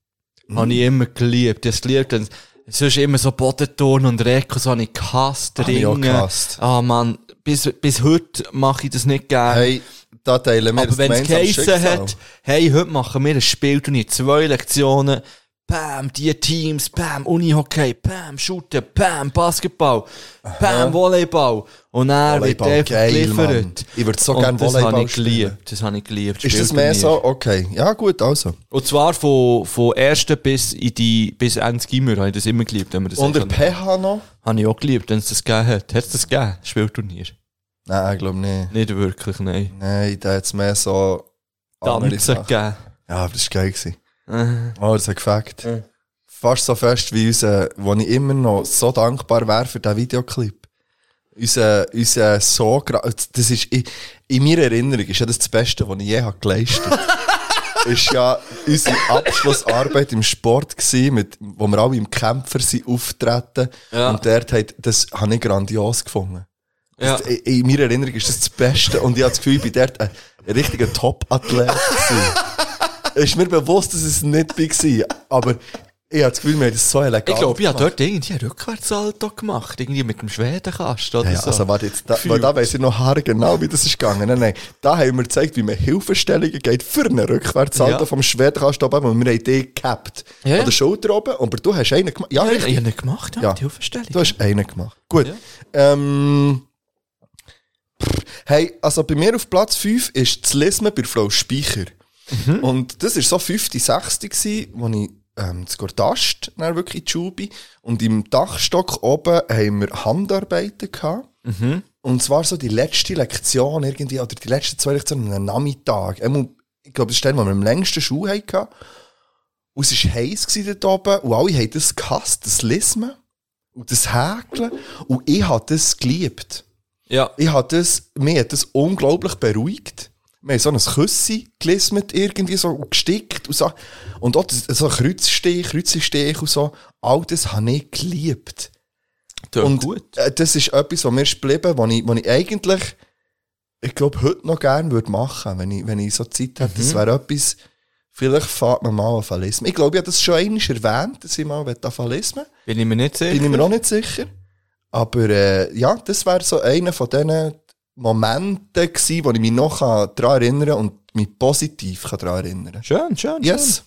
[SPEAKER 4] Mhm.
[SPEAKER 3] Habe ich immer geliebt. Ich habe es geliebt. Und sonst immer so Bodenton und Rekos habe ich gehasst.
[SPEAKER 4] Habe ich auch
[SPEAKER 3] Ringe.
[SPEAKER 4] gehasst.
[SPEAKER 3] Ah, Mann. Bis, bis heute mache ich das nicht gerne.
[SPEAKER 4] Hey, da teilen wir
[SPEAKER 3] Aber wenn es
[SPEAKER 4] gemeinsames
[SPEAKER 3] geheissen
[SPEAKER 4] Schicksal.
[SPEAKER 3] hat, hey, heute machen wir ein Spiel, du nicht zwei Lektionen, bam, die Teams, bam, Unihockey, bam, Shooten, bam, Basketball, bam, Volleyball. Und er wird
[SPEAKER 4] Volleyball,
[SPEAKER 3] einfach
[SPEAKER 4] geil, Mann.
[SPEAKER 3] geliefert.
[SPEAKER 4] Ich würde so
[SPEAKER 3] Und
[SPEAKER 4] gerne
[SPEAKER 3] Das habe
[SPEAKER 4] Volleyball
[SPEAKER 3] ich
[SPEAKER 4] spielen.
[SPEAKER 3] geliebt. Das habe ich geliebt.
[SPEAKER 4] Ist das
[SPEAKER 3] Spielturnier.
[SPEAKER 4] mehr so? Okay. Ja, gut, also.
[SPEAKER 3] Und zwar von, von 1. bis in die, bis Ende Gimmer habe ich das immer geliebt, wenn wir das
[SPEAKER 4] Und der
[SPEAKER 3] haben.
[SPEAKER 4] PH noch?
[SPEAKER 3] Habe ich auch geliebt, wenn es das gegeben hat. Hat es das gegeben? Spielturnier?
[SPEAKER 4] Nein, ich glaube nicht.
[SPEAKER 3] Nicht wirklich, nein.
[SPEAKER 4] Nein, da hat es mehr so. andere
[SPEAKER 3] Tanzen
[SPEAKER 4] Sachen.
[SPEAKER 3] gegeben.
[SPEAKER 4] Ja, aber das war geil. gewesen.
[SPEAKER 3] Mhm.
[SPEAKER 4] Oh, das hat gefällt. Fast so fest wie unser, wo ich immer noch so dankbar wäre für diesen Videoclip. Unser, unser so gra- das ist, in, in meiner Erinnerung ist ja das das Beste, was ich je habe geleistet ist ja unsere Abschlussarbeit im Sport gewesen, mit, wo wir alle im Kämpfer sind auftreten.
[SPEAKER 3] Ja.
[SPEAKER 4] Und dort hat, das habe ich grandios gefunden.
[SPEAKER 3] Ja.
[SPEAKER 4] Das, in, äh, in meiner Erinnerung ist das das Beste. Und ich habe das Gefühl, ich bin dort ein, ein richtiger Top-Athlet gewesen. ist mir bewusst, dass es nicht war. Aber ich habe das Gefühl, wir haben das so elegant
[SPEAKER 3] Ich glaube, ich habe
[SPEAKER 4] gemacht.
[SPEAKER 3] dort irgendwie einen Rückwärtsalto gemacht. Irgendwie mit dem Schwedenkasten oder
[SPEAKER 4] Ja, ja,
[SPEAKER 3] so.
[SPEAKER 4] also warte jetzt, da, weil da weiss ich noch haargenau, wie das ist gegangen. Nein, nein, da haben wir gezeigt, wie man Hilfestellungen geht für einen Rückwärtssalto
[SPEAKER 3] Ja.
[SPEAKER 4] vom Schwertkasten oben, und wir haben den gehabt.
[SPEAKER 3] Ja, ja.
[SPEAKER 4] An der Schulter oben, aber du hast einen gemacht. Ja,
[SPEAKER 3] Ja, ich
[SPEAKER 4] richtig.
[SPEAKER 3] habe ihn gemacht, ja,
[SPEAKER 4] Ja.
[SPEAKER 3] die Hilfestellung.
[SPEAKER 4] Du hast einen gemacht. Gut. Ähm, pff, hey, also bei mir auf Platz 5 ist das Lismen bei Frau Speicher. Und das war so 50, 60 gsi, wo ich ähm, das Gordast dann wirklich in die Schule bin. Und im Dachstock oben haben wir Handarbeiten gehabt. Und zwar so die letzte Lektion irgendwie, oder die letzten zwei Lektionen an einem Nachmittag. Einmal, Ich glaube, das ist der, wo wir am längsten Schuh hatten. Und es war heiß gewesen dort oben und alle haben das gehasst, das Lismen und das Häkeln. Und ich habe das geliebt.
[SPEAKER 3] Ja.
[SPEAKER 4] Ich hab das, mich hat das unglaublich beruhigt. Wir haben so ein Küssi gelismet, irgendwie so und gestickt und so. Und auch das- so Kreuzstich, Kreuzstich und so. All das habe ich geliebt.
[SPEAKER 3] Tönt
[SPEAKER 4] und
[SPEAKER 3] gut.
[SPEAKER 4] äh, das ist etwas, was mir ist geblieben, was ich, was ich eigentlich, ich glaube, heute noch gerne würde machen, wenn ich, wenn ich so Zeit hätte. Das wäre etwas, vielleicht fährt man mal auf Fallismen. Ich glaube, ich habe das schon einmal erwähnt, dass ich mal auf Fallismen
[SPEAKER 3] Bin ich mir nicht sicher.
[SPEAKER 4] bin ich mir noch nicht sicher. Aber äh, ja, das wäre so einer von diesen Momenten gewesen, wo ich mich noch daran erinnern kann und mich positiv kann daran erinnern kann.
[SPEAKER 3] Schön, schön, schön.
[SPEAKER 4] Yes.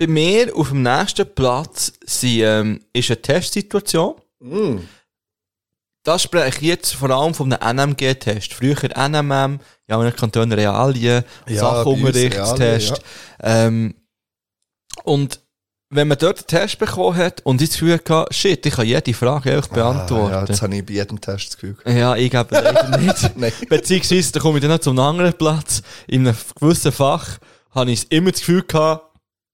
[SPEAKER 3] Bei mir auf dem nächsten Platz sind, ähm, ist eine Testsituation.
[SPEAKER 4] Mm.
[SPEAKER 3] Da spreche ich jetzt vor allem von einem NMG-Test. Früher NMM, ja, in den Kanton Realien,
[SPEAKER 4] Ja, bei uns
[SPEAKER 3] Sachunterrichtstest.
[SPEAKER 4] Realien,
[SPEAKER 3] ähm, und wenn man dort einen Test bekommen hat und ich das Gefühl hatte, shit, ich kann jede Frage ehrlich
[SPEAKER 4] Ah, ja,
[SPEAKER 3] beantworten.
[SPEAKER 4] das habe ich bei jedem Test das Gefühl. gehabt.
[SPEAKER 3] Ja, ich glaube leider nicht.
[SPEAKER 4] Nein.
[SPEAKER 3] Beziehungsweise, da komme ich dann noch zu einem anderen Platz. In einem gewissen Fach habe ich immer das Gefühl gehabt,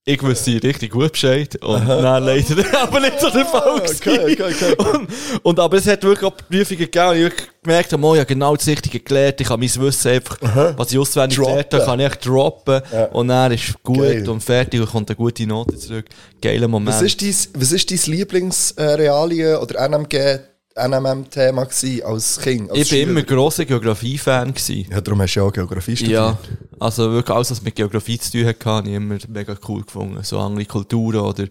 [SPEAKER 3] ich wüsste richtig gut Bescheid. Und nein, leider aber nicht so der Fall.
[SPEAKER 4] Ah, okay,
[SPEAKER 3] gewesen.
[SPEAKER 4] okay, okay.
[SPEAKER 3] Und, und aber es hat wirklich auch Prüfungen gegeben, und ich wirklich gemerkt habe, oh, ich habe genau das Richtige gelernt. Ich habe mein Wissen einfach, was ich auswendig
[SPEAKER 4] Droppen.
[SPEAKER 3] gelernt habe, kann ich echt droppen. Und dann ist gut
[SPEAKER 4] Geil.
[SPEAKER 3] und fertig und kommt eine gute Note zurück. Geiler Moment.
[SPEAKER 4] Was ist dein, was ist dein Lieblingsrealien oder NMG, NMM-Thema gewesen als Kind? Als
[SPEAKER 3] ich bin
[SPEAKER 4] Schüler?
[SPEAKER 3] immer grosser Geografie-Fan gewesen.
[SPEAKER 4] Ja, darum hast du ja auch Geografie studiert.
[SPEAKER 3] Ja, also wirklich alles, was mit Geografie zu tun hatte, habe ich immer mega cool gefunden. So andere Kulturen oder,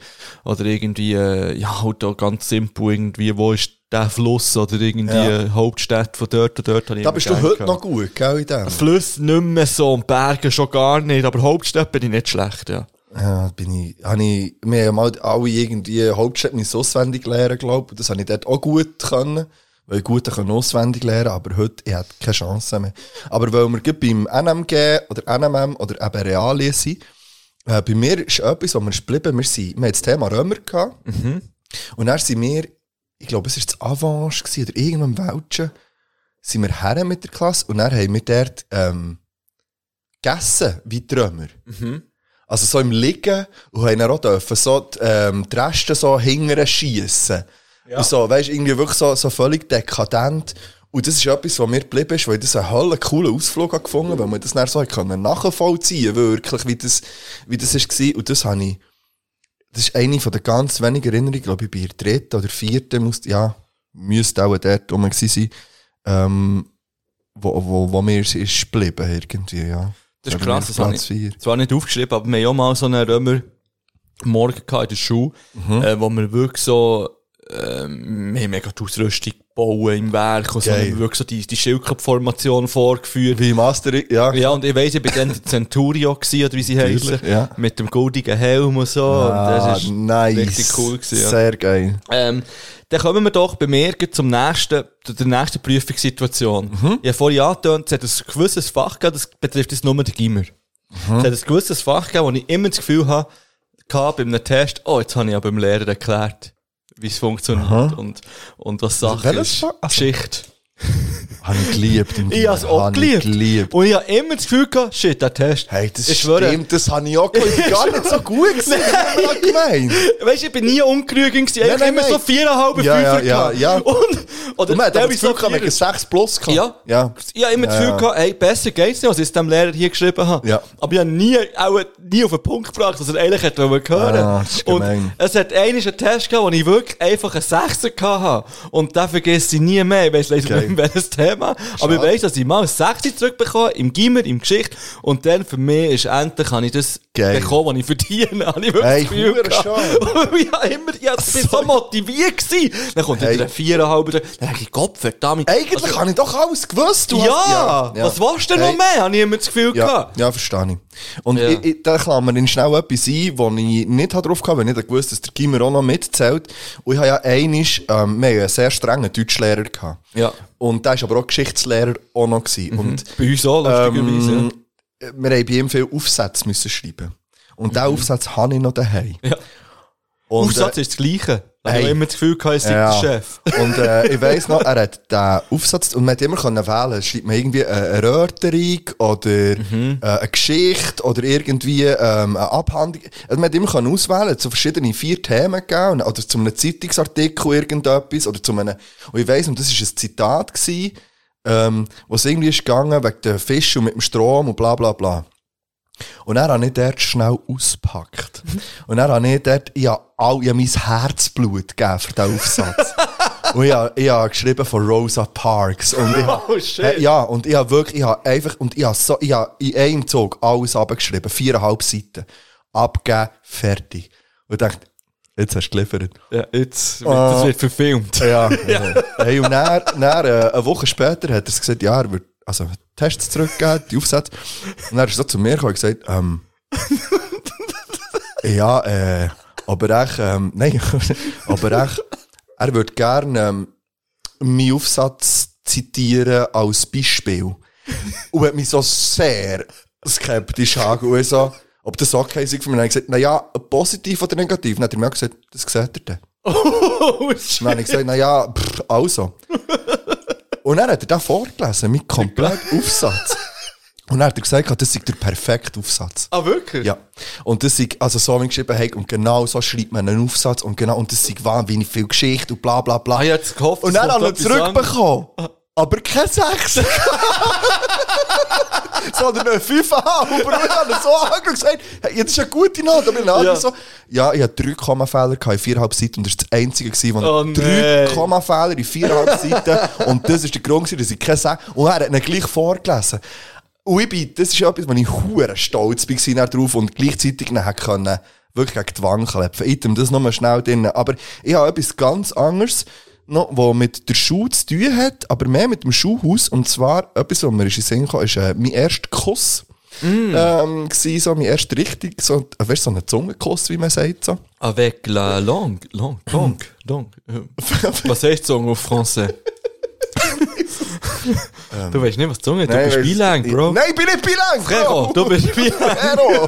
[SPEAKER 3] oder irgendwie, äh, ja, halt auch ganz simpel irgendwie, wo ist der Fluss oder irgendwie
[SPEAKER 4] Ja.
[SPEAKER 3] äh, Hauptstadt von dort und dort. Habe ich
[SPEAKER 4] Da
[SPEAKER 3] immer
[SPEAKER 4] bist du
[SPEAKER 3] gern
[SPEAKER 4] heute
[SPEAKER 3] gehabt.
[SPEAKER 4] noch gut, gell, in dem?
[SPEAKER 3] Flüsse nicht mehr so und Berge schon gar nicht, aber Hauptstadt bin ich nicht schlecht, ja.
[SPEAKER 4] Ja, bin ich, habe ich, wir haben mal alle irgendwie Hauptstädte müssen auswendig lernen, glaube ich. Das habe ich dort auch gut können, weil ich gut kann auswendig lernen aber heute, ich hätte keine Chance mehr. Aber weil wir gerade beim NMG oder NMM oder eben Realien sind, äh, bei mir ist etwas, was mir ist geblieben. Wir, sind, wir hatten das Thema Römer gehabt. Und dann sind wir, ich glaube, es war das Avange gewesen oder irgendwo im Welschen, sind wir her mit der Klasse und dann haben wir dort, ähm, gegessen, wie die Römer. Also so im Liegen und haben dann auch dürfen, so die, ähm, die Reste so hingere schiessen. Und so, weißt du, irgendwie wirklich so, so völlig dekadent. Und das ist etwas, was mir geblieben ist, weil ich das einen höllen coolen Ausflug habe gefunden weil man das dann so hat können nachvollziehen wirklich, wie das, wie das war. Und das habe ich, das ist eine von der ganz wenigen Erinnerungen, glaube ich, bei der dritten oder vierten, muss, ja, müsste auch dort rum gewesen sein, ähm, wo, wo, wo mir ist, ist geblieben irgendwie, ja.
[SPEAKER 3] Das ist
[SPEAKER 4] bei mir
[SPEAKER 3] krass,
[SPEAKER 4] auf
[SPEAKER 3] das habe
[SPEAKER 4] Platz vier.
[SPEAKER 3] Zwar nicht aufgeschrieben, aber wir haben ja auch mal so einen Römer Morgen gehabt in der Schule,
[SPEAKER 4] Mhm.
[SPEAKER 3] äh, wo wir wirklich so, ähm, wir haben mega die Ausrüstung gebaut im Werk und so, wir
[SPEAKER 4] Geil.
[SPEAKER 3] haben wirklich so die, die Schildkröpfformation vorgeführt. Wie
[SPEAKER 4] Master, ja.
[SPEAKER 3] Ja, und ich weiss, ich bin dann der Centurio gewesen, oder wie sie
[SPEAKER 4] Natürlich,
[SPEAKER 3] heißen,
[SPEAKER 4] ja.
[SPEAKER 3] mit dem goldigen Helm und so. und
[SPEAKER 4] Ah,
[SPEAKER 3] das ist
[SPEAKER 4] nice.
[SPEAKER 3] richtig cool gewesen. Ja.
[SPEAKER 4] Sehr geil.
[SPEAKER 3] Ähm, dann kommen wir doch bei mir gleich zum nächsten, zu der nächsten Prüfungssituation.
[SPEAKER 4] Mhm.
[SPEAKER 3] Ich habe vorhin angetönt, es hat ein gewisses Fach gegeben, das betrifft jetzt nur den Gimmer.
[SPEAKER 4] Mhm.
[SPEAKER 3] Es hat ein gewisses Fach gegeben, wo ich immer das Gefühl habe, hatte bei einem Test, oh, jetzt habe ich ja beim Lehrer erklärt, wie es funktioniert
[SPEAKER 4] Aha.
[SPEAKER 3] und, und was
[SPEAKER 4] Also
[SPEAKER 3] Sache
[SPEAKER 4] welches
[SPEAKER 3] ist.
[SPEAKER 4] Fach?
[SPEAKER 3] Geschichte.
[SPEAKER 4] Habe ich geliebt. im
[SPEAKER 3] Ich habe es
[SPEAKER 4] Gimmer.
[SPEAKER 3] auch
[SPEAKER 4] Hab ich
[SPEAKER 3] geliebt. Und ich habe immer das Gefühl gehabt, shit, der Test.
[SPEAKER 4] Hey, das
[SPEAKER 3] Ich schwöre.
[SPEAKER 4] stimmt, das habe ich auch geliebt. Gar nicht so gut gewesen, wie man gemeint.
[SPEAKER 3] Weißt du, ich bin nie ungerügen gewesen. Ich
[SPEAKER 4] Nein,
[SPEAKER 3] habe
[SPEAKER 4] nein,
[SPEAKER 3] immer
[SPEAKER 4] nein.
[SPEAKER 3] so viereinhalb,
[SPEAKER 4] Ja, ja,
[SPEAKER 3] Fünfer
[SPEAKER 4] ja,
[SPEAKER 3] gehabt.
[SPEAKER 4] ja.
[SPEAKER 3] Und, oder
[SPEAKER 4] Und man hat aber das
[SPEAKER 3] teilweise
[SPEAKER 4] Gefühl gehabt, man
[SPEAKER 3] Vierer.
[SPEAKER 4] hat 6 plus gehabt.
[SPEAKER 3] Ja.
[SPEAKER 4] ja.
[SPEAKER 3] Ich habe immer das
[SPEAKER 4] Ja,
[SPEAKER 3] Gefühl
[SPEAKER 4] ja.
[SPEAKER 3] gehabt, hey, besser geht's nicht, als ich es dem Lehrer hier geschrieben habe.
[SPEAKER 4] Ja.
[SPEAKER 3] Aber ich habe nie, auch nie auf den Punkt gebracht, dass er eigentlich hätte hören wollen.
[SPEAKER 4] Ah, das ist
[SPEAKER 3] und
[SPEAKER 4] gemein.
[SPEAKER 3] es hat einmal einen Test gehabt, wo ich wirklich einfach einen Sechser gehabt habe. Und den vergesse ich nie mehr. Ich weiss leider
[SPEAKER 4] Geil.
[SPEAKER 3] nicht mehr, welches Thema. Aber ich weiss, dass ich mal einen Sechser zurückbekomme, im Gimmer, im Geschichte. Und dann für mich ist endlich, habe ich das
[SPEAKER 4] Geil.
[SPEAKER 3] bekommen, was ich verdiene. Habe ich wirklich
[SPEAKER 4] Hey,
[SPEAKER 3] das Gefühl
[SPEAKER 4] verdammt
[SPEAKER 3] gehabt. Und ich habe immer, ich bin so motiviert gewesen. Dann kommt wieder ein Viererhalber, dann denke ich, Gott, verdammt. Also,
[SPEAKER 4] Eigentlich habe ich doch alles gewusst. Du
[SPEAKER 3] Ja, was
[SPEAKER 4] hast-
[SPEAKER 3] willst du denn
[SPEAKER 4] Hey.
[SPEAKER 3] noch mehr? Habe ich immer das Gefühl
[SPEAKER 4] Ja,
[SPEAKER 3] gehabt.
[SPEAKER 4] ja, verstehe ich. Und ich, ich, da klammere ich schnell etwas ein, wo ich nicht drauf gehabt weil ich nicht gewusst dass der Gimmer auch noch mitzählt. Und ich habe ja einisch, ähm, wir haben einen sehr strengen Deutschlehrer gehabt.
[SPEAKER 3] Ja. Mhm.
[SPEAKER 4] Und der war aber auch Geschichtslehrer auch noch. Gewesen. Und
[SPEAKER 3] Bei uns auch, lustigerweise.
[SPEAKER 4] ähm, wir haben bei ihm viele Aufsätze müssen schreiben. Und diesen Aufsatz habe ich noch daheim.
[SPEAKER 3] Mhm. Ja.
[SPEAKER 4] Und,
[SPEAKER 3] Aufsatz
[SPEAKER 4] äh,
[SPEAKER 3] ist das Gleiche.
[SPEAKER 4] hey.
[SPEAKER 3] Ich habe immer das Gefühl gehabt, ich sei
[SPEAKER 4] Ja.
[SPEAKER 3] der Chef.
[SPEAKER 4] Und äh, ich weiss noch, er hat den Aufsatz, und man hat immer können wählen, schreibt man irgendwie eine Erörterung oder
[SPEAKER 3] Mhm.
[SPEAKER 4] äh, eine Geschichte oder irgendwie ähm, eine Abhandlung. Also man hat immer können auswählen, zu verschiedenen vier Themen gegeben, oder zu einem Zeitungsartikel irgendetwas, oder zu einem, und ich weiss, und das war ein Zitat, gewesen, ähm, wo es irgendwie ist gegangen, wegen den Fischen und mit dem Strom und bla bla bla. Und er hat nicht dort schnell ausgepackt. Und er hat nicht dort, ich habe all, ich habe mein Herzblut gegeben für diesen Aufsatz. und ich habe, ich habe geschrieben von Rosa Parks. Und ich habe,
[SPEAKER 3] Oh, shit.
[SPEAKER 4] Äh, ja, und ich habe wirklich, ich habe einfach, und ich habe so, ich habe in einem Zug alles abgeschrieben, viereinhalb Seiten. Abgegeben, fertig. Und ich dachte, jetzt hast du geliefert.
[SPEAKER 3] Ja, jetzt, wird- das
[SPEAKER 4] Ah.
[SPEAKER 3] wird verfilmt.
[SPEAKER 4] Ja. ja. Hey, und dann, dann, äh, eine Woche später hat er gesagt, ja, er wird also Tests zurückgeben, die Aufsätze. Und dann ist er so zu mir gekommen und gesagt, ähm, ja, äh, aber ich, ähm, nein, aber ich, er würde gerne ähm, meinen Aufsatz zitieren als Beispiel. Und hat mich so sehr skeptisch angeschaut, und so, ob das okay ist für mich. Und ich gesagt, naja, positiv oder negativ. Und dann hat er mir auch gesagt, das sieht er dann.
[SPEAKER 3] Oh,
[SPEAKER 4] Und dann habe ich gesagt, naja, pff, also. Und dann hat er den vorgelesen, mit komplett Aufsatz. Und dann hat er gesagt, das sei der perfekte Aufsatz.
[SPEAKER 3] Ah, wirklich?
[SPEAKER 4] Ja. Und das sei, also so wie ich geschrieben habe, und genau so schreibt man einen Aufsatz, und genau, und das sei wahnsinnig viel Geschichte, und bla, bla, bla.
[SPEAKER 3] Ah, ich habe gehofft,
[SPEAKER 4] und
[SPEAKER 3] es
[SPEAKER 4] dann
[SPEAKER 3] kommt
[SPEAKER 4] habe ich
[SPEAKER 3] etwas anderes.
[SPEAKER 4] zurückbekommen. Aber kein Sechs. Sondern ein Fünfeinhalb. Und ich habe ihn so angeschaut und gesagt, hey, jetzt ist eine gute Note. Aber ich habe
[SPEAKER 3] Ja.
[SPEAKER 4] ja. so, ja, ich hatte drei Kommafehler gehabt in viereinhalb Seiten und das war das einzige, gewesen, wo
[SPEAKER 3] Oh,
[SPEAKER 4] ich drei
[SPEAKER 3] nein.
[SPEAKER 4] Kommafehler in viereinhalb Seiten und das war der Grund, gewesen, dass ich keinen Sechs... Und er hat ihn gleich vorgelesen. Und ich bin, das ist etwas, wo ich hure stolz war dann drauf und gleichzeitig dann hätte können, wirklich gegen die Wange klepfen. Ich tue das nochmal schnell drin. Aber ich habe etwas ganz anderes, noch, was mit der Schule zu tun hat, aber mehr mit dem Schuhhaus. Und zwar, etwas, was mir ist in den Sinn kam, ist äh, mein erster Kuss. Ähm, gsi, so mein erster richtig, so, äh, weißt, du, so ein Zungenkuss, wie man sagt. So.
[SPEAKER 3] Avec Ah, la langue, langue, langue, langue. was heißt Song auf Français? du weißt nicht, was die Zunge, du
[SPEAKER 4] Ähm. Nein,
[SPEAKER 3] bist
[SPEAKER 4] weiss-
[SPEAKER 3] bilang, Bro.
[SPEAKER 4] Nein, ich bin nicht bilang,
[SPEAKER 3] Frero,
[SPEAKER 4] Bro.
[SPEAKER 3] du bist bilang.
[SPEAKER 4] Frero.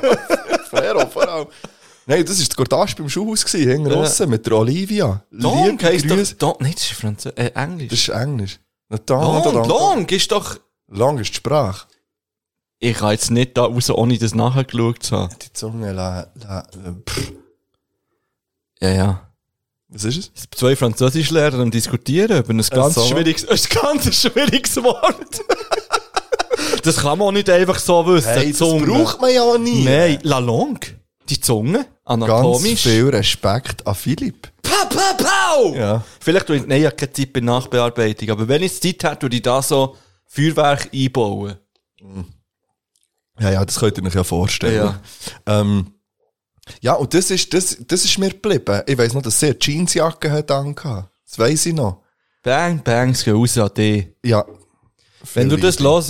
[SPEAKER 4] Frero, vor allem. Nein, das war die Cordage beim Schuhhaus, gewesen, hinten
[SPEAKER 3] Ja.
[SPEAKER 4] draussen, mit der Olivia.
[SPEAKER 3] Langue
[SPEAKER 4] Liebe
[SPEAKER 3] heisst
[SPEAKER 4] Grüße.
[SPEAKER 3] doch, Don- nein, das ist Französisch, äh,
[SPEAKER 4] Das
[SPEAKER 3] Englisch.
[SPEAKER 4] ist Englisch.
[SPEAKER 3] Langue,
[SPEAKER 4] Lang
[SPEAKER 3] langue ist doch...
[SPEAKER 4] ist die Sprache.
[SPEAKER 3] Ich kann jetzt nicht da raus, ohne das nachgeschaut zu haben.
[SPEAKER 4] Die Zunge, la, la, la, pff.
[SPEAKER 3] Ja, ja.
[SPEAKER 4] Was ist es?
[SPEAKER 3] Zwei Französischlehrer am diskutieren über ein ganz,
[SPEAKER 4] so.
[SPEAKER 3] schwieriges, ein ganz schwieriges Wort. das kann man auch nicht einfach so wissen.
[SPEAKER 4] Hey, das
[SPEAKER 3] Zunge.
[SPEAKER 4] braucht man ja nie.
[SPEAKER 3] Nein, la langue. Die Zunge.
[SPEAKER 4] Ganz
[SPEAKER 3] Anatomisch.
[SPEAKER 4] viel Respekt an Philipp.
[SPEAKER 3] Pow, pow, pow!
[SPEAKER 4] Ja.
[SPEAKER 3] Vielleicht, tue ich- nein, ich habe keine Zeit bei Nachbearbeitung, aber wenn ich Zeit hätte, würde ich da so Feuerwerk einbauen.
[SPEAKER 4] Ja, ja, das könnt ihr euch ja vorstellen.
[SPEAKER 3] Ja.
[SPEAKER 4] Ähm, Ja, und das ist, das, das ist mir geblieben. Ich weiss noch, dass sie eine Jeansjacke hat angehabt. Das weiss ich noch.
[SPEAKER 3] Bang, bangs gehen raus an dich.
[SPEAKER 4] Ja.
[SPEAKER 3] Wenn du das hörst,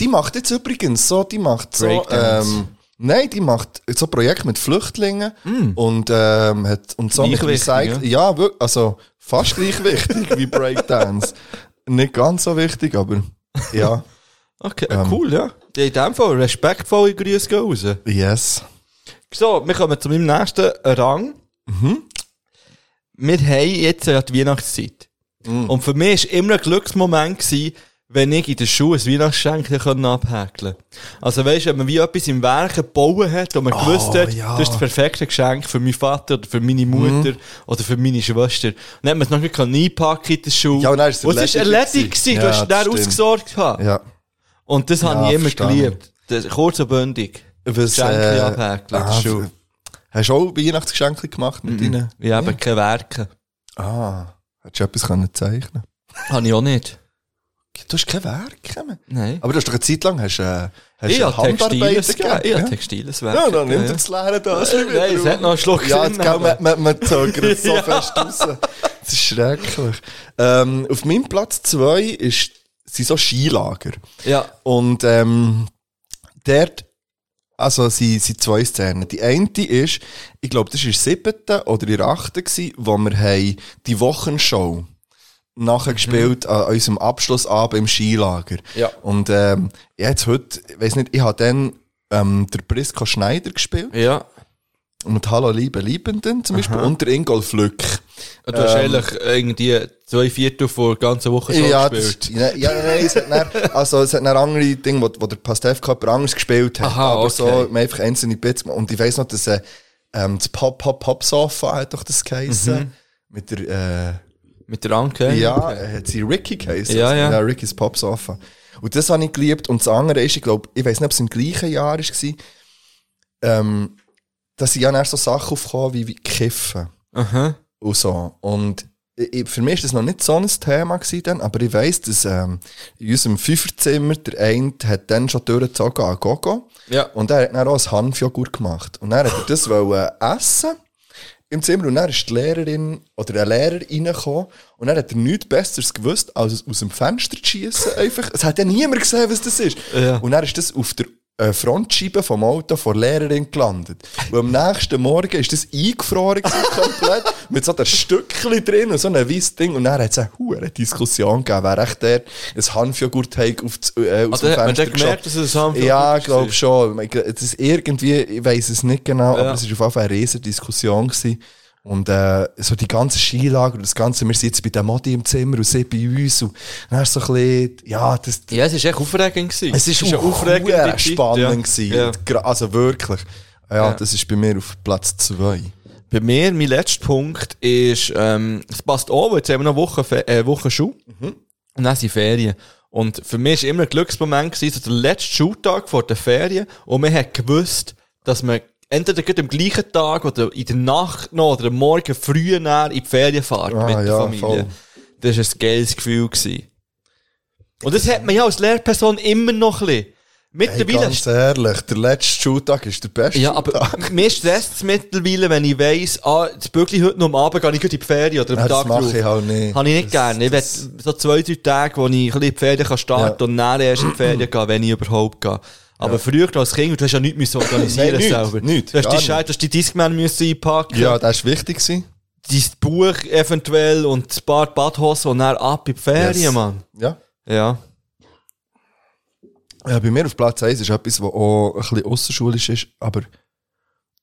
[SPEAKER 4] Die macht jetzt übrigens so, die macht so,
[SPEAKER 3] Breakdance.
[SPEAKER 4] ähm, nein, die macht so Projekte mit Flüchtlingen und, ähm, hat, und so mit
[SPEAKER 3] Gleichwichtig,
[SPEAKER 4] Recyc- Ja, wir- also fast gleich wichtig wie Breakdance. Nicht ganz so wichtig, aber ja.
[SPEAKER 3] okay,
[SPEAKER 4] Ähm.
[SPEAKER 3] cool, ja. In dem Fall respektvolle Grüße gehen raus.
[SPEAKER 4] Yes.
[SPEAKER 3] So, wir kommen zu meinem nächsten Rang.
[SPEAKER 4] Mhm.
[SPEAKER 3] Wir haben jetzt ja die Weihnachtszeit.
[SPEAKER 4] Mhm.
[SPEAKER 3] Und für mich war immer ein Glücksmoment, gewesen, wenn ich in der Schule ein Weihnachtsgeschenk konnte abhäkeln Also weißt du, wenn man wie etwas im Werk gebaut hat und man gewusst hat,
[SPEAKER 4] Oh, ja. Mhm.
[SPEAKER 3] das ist das perfekte Geschenk für meinen Vater oder für meine Mutter oder für meine Schwester. Und dann hat man es noch nicht einpacken in der Schule.
[SPEAKER 4] Ja, und dann ist es
[SPEAKER 3] und es ist
[SPEAKER 4] erledigt
[SPEAKER 3] erledigt gewesen. Du
[SPEAKER 4] gewesen. Ja,
[SPEAKER 3] hast es
[SPEAKER 4] das
[SPEAKER 3] dann
[SPEAKER 4] stimmt.
[SPEAKER 3] ausgesorgt gehabt.
[SPEAKER 4] Ja.
[SPEAKER 3] Und das habe
[SPEAKER 4] Ja,
[SPEAKER 3] ich immer
[SPEAKER 4] verstehe.
[SPEAKER 3] geliebt. Das, kurz und bündig.
[SPEAKER 4] Was,
[SPEAKER 3] Geschenke
[SPEAKER 4] äh,
[SPEAKER 3] abhäkeln in der
[SPEAKER 4] ah,
[SPEAKER 3] Schule.
[SPEAKER 4] Hast du auch Weihnachtsgeschenke gemacht mit deinen?
[SPEAKER 3] Ich habe keine Werke.
[SPEAKER 4] Ah, hättest du etwas können zeichnen
[SPEAKER 3] Habe ich auch nicht.
[SPEAKER 4] Du hast kein Werk mehr.
[SPEAKER 3] Nein.
[SPEAKER 4] Aber du hast doch eine Zeit lang hast, äh, hast
[SPEAKER 3] Ich
[SPEAKER 4] du
[SPEAKER 3] habe Textiles
[SPEAKER 4] Handarbeiten
[SPEAKER 3] gegeben. Ich habe
[SPEAKER 4] gegeben.
[SPEAKER 3] Textiles
[SPEAKER 4] Ja,
[SPEAKER 3] Werk.
[SPEAKER 4] ja dann nimmt
[SPEAKER 3] gegeben,
[SPEAKER 4] er das leere das.
[SPEAKER 3] Nein, es hat noch einen Schluck
[SPEAKER 4] Ja,
[SPEAKER 3] drin,
[SPEAKER 4] jetzt, gell,
[SPEAKER 3] aber-
[SPEAKER 4] man, man, man zögert so
[SPEAKER 3] Ja.
[SPEAKER 4] fest raus. Das ist schrecklich. Ähm, auf meinem Platz 2 sind so Skilager.
[SPEAKER 3] Ja.
[SPEAKER 4] Und ähm, dort, also sind, sind zwei Szenen. Die eine ist, ich glaube, das war in der 7. oder in der 8. gewesen, wo wir haben die Wochenshow nachher gespielt an unserem Abschlussabend im Skilager.
[SPEAKER 3] Mhm. Ja.
[SPEAKER 4] Und ähm, jetzt heute, ich weiß nicht, ich habe dann ähm, der Brisco Schneider gespielt
[SPEAKER 3] Ja.
[SPEAKER 4] und Hallo Liebe Liebenden zum Beispiel und der Ingolf Lück.
[SPEAKER 3] Du
[SPEAKER 4] Ähm.
[SPEAKER 3] hast eigentlich irgendwie zwei Viertel vor der ganzen Woche schon
[SPEAKER 4] Ja, das,
[SPEAKER 3] gespielt.
[SPEAKER 4] ja, ja, nein, es hat dann, also es hat dann andere Dinge, wo, wo der Pastewka jemand anderes gespielt hat.
[SPEAKER 3] Aha,
[SPEAKER 4] aber
[SPEAKER 3] okay.
[SPEAKER 4] so, wir haben einfach einzelne Bits gemacht. Und ich weiss noch, dass äh, ähm, das Pop-Pop-Pop-Sofa hat doch das geheissen.
[SPEAKER 3] Mhm.
[SPEAKER 4] Mit der,
[SPEAKER 3] Mit der Anke.
[SPEAKER 4] äh, ja, äh, hat sie Ricky geheissen.
[SPEAKER 3] Ja, ja.
[SPEAKER 4] Ricky's Pop-Sofa. Und das habe ich geliebt. Und das andere ist, ich glaube, ich weiss nicht, ob es im gleichen Jahr war, ähm, dass ich ja dann so Sachen aufgekommen wie, wie Kiffen
[SPEAKER 3] Aha.
[SPEAKER 4] und so. Und ich, ich- für mich ist das noch nicht so ein Thema gewesen, dann, aber ich weiss, dass ähm, in unserem Fünferzimmer der eine hat dann schon durchgezogen an Gogo
[SPEAKER 3] Ja.
[SPEAKER 4] und er hat dann auch ein Hanfjoghurt gemacht. Und dann hat er das wollen essen im Zimmer und dann ist die Lehrerin oder ein Lehrer reingekommen und dann hat er nichts Besseres gewusst, als es aus dem Fenster zu schiessen einfach. Es hat ja niemand gesehen, was das ist.
[SPEAKER 3] Ja.
[SPEAKER 4] Und dann ist das auf der äh, Frontscheibe vom Auto vor der Lehrerin gelandet. Und am nächsten Morgen ist das eingefroren gewesen, komplett, mit so einem Stückchen drin und so einem weißen Ding. Und dann hat es eine hure Diskussion gegeben, wer echt der ein Hanfjoghurt hat auf das, äh, aus
[SPEAKER 3] Also
[SPEAKER 4] dem
[SPEAKER 3] hat man
[SPEAKER 4] Fenster
[SPEAKER 3] dann gemerkt,
[SPEAKER 4] geschoben.
[SPEAKER 3] dass es ein Hanfjoghurt
[SPEAKER 4] Ja,
[SPEAKER 3] war?
[SPEAKER 4] ich glaube schon. Ich glaub, Es ist irgendwie, ich weiß es nicht genau, aber es war auf jeden Fall eine riesige Diskussion. Gewesen. Und äh, so die ganze Skilager und das Ganze, wir sind jetzt bei der Modi im Zimmer und sie bei uns und dann ist so ein bisschen, ja, das,
[SPEAKER 3] Ja, es war echt aufregend. Gewesen.
[SPEAKER 4] es ist
[SPEAKER 3] war
[SPEAKER 4] auch
[SPEAKER 3] aufregende
[SPEAKER 4] aufregend
[SPEAKER 3] Zeit,
[SPEAKER 4] spannend gewesen.
[SPEAKER 3] Ja. Ja.
[SPEAKER 4] Gra- Also wirklich. Ja,
[SPEAKER 3] Ja.
[SPEAKER 4] das ist bei mir auf Platz 2.
[SPEAKER 3] Bei mir, mein letzter Punkt ist, ähm, es passt auch, weil jetzt haben wir noch Wochen, Fe- äh, Wochen Schuh.
[SPEAKER 4] Mhm.
[SPEAKER 3] Und dann sind Ferien. Und für mich war immer ein Glücksmoment, gewesen, so der letzte Schultag vor den Ferien. Und man hat gewusst, dass man entweder gerade am gleichen Tag oder in der Nacht noch oder am Morgen früh näher in die Ferien fährt
[SPEAKER 4] Ah,
[SPEAKER 3] mit der
[SPEAKER 4] ja,
[SPEAKER 3] Familie.
[SPEAKER 4] voll.
[SPEAKER 3] Das war ein geiles Gefühl. Gewesen. Und das hat man ja als Lehrperson immer noch ein bisschen.
[SPEAKER 4] Hey,
[SPEAKER 3] Mittlerweile
[SPEAKER 4] ganz ehrlich, der letzte Schultag ist der beste
[SPEAKER 3] ja, aber
[SPEAKER 4] Schultag.
[SPEAKER 3] mir stresst es mittlerweile, wenn ich weiss, ah, das Bügel heute noch am Abend gehe ich gut in die Ferien oder am
[SPEAKER 4] Ja,
[SPEAKER 3] Tag
[SPEAKER 4] das mache ich
[SPEAKER 3] drauf.
[SPEAKER 4] auch nicht.
[SPEAKER 3] Habe ich nicht
[SPEAKER 4] Das-
[SPEAKER 3] gerne. Ich will
[SPEAKER 4] das-
[SPEAKER 3] so zwei, drei Tage, wo ich ein bisschen in die Ferien kann starten
[SPEAKER 4] Ja.
[SPEAKER 3] und dann erst in die Ferien gehen, wenn ich überhaupt gehe. Aber früher als Kind, du hast ja nichts müssen organisieren
[SPEAKER 4] Nein, nichts,
[SPEAKER 3] selber.
[SPEAKER 4] nichts,
[SPEAKER 3] du hast
[SPEAKER 4] gar
[SPEAKER 3] die Scheiße, du hast die Discman müssen einpacken,
[SPEAKER 4] Ja, das war wichtig. gewesen.
[SPEAKER 3] dein Buch eventuell und ein paar Badhosen und dann ab in die Ferien,
[SPEAKER 4] Yes.
[SPEAKER 3] Mann.
[SPEAKER 4] Ja.
[SPEAKER 3] Ja.
[SPEAKER 4] Ja, Äh, bei mir auf Platz 1 ist etwas, was auch ein bisschen außerschulisch ist, aber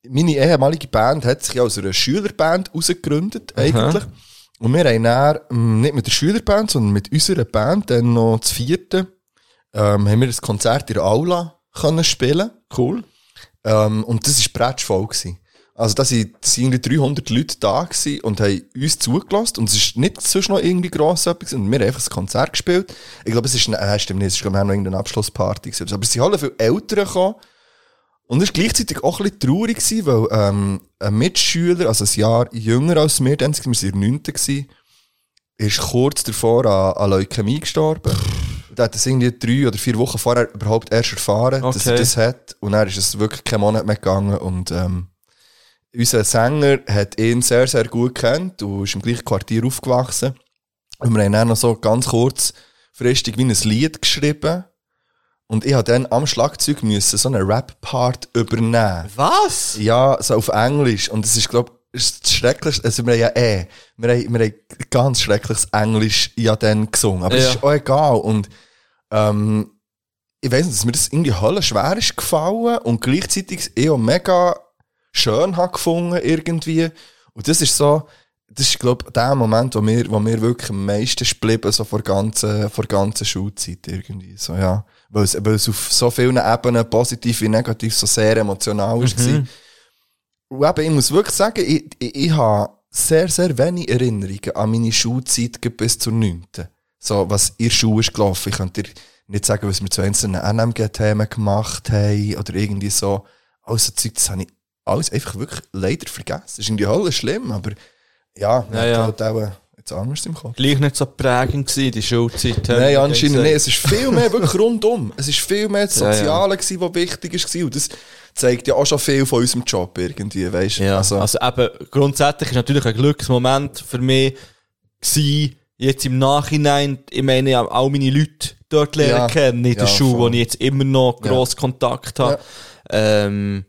[SPEAKER 4] meine ehemalige Band hat sich ja aus einer Schülerband herausgegründet, eigentlich. Und wir haben dann, ähm, nicht mit der Schülerband, sondern mit unserer Band, dann noch das vierte, ähm, haben wir ein Konzert in der Aula können spielen Cool. Ähm, und das war brettvoll. Gewesen. Also da sind sind irgendwie 300 Leute da gewesen und haben uns zugelassen und es ist nicht sonst noch irgendwie gross etwas und wir haben einfach ein Konzert gespielt. Ich glaube, es ist, äh, stimmt nicht, es ist glaube ich auch noch irgendeine Abschlussparty gewesen. Aber es sind alle viel Eltern gekommen und es war gleichzeitig auch ein bisschen traurig, gewesen, weil ähm, ein Mitschüler, also ein Jahr jünger als wir, dann waren wir in der 9. gewesen, ist kurz davor an, an Leukämie gestorben. der hat das irgendwie drei oder vier Wochen vorher überhaupt erst erfahren, dass er
[SPEAKER 12] Okay.
[SPEAKER 4] das hat. Und dann ist es wirklich keinen Monat mehr gegangen. Und ähm, unser Sänger hat ihn sehr, sehr gut gekannt und ist im gleichen Quartier aufgewachsen. Und wir haben dann noch so ganz kurzfristig wie ein Lied geschrieben. Und ich habe dann am Schlagzeug müssen so einen Rap-Part übernehmen.
[SPEAKER 3] Was?
[SPEAKER 4] Ja, so auf Englisch. Und es ist, glaube ich, das Schrecklichste. Also, wir haben ja eh, wir haben, wir haben ganz schreckliches Englisch ja dann gesungen. Aber
[SPEAKER 12] Ja.
[SPEAKER 4] es ist auch egal. Und, ähm, ich weiß nicht, dass mir das irgendwie höllisch schwer ist gefallen und gleichzeitig eh auch mega schön habe gefunden irgendwie. Und das ist so, das ist, glaube ich, der Moment, wo mir, wo mir wirklich am meisten ist geblieben, so vor der ganzen, vor der ganzen Schulzeit irgendwie. So, ja. Weil es, weil es auf so vielen Ebenen, positiv wie negativ, so sehr emotional ist war. Und eben, ich muss wirklich sagen, ich, ich, ich habe sehr, sehr wenig Erinnerungen an meine Schulzeit gerade bis zur 9. So, was in der Schule ist gelaufen. Ich könnte dir nicht sagen, was wir zu einzelnen NMG-Themen gemacht haben oder irgendwie so. Also Zeug, das habe ich alles einfach wirklich leider vergessen. Das ist irgendwie alles schlimm, aber ja, man
[SPEAKER 12] Ja,
[SPEAKER 4] hat
[SPEAKER 12] ja.
[SPEAKER 4] halt auch äh, jetzt anders im Kopf.
[SPEAKER 12] Gleich nicht so prägend gewesen, die Schulzeit.
[SPEAKER 4] Nein, anscheinend nicht. Es ist viel mehr wirklich rundum. Es ist viel mehr das
[SPEAKER 12] Ja, ja.
[SPEAKER 4] Soziale, das wichtig war. Und das zeigt ja auch schon viel von unserem Job irgendwie, weißt du?
[SPEAKER 3] Ja, also, eben, grundsätzlich ist natürlich ein Glücksmoment für mich gewesen, jetzt im Nachhinein, ich meine, auch meine Leute dort lernen
[SPEAKER 12] Ja.
[SPEAKER 3] kennen, in der
[SPEAKER 12] Ja,
[SPEAKER 3] Schule, wo
[SPEAKER 12] voll.
[SPEAKER 3] ich jetzt immer noch gross Kontakt habe. Ähm,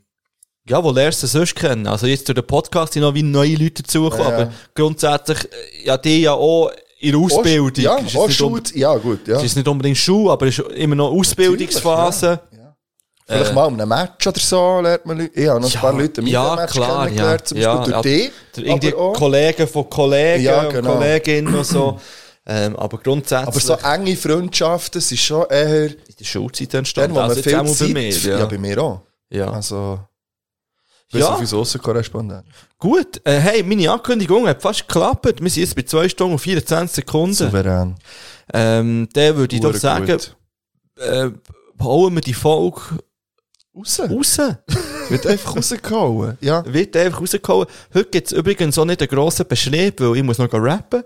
[SPEAKER 3] ja, wo lernst du sonst kennen? Also jetzt durch den Podcast sind noch wie neue Leute dazugekommen,
[SPEAKER 4] Ja, ja.
[SPEAKER 3] aber grundsätzlich, äh, ja, die ja auch in der Ausbildung.
[SPEAKER 4] Ja,
[SPEAKER 3] Ist es
[SPEAKER 4] auch
[SPEAKER 3] nicht
[SPEAKER 4] Schule,
[SPEAKER 3] unbe-
[SPEAKER 4] ja gut, ja.
[SPEAKER 3] Es ist nicht unbedingt Schule, aber es ist immer noch Ausbildungsphase.
[SPEAKER 4] Vielleicht
[SPEAKER 3] Äh,
[SPEAKER 4] mal um einem Match oder so lernt man Leute. Ich habe noch ein paar Leute im
[SPEAKER 3] ja,
[SPEAKER 4] Match
[SPEAKER 3] klar,
[SPEAKER 4] kennengelernt, zum Beispiel durch dich.
[SPEAKER 3] Der- Irgendwie
[SPEAKER 4] aber auch-
[SPEAKER 3] Kollegen von Kollegen
[SPEAKER 4] Ja,
[SPEAKER 3] und
[SPEAKER 4] genau.
[SPEAKER 3] Kolleginnen und so. Ähm, aber grundsätzlich...
[SPEAKER 4] Aber so äh, enge Freundschaften sind schon eher... In
[SPEAKER 3] der Schulzeit entstanden.
[SPEAKER 4] Dann, wo man
[SPEAKER 3] Also jetzt
[SPEAKER 4] viel
[SPEAKER 3] auch mal
[SPEAKER 4] Zeit...
[SPEAKER 3] bei mir, ja.
[SPEAKER 4] ja. bei mir auch.
[SPEAKER 3] Ja.
[SPEAKER 4] Also... Bis
[SPEAKER 3] Ja.
[SPEAKER 4] auf unseren Aussenkorrespondent.
[SPEAKER 3] Gut, äh, hey, meine Ankündigung hat fast geklappt. Wir sind jetzt bei 2 Stunden und 24 Sekunden.
[SPEAKER 4] Souverän.
[SPEAKER 3] Ähm, dann würde ich doch
[SPEAKER 4] Hure
[SPEAKER 3] sagen,
[SPEAKER 4] gut.
[SPEAKER 3] äh, hauen wir die Folge
[SPEAKER 4] raus.
[SPEAKER 3] raus.
[SPEAKER 4] Wird einfach rausgehauen. Ja.
[SPEAKER 3] Wird einfach rausgehauen. Heute gibt es übrigens auch nicht einen grossen Beschrieb, weil ich muss noch rappen.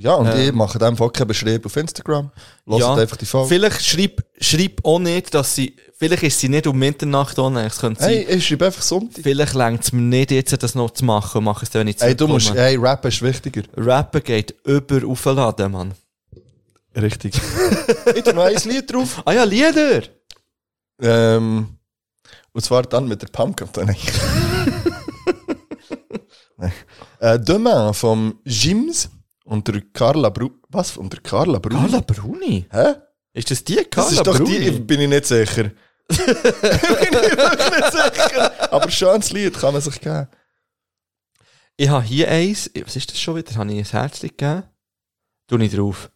[SPEAKER 4] Ja, und
[SPEAKER 3] Ähm.
[SPEAKER 4] ich mache dem Fall keinen Beschrieb auf Instagram. Lasst einfach die Folge.
[SPEAKER 3] Vielleicht schreib, schreib auch nicht, dass sie. Vielleicht ist sie nicht um Mitternacht online. Es könnte
[SPEAKER 4] Hey,
[SPEAKER 3] sein.
[SPEAKER 4] ich schreibe einfach Sonntag.
[SPEAKER 3] Vielleicht längt es mir nicht, jetzt das noch zu machen. Mach es dann nicht
[SPEAKER 4] Hey, du musst... äh, Hey, Rappen ist wichtiger.
[SPEAKER 3] Rappen geht über aufladen, Mann.
[SPEAKER 4] Richtig. ich tue noch ein Lied drauf.
[SPEAKER 3] Ah ja, Lieder!
[SPEAKER 4] Ähm, und zwar dann mit der Pumpkin. Nein. Nein. Äh, Demain vom Jims und der Carla Bru... Was? Und der Carla Bruni? Carla
[SPEAKER 3] Bruni?
[SPEAKER 4] Hä?
[SPEAKER 3] Ist das die Carla
[SPEAKER 4] Das ist doch die...
[SPEAKER 3] Bruni?
[SPEAKER 4] Bin ich nicht sicher. Aber schönes Lied kann man sich geben.
[SPEAKER 3] Ich habe hier eins. Was ist das schon wieder? Habe ich ein Herzchen gegeben? Tu ich drauf.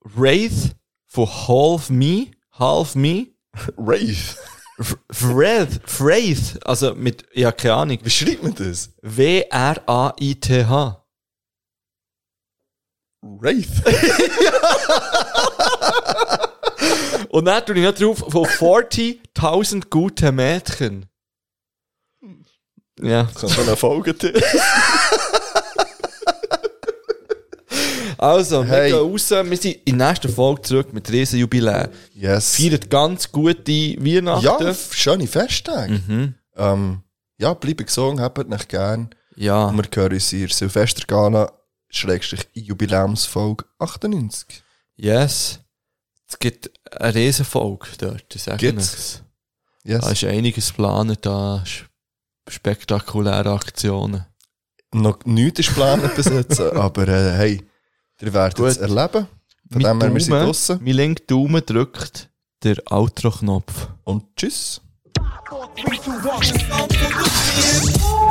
[SPEAKER 3] Wraith von Half Me. Half Me.
[SPEAKER 4] Wraith.
[SPEAKER 3] Wraith. Wraith. Also mit, ja, keine Ahnung.
[SPEAKER 4] Wie schreibt man das?
[SPEAKER 3] W-R-A-I-T-H.
[SPEAKER 4] Wraith.
[SPEAKER 3] Und dann tue ich noch drauf von 40.000 gute Mädchen. Ja.
[SPEAKER 4] Das kann man folgen.
[SPEAKER 3] Also,
[SPEAKER 4] Hey.
[SPEAKER 3] wir gehen raus. Wir sind in der nächsten Folge zurück mit Riesenjubiläum.
[SPEAKER 4] Yes.
[SPEAKER 3] Feiert ganz gute Weihnachten.
[SPEAKER 4] Ja, f- schöne Festtage.
[SPEAKER 3] Mhm.
[SPEAKER 4] Ähm, ja, bleibt gesungen, habt euch gern.
[SPEAKER 3] Ja.
[SPEAKER 4] Und wir hören uns in der Silvestergala, Schrägstrich Jubiläumsfolge 98.
[SPEAKER 3] Yes. Es gibt eine Riesenfolge dort, das sage ich
[SPEAKER 4] Gibt's?
[SPEAKER 3] euch.
[SPEAKER 4] Yes.
[SPEAKER 3] Da ist einiges geplant, da ist spektakuläre Aktionen.
[SPEAKER 4] Noch nichts ist geplant bis jetzt, aber äh, hey, ihr werdet
[SPEAKER 3] Gut.
[SPEAKER 4] es erleben. Von
[SPEAKER 3] Mein
[SPEAKER 4] dem her, wir sind
[SPEAKER 3] Daumen-
[SPEAKER 4] draussen.
[SPEAKER 3] Mein linker Daumen drückt der Outro-Knopf.
[SPEAKER 4] Und tschüss.
[SPEAKER 13] Three, two, one.